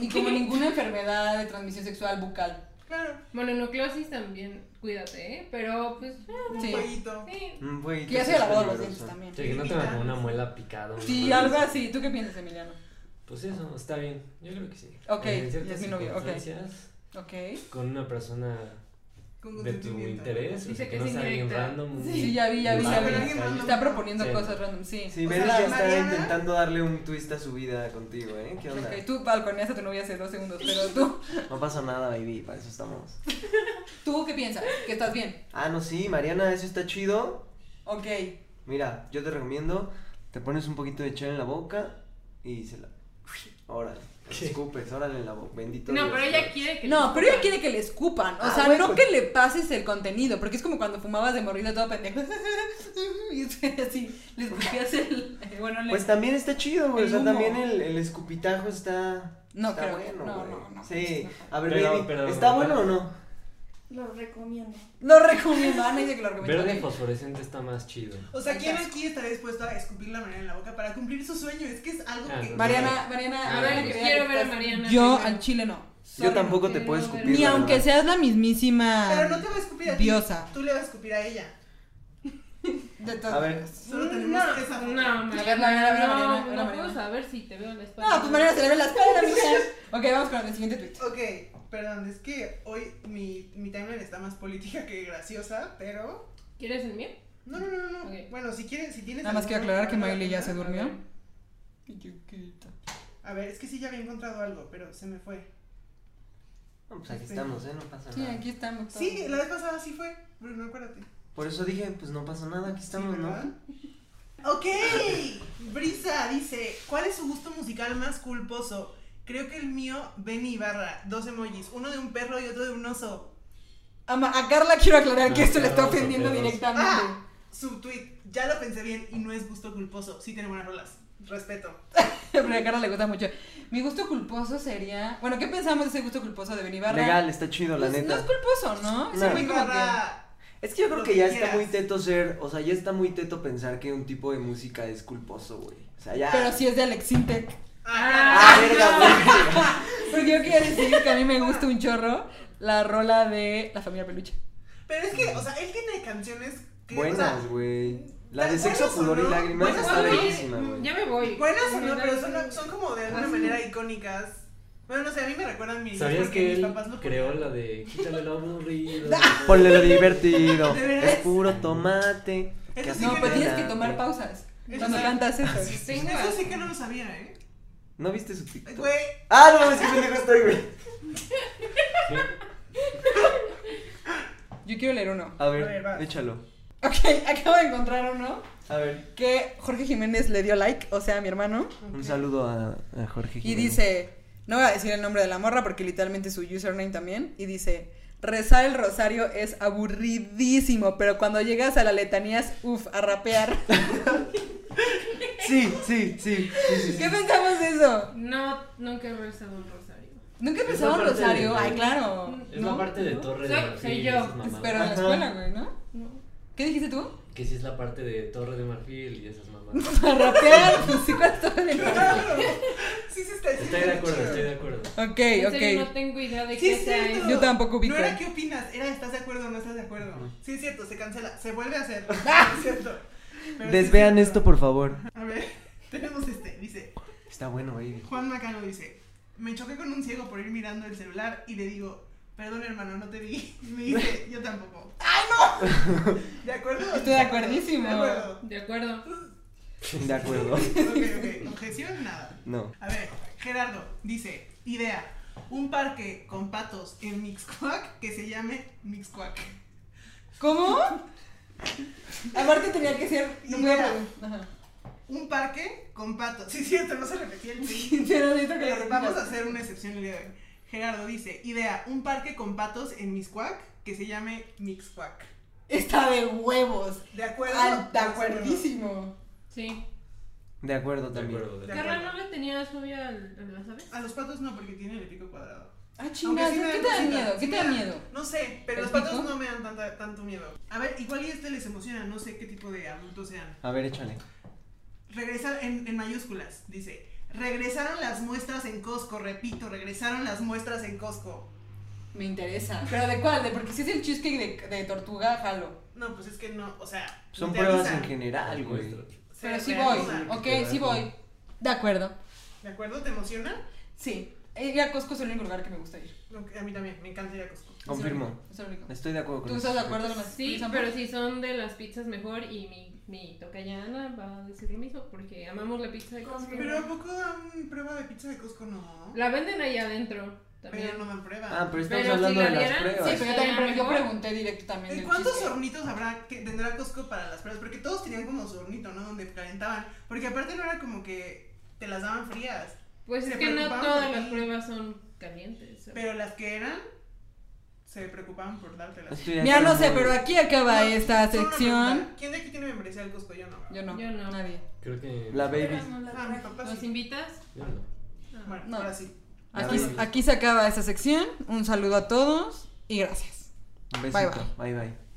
[SPEAKER 2] Y como ninguna enfermedad de transmisión sexual bucal.
[SPEAKER 5] Claro.
[SPEAKER 4] Mononucleosis también, cuídate, ¿eh? Pero pues. ah,
[SPEAKER 5] Un
[SPEAKER 2] Sí.
[SPEAKER 5] jueguito.
[SPEAKER 4] sí.
[SPEAKER 3] Mm, güey,
[SPEAKER 2] Que ya se
[SPEAKER 3] es
[SPEAKER 2] lavó los
[SPEAKER 3] peligroso.
[SPEAKER 2] dientes también.
[SPEAKER 6] Sí, que no tenga como una muela picada. una
[SPEAKER 2] Sí,
[SPEAKER 6] madre
[SPEAKER 2] algo así. ¿Tú qué piensas, Emiliano?
[SPEAKER 6] Pues eso, está bien. Yo creo que sí.
[SPEAKER 2] Ok,
[SPEAKER 6] En
[SPEAKER 2] ya
[SPEAKER 6] ciertas
[SPEAKER 2] es mi novio, ok.
[SPEAKER 6] circunstancias,
[SPEAKER 2] Ok.
[SPEAKER 6] con una persona
[SPEAKER 5] Con
[SPEAKER 6] de tu
[SPEAKER 5] consentimiento.
[SPEAKER 6] interés, o
[SPEAKER 4] Dice
[SPEAKER 6] sea, que
[SPEAKER 4] que
[SPEAKER 6] no
[SPEAKER 4] es
[SPEAKER 6] sea bien
[SPEAKER 4] indirecta.
[SPEAKER 6] random.
[SPEAKER 2] Sí, ya vi, ya vi, ya
[SPEAKER 6] vago
[SPEAKER 2] vi.
[SPEAKER 6] en la
[SPEAKER 5] Alguien
[SPEAKER 6] calle.
[SPEAKER 5] mandó-
[SPEAKER 2] Está proponiendo
[SPEAKER 6] Sí.
[SPEAKER 2] cosas random, sí.
[SPEAKER 3] Sí,
[SPEAKER 5] O
[SPEAKER 3] Mary
[SPEAKER 5] sea,
[SPEAKER 3] ya
[SPEAKER 5] la
[SPEAKER 3] está
[SPEAKER 5] Mariana-
[SPEAKER 3] intentando darle un twist a su vida contigo, ¿eh? ¿Qué onda?
[SPEAKER 2] Ok, tú balconeaste a tu novia hace dos segundos, pero tú,
[SPEAKER 3] No pasa nada, baby, para eso estamos.
[SPEAKER 2] ¿tú qué piensas? ¿Que estás bien?
[SPEAKER 3] Ah, no, sí, Mariana, eso está chido.
[SPEAKER 2] Ok,
[SPEAKER 3] Mira, yo te recomiendo, te pones un poquito de chela en la boca y se la... Órale, escupes, órale en la boca, bendito
[SPEAKER 4] No,
[SPEAKER 3] Dios.
[SPEAKER 4] pero ella quiere que.
[SPEAKER 2] No, pero ella quiere que le escupan. O
[SPEAKER 3] Ah,
[SPEAKER 2] sea,
[SPEAKER 3] bueno,
[SPEAKER 2] no
[SPEAKER 3] pues-
[SPEAKER 2] que le pases el contenido, porque es como cuando fumabas de morrito todo pendejo. Y así, le escupías el. eh, Bueno, le.
[SPEAKER 3] Pues también está chido, güey, o
[SPEAKER 2] El
[SPEAKER 3] sea,
[SPEAKER 2] humo.
[SPEAKER 3] también el, el escupitajo está...
[SPEAKER 2] No
[SPEAKER 3] está
[SPEAKER 2] creo que-
[SPEAKER 3] bueno,
[SPEAKER 2] no,
[SPEAKER 3] güey.
[SPEAKER 2] no, no,
[SPEAKER 3] Sí,
[SPEAKER 2] no.
[SPEAKER 3] a ver,
[SPEAKER 6] Pero-
[SPEAKER 3] baby,
[SPEAKER 6] pero-
[SPEAKER 3] ¿está bueno o no?
[SPEAKER 8] Lo recomiendo.
[SPEAKER 2] Lo recomiendo, Ana dice que lo recomiendo.
[SPEAKER 6] Verde
[SPEAKER 2] Ok.
[SPEAKER 6] fosforescente está más chido.
[SPEAKER 5] O sea, ¿quién aquí está dispuesto a escupir la Mariana en la boca para cumplir su sueño? Es que es algo
[SPEAKER 6] Ah,
[SPEAKER 5] que...
[SPEAKER 6] no,
[SPEAKER 2] Mariana, Mariana,
[SPEAKER 6] Ah,
[SPEAKER 2] Mariana,
[SPEAKER 6] pues
[SPEAKER 2] que
[SPEAKER 4] quiero
[SPEAKER 2] que
[SPEAKER 4] ver a
[SPEAKER 2] estás-
[SPEAKER 4] Mariana
[SPEAKER 2] Yo
[SPEAKER 4] primero.
[SPEAKER 2] al chile no.
[SPEAKER 3] Yo
[SPEAKER 4] Sorry,
[SPEAKER 3] tampoco te
[SPEAKER 4] pero
[SPEAKER 3] puedo
[SPEAKER 4] no,
[SPEAKER 3] escupir.
[SPEAKER 4] pero-
[SPEAKER 2] Ni
[SPEAKER 3] la
[SPEAKER 2] aunque
[SPEAKER 3] verdad.
[SPEAKER 2] seas la mismísima.
[SPEAKER 5] Pero no te va a escupir a ti.
[SPEAKER 2] Diosa.
[SPEAKER 5] Tú le vas a escupir a ella.
[SPEAKER 2] De todo.
[SPEAKER 3] A ver,
[SPEAKER 5] Solo tenemos
[SPEAKER 4] no,
[SPEAKER 5] esa
[SPEAKER 4] No,
[SPEAKER 2] A ver, a ver, a ver,
[SPEAKER 4] Mariana,
[SPEAKER 2] Mariana, a ver,
[SPEAKER 4] no, no
[SPEAKER 2] Mariana.
[SPEAKER 4] puedo saber si te veo en la espalda.
[SPEAKER 2] No, pues Mariana se le ve las piernas, mija. Ok, vamos con el siguiente tweet.
[SPEAKER 5] Ok, perdón, es que hoy mi, mi timeline está más política que graciosa, pero...
[SPEAKER 4] ¿Quieres el mío?
[SPEAKER 5] No, no, no, no. no.
[SPEAKER 4] Ok.
[SPEAKER 5] Bueno, si quieres, si tienes...
[SPEAKER 2] Nada más quiero
[SPEAKER 5] alguno
[SPEAKER 2] aclarar que
[SPEAKER 5] valga la
[SPEAKER 2] Miley ya
[SPEAKER 5] pena.
[SPEAKER 2] se durmió.
[SPEAKER 5] A ver, es que sí ya había encontrado algo, pero se me fue.
[SPEAKER 3] no, pues aquí estamos, ¿eh? No pasa
[SPEAKER 2] Sí,
[SPEAKER 3] nada.
[SPEAKER 2] aquí estamos. todos.
[SPEAKER 5] Sí, la vez pasada sí fue, Bruno, acuérdate.
[SPEAKER 3] Por eso dije, pues no pasa nada, aquí estamos, ¿no?
[SPEAKER 5] ¿verdad? Ok, Brisa dice, ¿cuál es su gusto musical más culposo? Creo que el mío, Benny Ibarra, dos emojis, uno de un perro y otro de un oso.
[SPEAKER 2] Ama- a Carla quiero aclarar que
[SPEAKER 6] No,
[SPEAKER 2] esto le está
[SPEAKER 6] perros o
[SPEAKER 2] ofendiendo
[SPEAKER 6] perros.
[SPEAKER 2] directamente.
[SPEAKER 5] Ah, su tweet, ya lo pensé bien y no es gusto culposo, sí tiene buenas rolas, respeto.
[SPEAKER 2] Pero a Carla le gusta mucho. Mi gusto culposo sería. Bueno, ¿qué pensamos de ese gusto culposo de Benny Barra?
[SPEAKER 3] Legal, está chido, la
[SPEAKER 2] Pues,
[SPEAKER 3] neta.
[SPEAKER 2] No es culposo, ¿no? Es
[SPEAKER 3] No.
[SPEAKER 2] muy
[SPEAKER 5] Benny
[SPEAKER 2] como que.
[SPEAKER 5] Ibarra,
[SPEAKER 3] Es que yo creo
[SPEAKER 5] Lo
[SPEAKER 3] que
[SPEAKER 5] que
[SPEAKER 3] ya
[SPEAKER 5] quieras.
[SPEAKER 3] está muy teto ser, o sea, ya está muy teto pensar que un tipo de música es culposo, güey. O sea, ya.
[SPEAKER 2] Pero si es de Alex Intec.
[SPEAKER 5] ah,
[SPEAKER 3] Ah, verga, güey.
[SPEAKER 2] Porque yo quería decir que a mí me gusta un chorro la rola de La Familia Peluche.
[SPEAKER 5] pero es que, o sea, él tiene canciones que, o
[SPEAKER 3] Buenas,
[SPEAKER 5] sea,
[SPEAKER 3] güey. La de
[SPEAKER 5] buenas
[SPEAKER 3] sexo,
[SPEAKER 5] o
[SPEAKER 3] pudor
[SPEAKER 5] no,
[SPEAKER 3] y lágrimas
[SPEAKER 5] buenas
[SPEAKER 3] está
[SPEAKER 5] o no,
[SPEAKER 3] bellísima, güey.
[SPEAKER 4] Ya me voy.
[SPEAKER 5] buenas o no, pero son, son como de
[SPEAKER 4] Ah,
[SPEAKER 5] alguna
[SPEAKER 4] sí.
[SPEAKER 5] manera icónicas. Bueno, no sé, a mí me recuerdan mis
[SPEAKER 6] ¿Sabías
[SPEAKER 5] porque
[SPEAKER 6] que
[SPEAKER 5] mis
[SPEAKER 6] él
[SPEAKER 5] papás lo
[SPEAKER 6] creó
[SPEAKER 5] ponían.
[SPEAKER 6] la de quítale lo aburrido?
[SPEAKER 3] Ponle lo divertido.
[SPEAKER 5] ¿De veras?
[SPEAKER 3] Es puro tomate.
[SPEAKER 5] Eso
[SPEAKER 3] que
[SPEAKER 5] sí
[SPEAKER 2] No,
[SPEAKER 5] que
[SPEAKER 2] pero
[SPEAKER 5] me
[SPEAKER 2] tienes
[SPEAKER 3] hace
[SPEAKER 2] que tomar
[SPEAKER 3] pelate.
[SPEAKER 2] pausas
[SPEAKER 5] Eso
[SPEAKER 2] cuando
[SPEAKER 5] sí.
[SPEAKER 2] cantas eso.
[SPEAKER 4] Tengo
[SPEAKER 5] Pues Eso sí que no lo sabía, ¿eh?
[SPEAKER 3] ¿No viste su TikTok?
[SPEAKER 5] Güey,
[SPEAKER 3] Ah, no, es que pendejo estoy, güey.
[SPEAKER 2] Yo quiero leer uno.
[SPEAKER 3] A
[SPEAKER 5] A ver,
[SPEAKER 3] ver,
[SPEAKER 5] vas.
[SPEAKER 3] échalo.
[SPEAKER 2] Ok, acabo de encontrar uno
[SPEAKER 3] A ver,
[SPEAKER 2] que Jorge Jiménez le dio like, o sea, a mi hermano.
[SPEAKER 3] un saludo a, a Jorge
[SPEAKER 2] Y
[SPEAKER 3] Jiménez.
[SPEAKER 2] dice, no voy a decir el nombre de la morra porque literalmente es su username también. Y dice, rezar el rosario es aburridísimo, pero cuando llegas a la letanía es uff, a rapear.
[SPEAKER 3] Sí, sí, sí. sí, sí, sí.
[SPEAKER 2] ¿Qué pensamos de eso?
[SPEAKER 4] No, nunca he rezado un rosario.
[SPEAKER 2] Nunca he
[SPEAKER 6] Es
[SPEAKER 2] rezado
[SPEAKER 6] la
[SPEAKER 2] un
[SPEAKER 6] parte
[SPEAKER 2] rosario.
[SPEAKER 6] de-
[SPEAKER 2] Ay, claro.
[SPEAKER 6] Es la parte de Torre de
[SPEAKER 4] Soy-
[SPEAKER 6] Marfil.
[SPEAKER 4] soy yo.
[SPEAKER 6] esas mamadas.
[SPEAKER 2] Pero en la
[SPEAKER 6] Ajá.
[SPEAKER 2] escuela, güey, ¿no? ¿Qué dijiste tú?
[SPEAKER 6] Que sí es la parte de Torre de Marfil y esas mamadas.
[SPEAKER 2] A rapear, pues sí, cuánto
[SPEAKER 5] Claro. Sí, sí, está
[SPEAKER 6] Estoy de acuerdo, estoy de acuerdo.
[SPEAKER 2] Ok,
[SPEAKER 4] En serio,
[SPEAKER 2] ok.
[SPEAKER 4] no tengo idea de
[SPEAKER 5] Sí,
[SPEAKER 4] qué
[SPEAKER 5] es
[SPEAKER 4] sea
[SPEAKER 5] cierto.
[SPEAKER 4] eso.
[SPEAKER 2] Yo tampoco ubico.
[SPEAKER 5] No era qué opinas, era estás de acuerdo o no estás de acuerdo. Sí, es cierto, se cancela, se vuelve a hacer. es cierto. Pero sí es
[SPEAKER 3] Desvean
[SPEAKER 5] cierto.
[SPEAKER 3] esto, por favor.
[SPEAKER 5] A ver, tenemos este. Dice:
[SPEAKER 3] Está bueno, baby.
[SPEAKER 5] Juan Macano dice: Me choqué con un ciego por ir mirando el celular y le digo: Perdón, hermano, no te vi. Y me dice: Yo tampoco. ¡Ay, no! ¿De acuerdo?
[SPEAKER 2] Estoy de acuerdísimo.
[SPEAKER 5] De acuerdo.
[SPEAKER 4] De acuerdo.
[SPEAKER 3] De acuerdo.
[SPEAKER 5] Ok, ok. Objeción, nada.
[SPEAKER 3] No.
[SPEAKER 5] A ver, Gerardo dice, idea, un parque con patos en Mixcoac que se llame Mixcoac.
[SPEAKER 2] ¿Cómo? Aparte tenía que ser. No puedo
[SPEAKER 5] Idea,
[SPEAKER 2] preguntar. Ajá.
[SPEAKER 5] un parque con patos. Sí, cierto, no se repetía el sí.
[SPEAKER 2] Pero necesito que lo
[SPEAKER 5] Eh,
[SPEAKER 2] repitas.
[SPEAKER 5] Vamos a hacer una excepción el día de hoy. Gerardo dice, idea, un parque con patos en Mixcoac que se llame Mixcoac.
[SPEAKER 2] Está de huevos.
[SPEAKER 5] ¿De acuerdo?
[SPEAKER 2] Al- Ah, De
[SPEAKER 5] ¿De acuerdo?
[SPEAKER 2] acuerdísimo.
[SPEAKER 4] Sí.
[SPEAKER 3] De acuerdo
[SPEAKER 6] De
[SPEAKER 3] también.
[SPEAKER 6] acuerdo.
[SPEAKER 5] De
[SPEAKER 4] Carla,
[SPEAKER 5] acuerdo.
[SPEAKER 4] ¿no le tenía fobia al- a las aves?
[SPEAKER 5] A los patos no, porque tienen el pico cuadrado.
[SPEAKER 2] Ah,
[SPEAKER 5] Aunque
[SPEAKER 2] chingas.
[SPEAKER 5] sí me
[SPEAKER 2] ¿Qué te da
[SPEAKER 5] cosita,
[SPEAKER 2] miedo?
[SPEAKER 5] sí
[SPEAKER 2] ¿Qué te
[SPEAKER 5] me
[SPEAKER 2] da miedo?
[SPEAKER 5] No sé, pero
[SPEAKER 2] ¿El
[SPEAKER 5] los patos
[SPEAKER 2] pico?
[SPEAKER 5] no me dan tanta- tanto miedo. A ver, igual y este les emociona, no sé qué tipo de adultos sean.
[SPEAKER 3] A ver, échale.
[SPEAKER 5] Regresar en, en mayúsculas, dice. Regresaron las muestras en Costco, repito, regresaron las muestras en Costco.
[SPEAKER 2] Me interesa. ¿Pero de cuál? De porque si es el cheesecake de, de tortuga, jalo.
[SPEAKER 5] No, pues es que no, o sea.
[SPEAKER 3] Son
[SPEAKER 5] te
[SPEAKER 3] pruebas
[SPEAKER 5] avisan.
[SPEAKER 3] en general, güey.
[SPEAKER 5] Se
[SPEAKER 2] Pero sí voy.
[SPEAKER 5] realiza.
[SPEAKER 2] Ok, sí voy. De acuerdo.
[SPEAKER 5] ¿De acuerdo? ¿Te emociona?
[SPEAKER 2] Sí. Ir a Costco es el único lugar que me gusta ir. Es
[SPEAKER 5] Ok, A mí también, me encanta ir a Costco.
[SPEAKER 2] el único,
[SPEAKER 3] Confirmo.
[SPEAKER 2] Es el único.
[SPEAKER 3] Estoy de acuerdo con
[SPEAKER 2] ¿Tú
[SPEAKER 3] eso.
[SPEAKER 2] estás de acuerdo con las
[SPEAKER 4] Sí,
[SPEAKER 2] Sam?
[SPEAKER 4] pero si son de las pizzas mejor y mi, mi tocayana va a decir lo mismo porque amamos la pizza de Costco.
[SPEAKER 5] Pero ¿a poco dan prueba de pizza de Costco? No.
[SPEAKER 4] La venden ahí adentro también.
[SPEAKER 5] Pero no dan prueba.
[SPEAKER 3] Ah, pero estamos
[SPEAKER 4] Pero si
[SPEAKER 3] hablando
[SPEAKER 4] la
[SPEAKER 3] de las
[SPEAKER 4] dieran,
[SPEAKER 2] Sí,
[SPEAKER 3] pruebas.
[SPEAKER 2] pero yo también
[SPEAKER 4] Sería
[SPEAKER 2] pero yo
[SPEAKER 4] mejor.
[SPEAKER 2] pregunté directo también.
[SPEAKER 5] ¿Y
[SPEAKER 2] del
[SPEAKER 5] cuántos
[SPEAKER 2] cheesecake.
[SPEAKER 5] hornitos habrá que tendrá Costco para las pruebas? Porque todos tenían como su hornito, ¿no? Donde calentaban. Porque aparte no era como que te las daban frías.
[SPEAKER 4] Pues es
[SPEAKER 5] Se
[SPEAKER 4] que no
[SPEAKER 5] preocupaban
[SPEAKER 4] todas
[SPEAKER 5] por
[SPEAKER 4] las
[SPEAKER 5] ti.
[SPEAKER 4] pruebas son calientes. ¿sabes?
[SPEAKER 5] Pero las que eran, se preocupaban por dártelas.
[SPEAKER 3] Estoy de
[SPEAKER 2] Mira, no
[SPEAKER 3] acuerdo.
[SPEAKER 2] sé, pero aquí acaba
[SPEAKER 5] No,
[SPEAKER 2] esta
[SPEAKER 5] solo una
[SPEAKER 2] sección.
[SPEAKER 5] pregunta, ¿Quién de aquí tiene membresía al Costco? Yo no.
[SPEAKER 2] Yo no,
[SPEAKER 4] Yo no.
[SPEAKER 2] nadie.
[SPEAKER 6] Creo que.
[SPEAKER 3] La baby.
[SPEAKER 5] Ah, mi papá
[SPEAKER 4] ¿Nos
[SPEAKER 5] sí.
[SPEAKER 4] invitas? Ah.
[SPEAKER 6] Yo no.
[SPEAKER 5] Bueno,
[SPEAKER 2] No.
[SPEAKER 5] ahora sí.
[SPEAKER 2] Aquí,
[SPEAKER 3] La baby.
[SPEAKER 2] aquí se acaba esta sección. Un saludo a todos y gracias.
[SPEAKER 3] Un
[SPEAKER 2] Bye,
[SPEAKER 3] besito. Bye bye.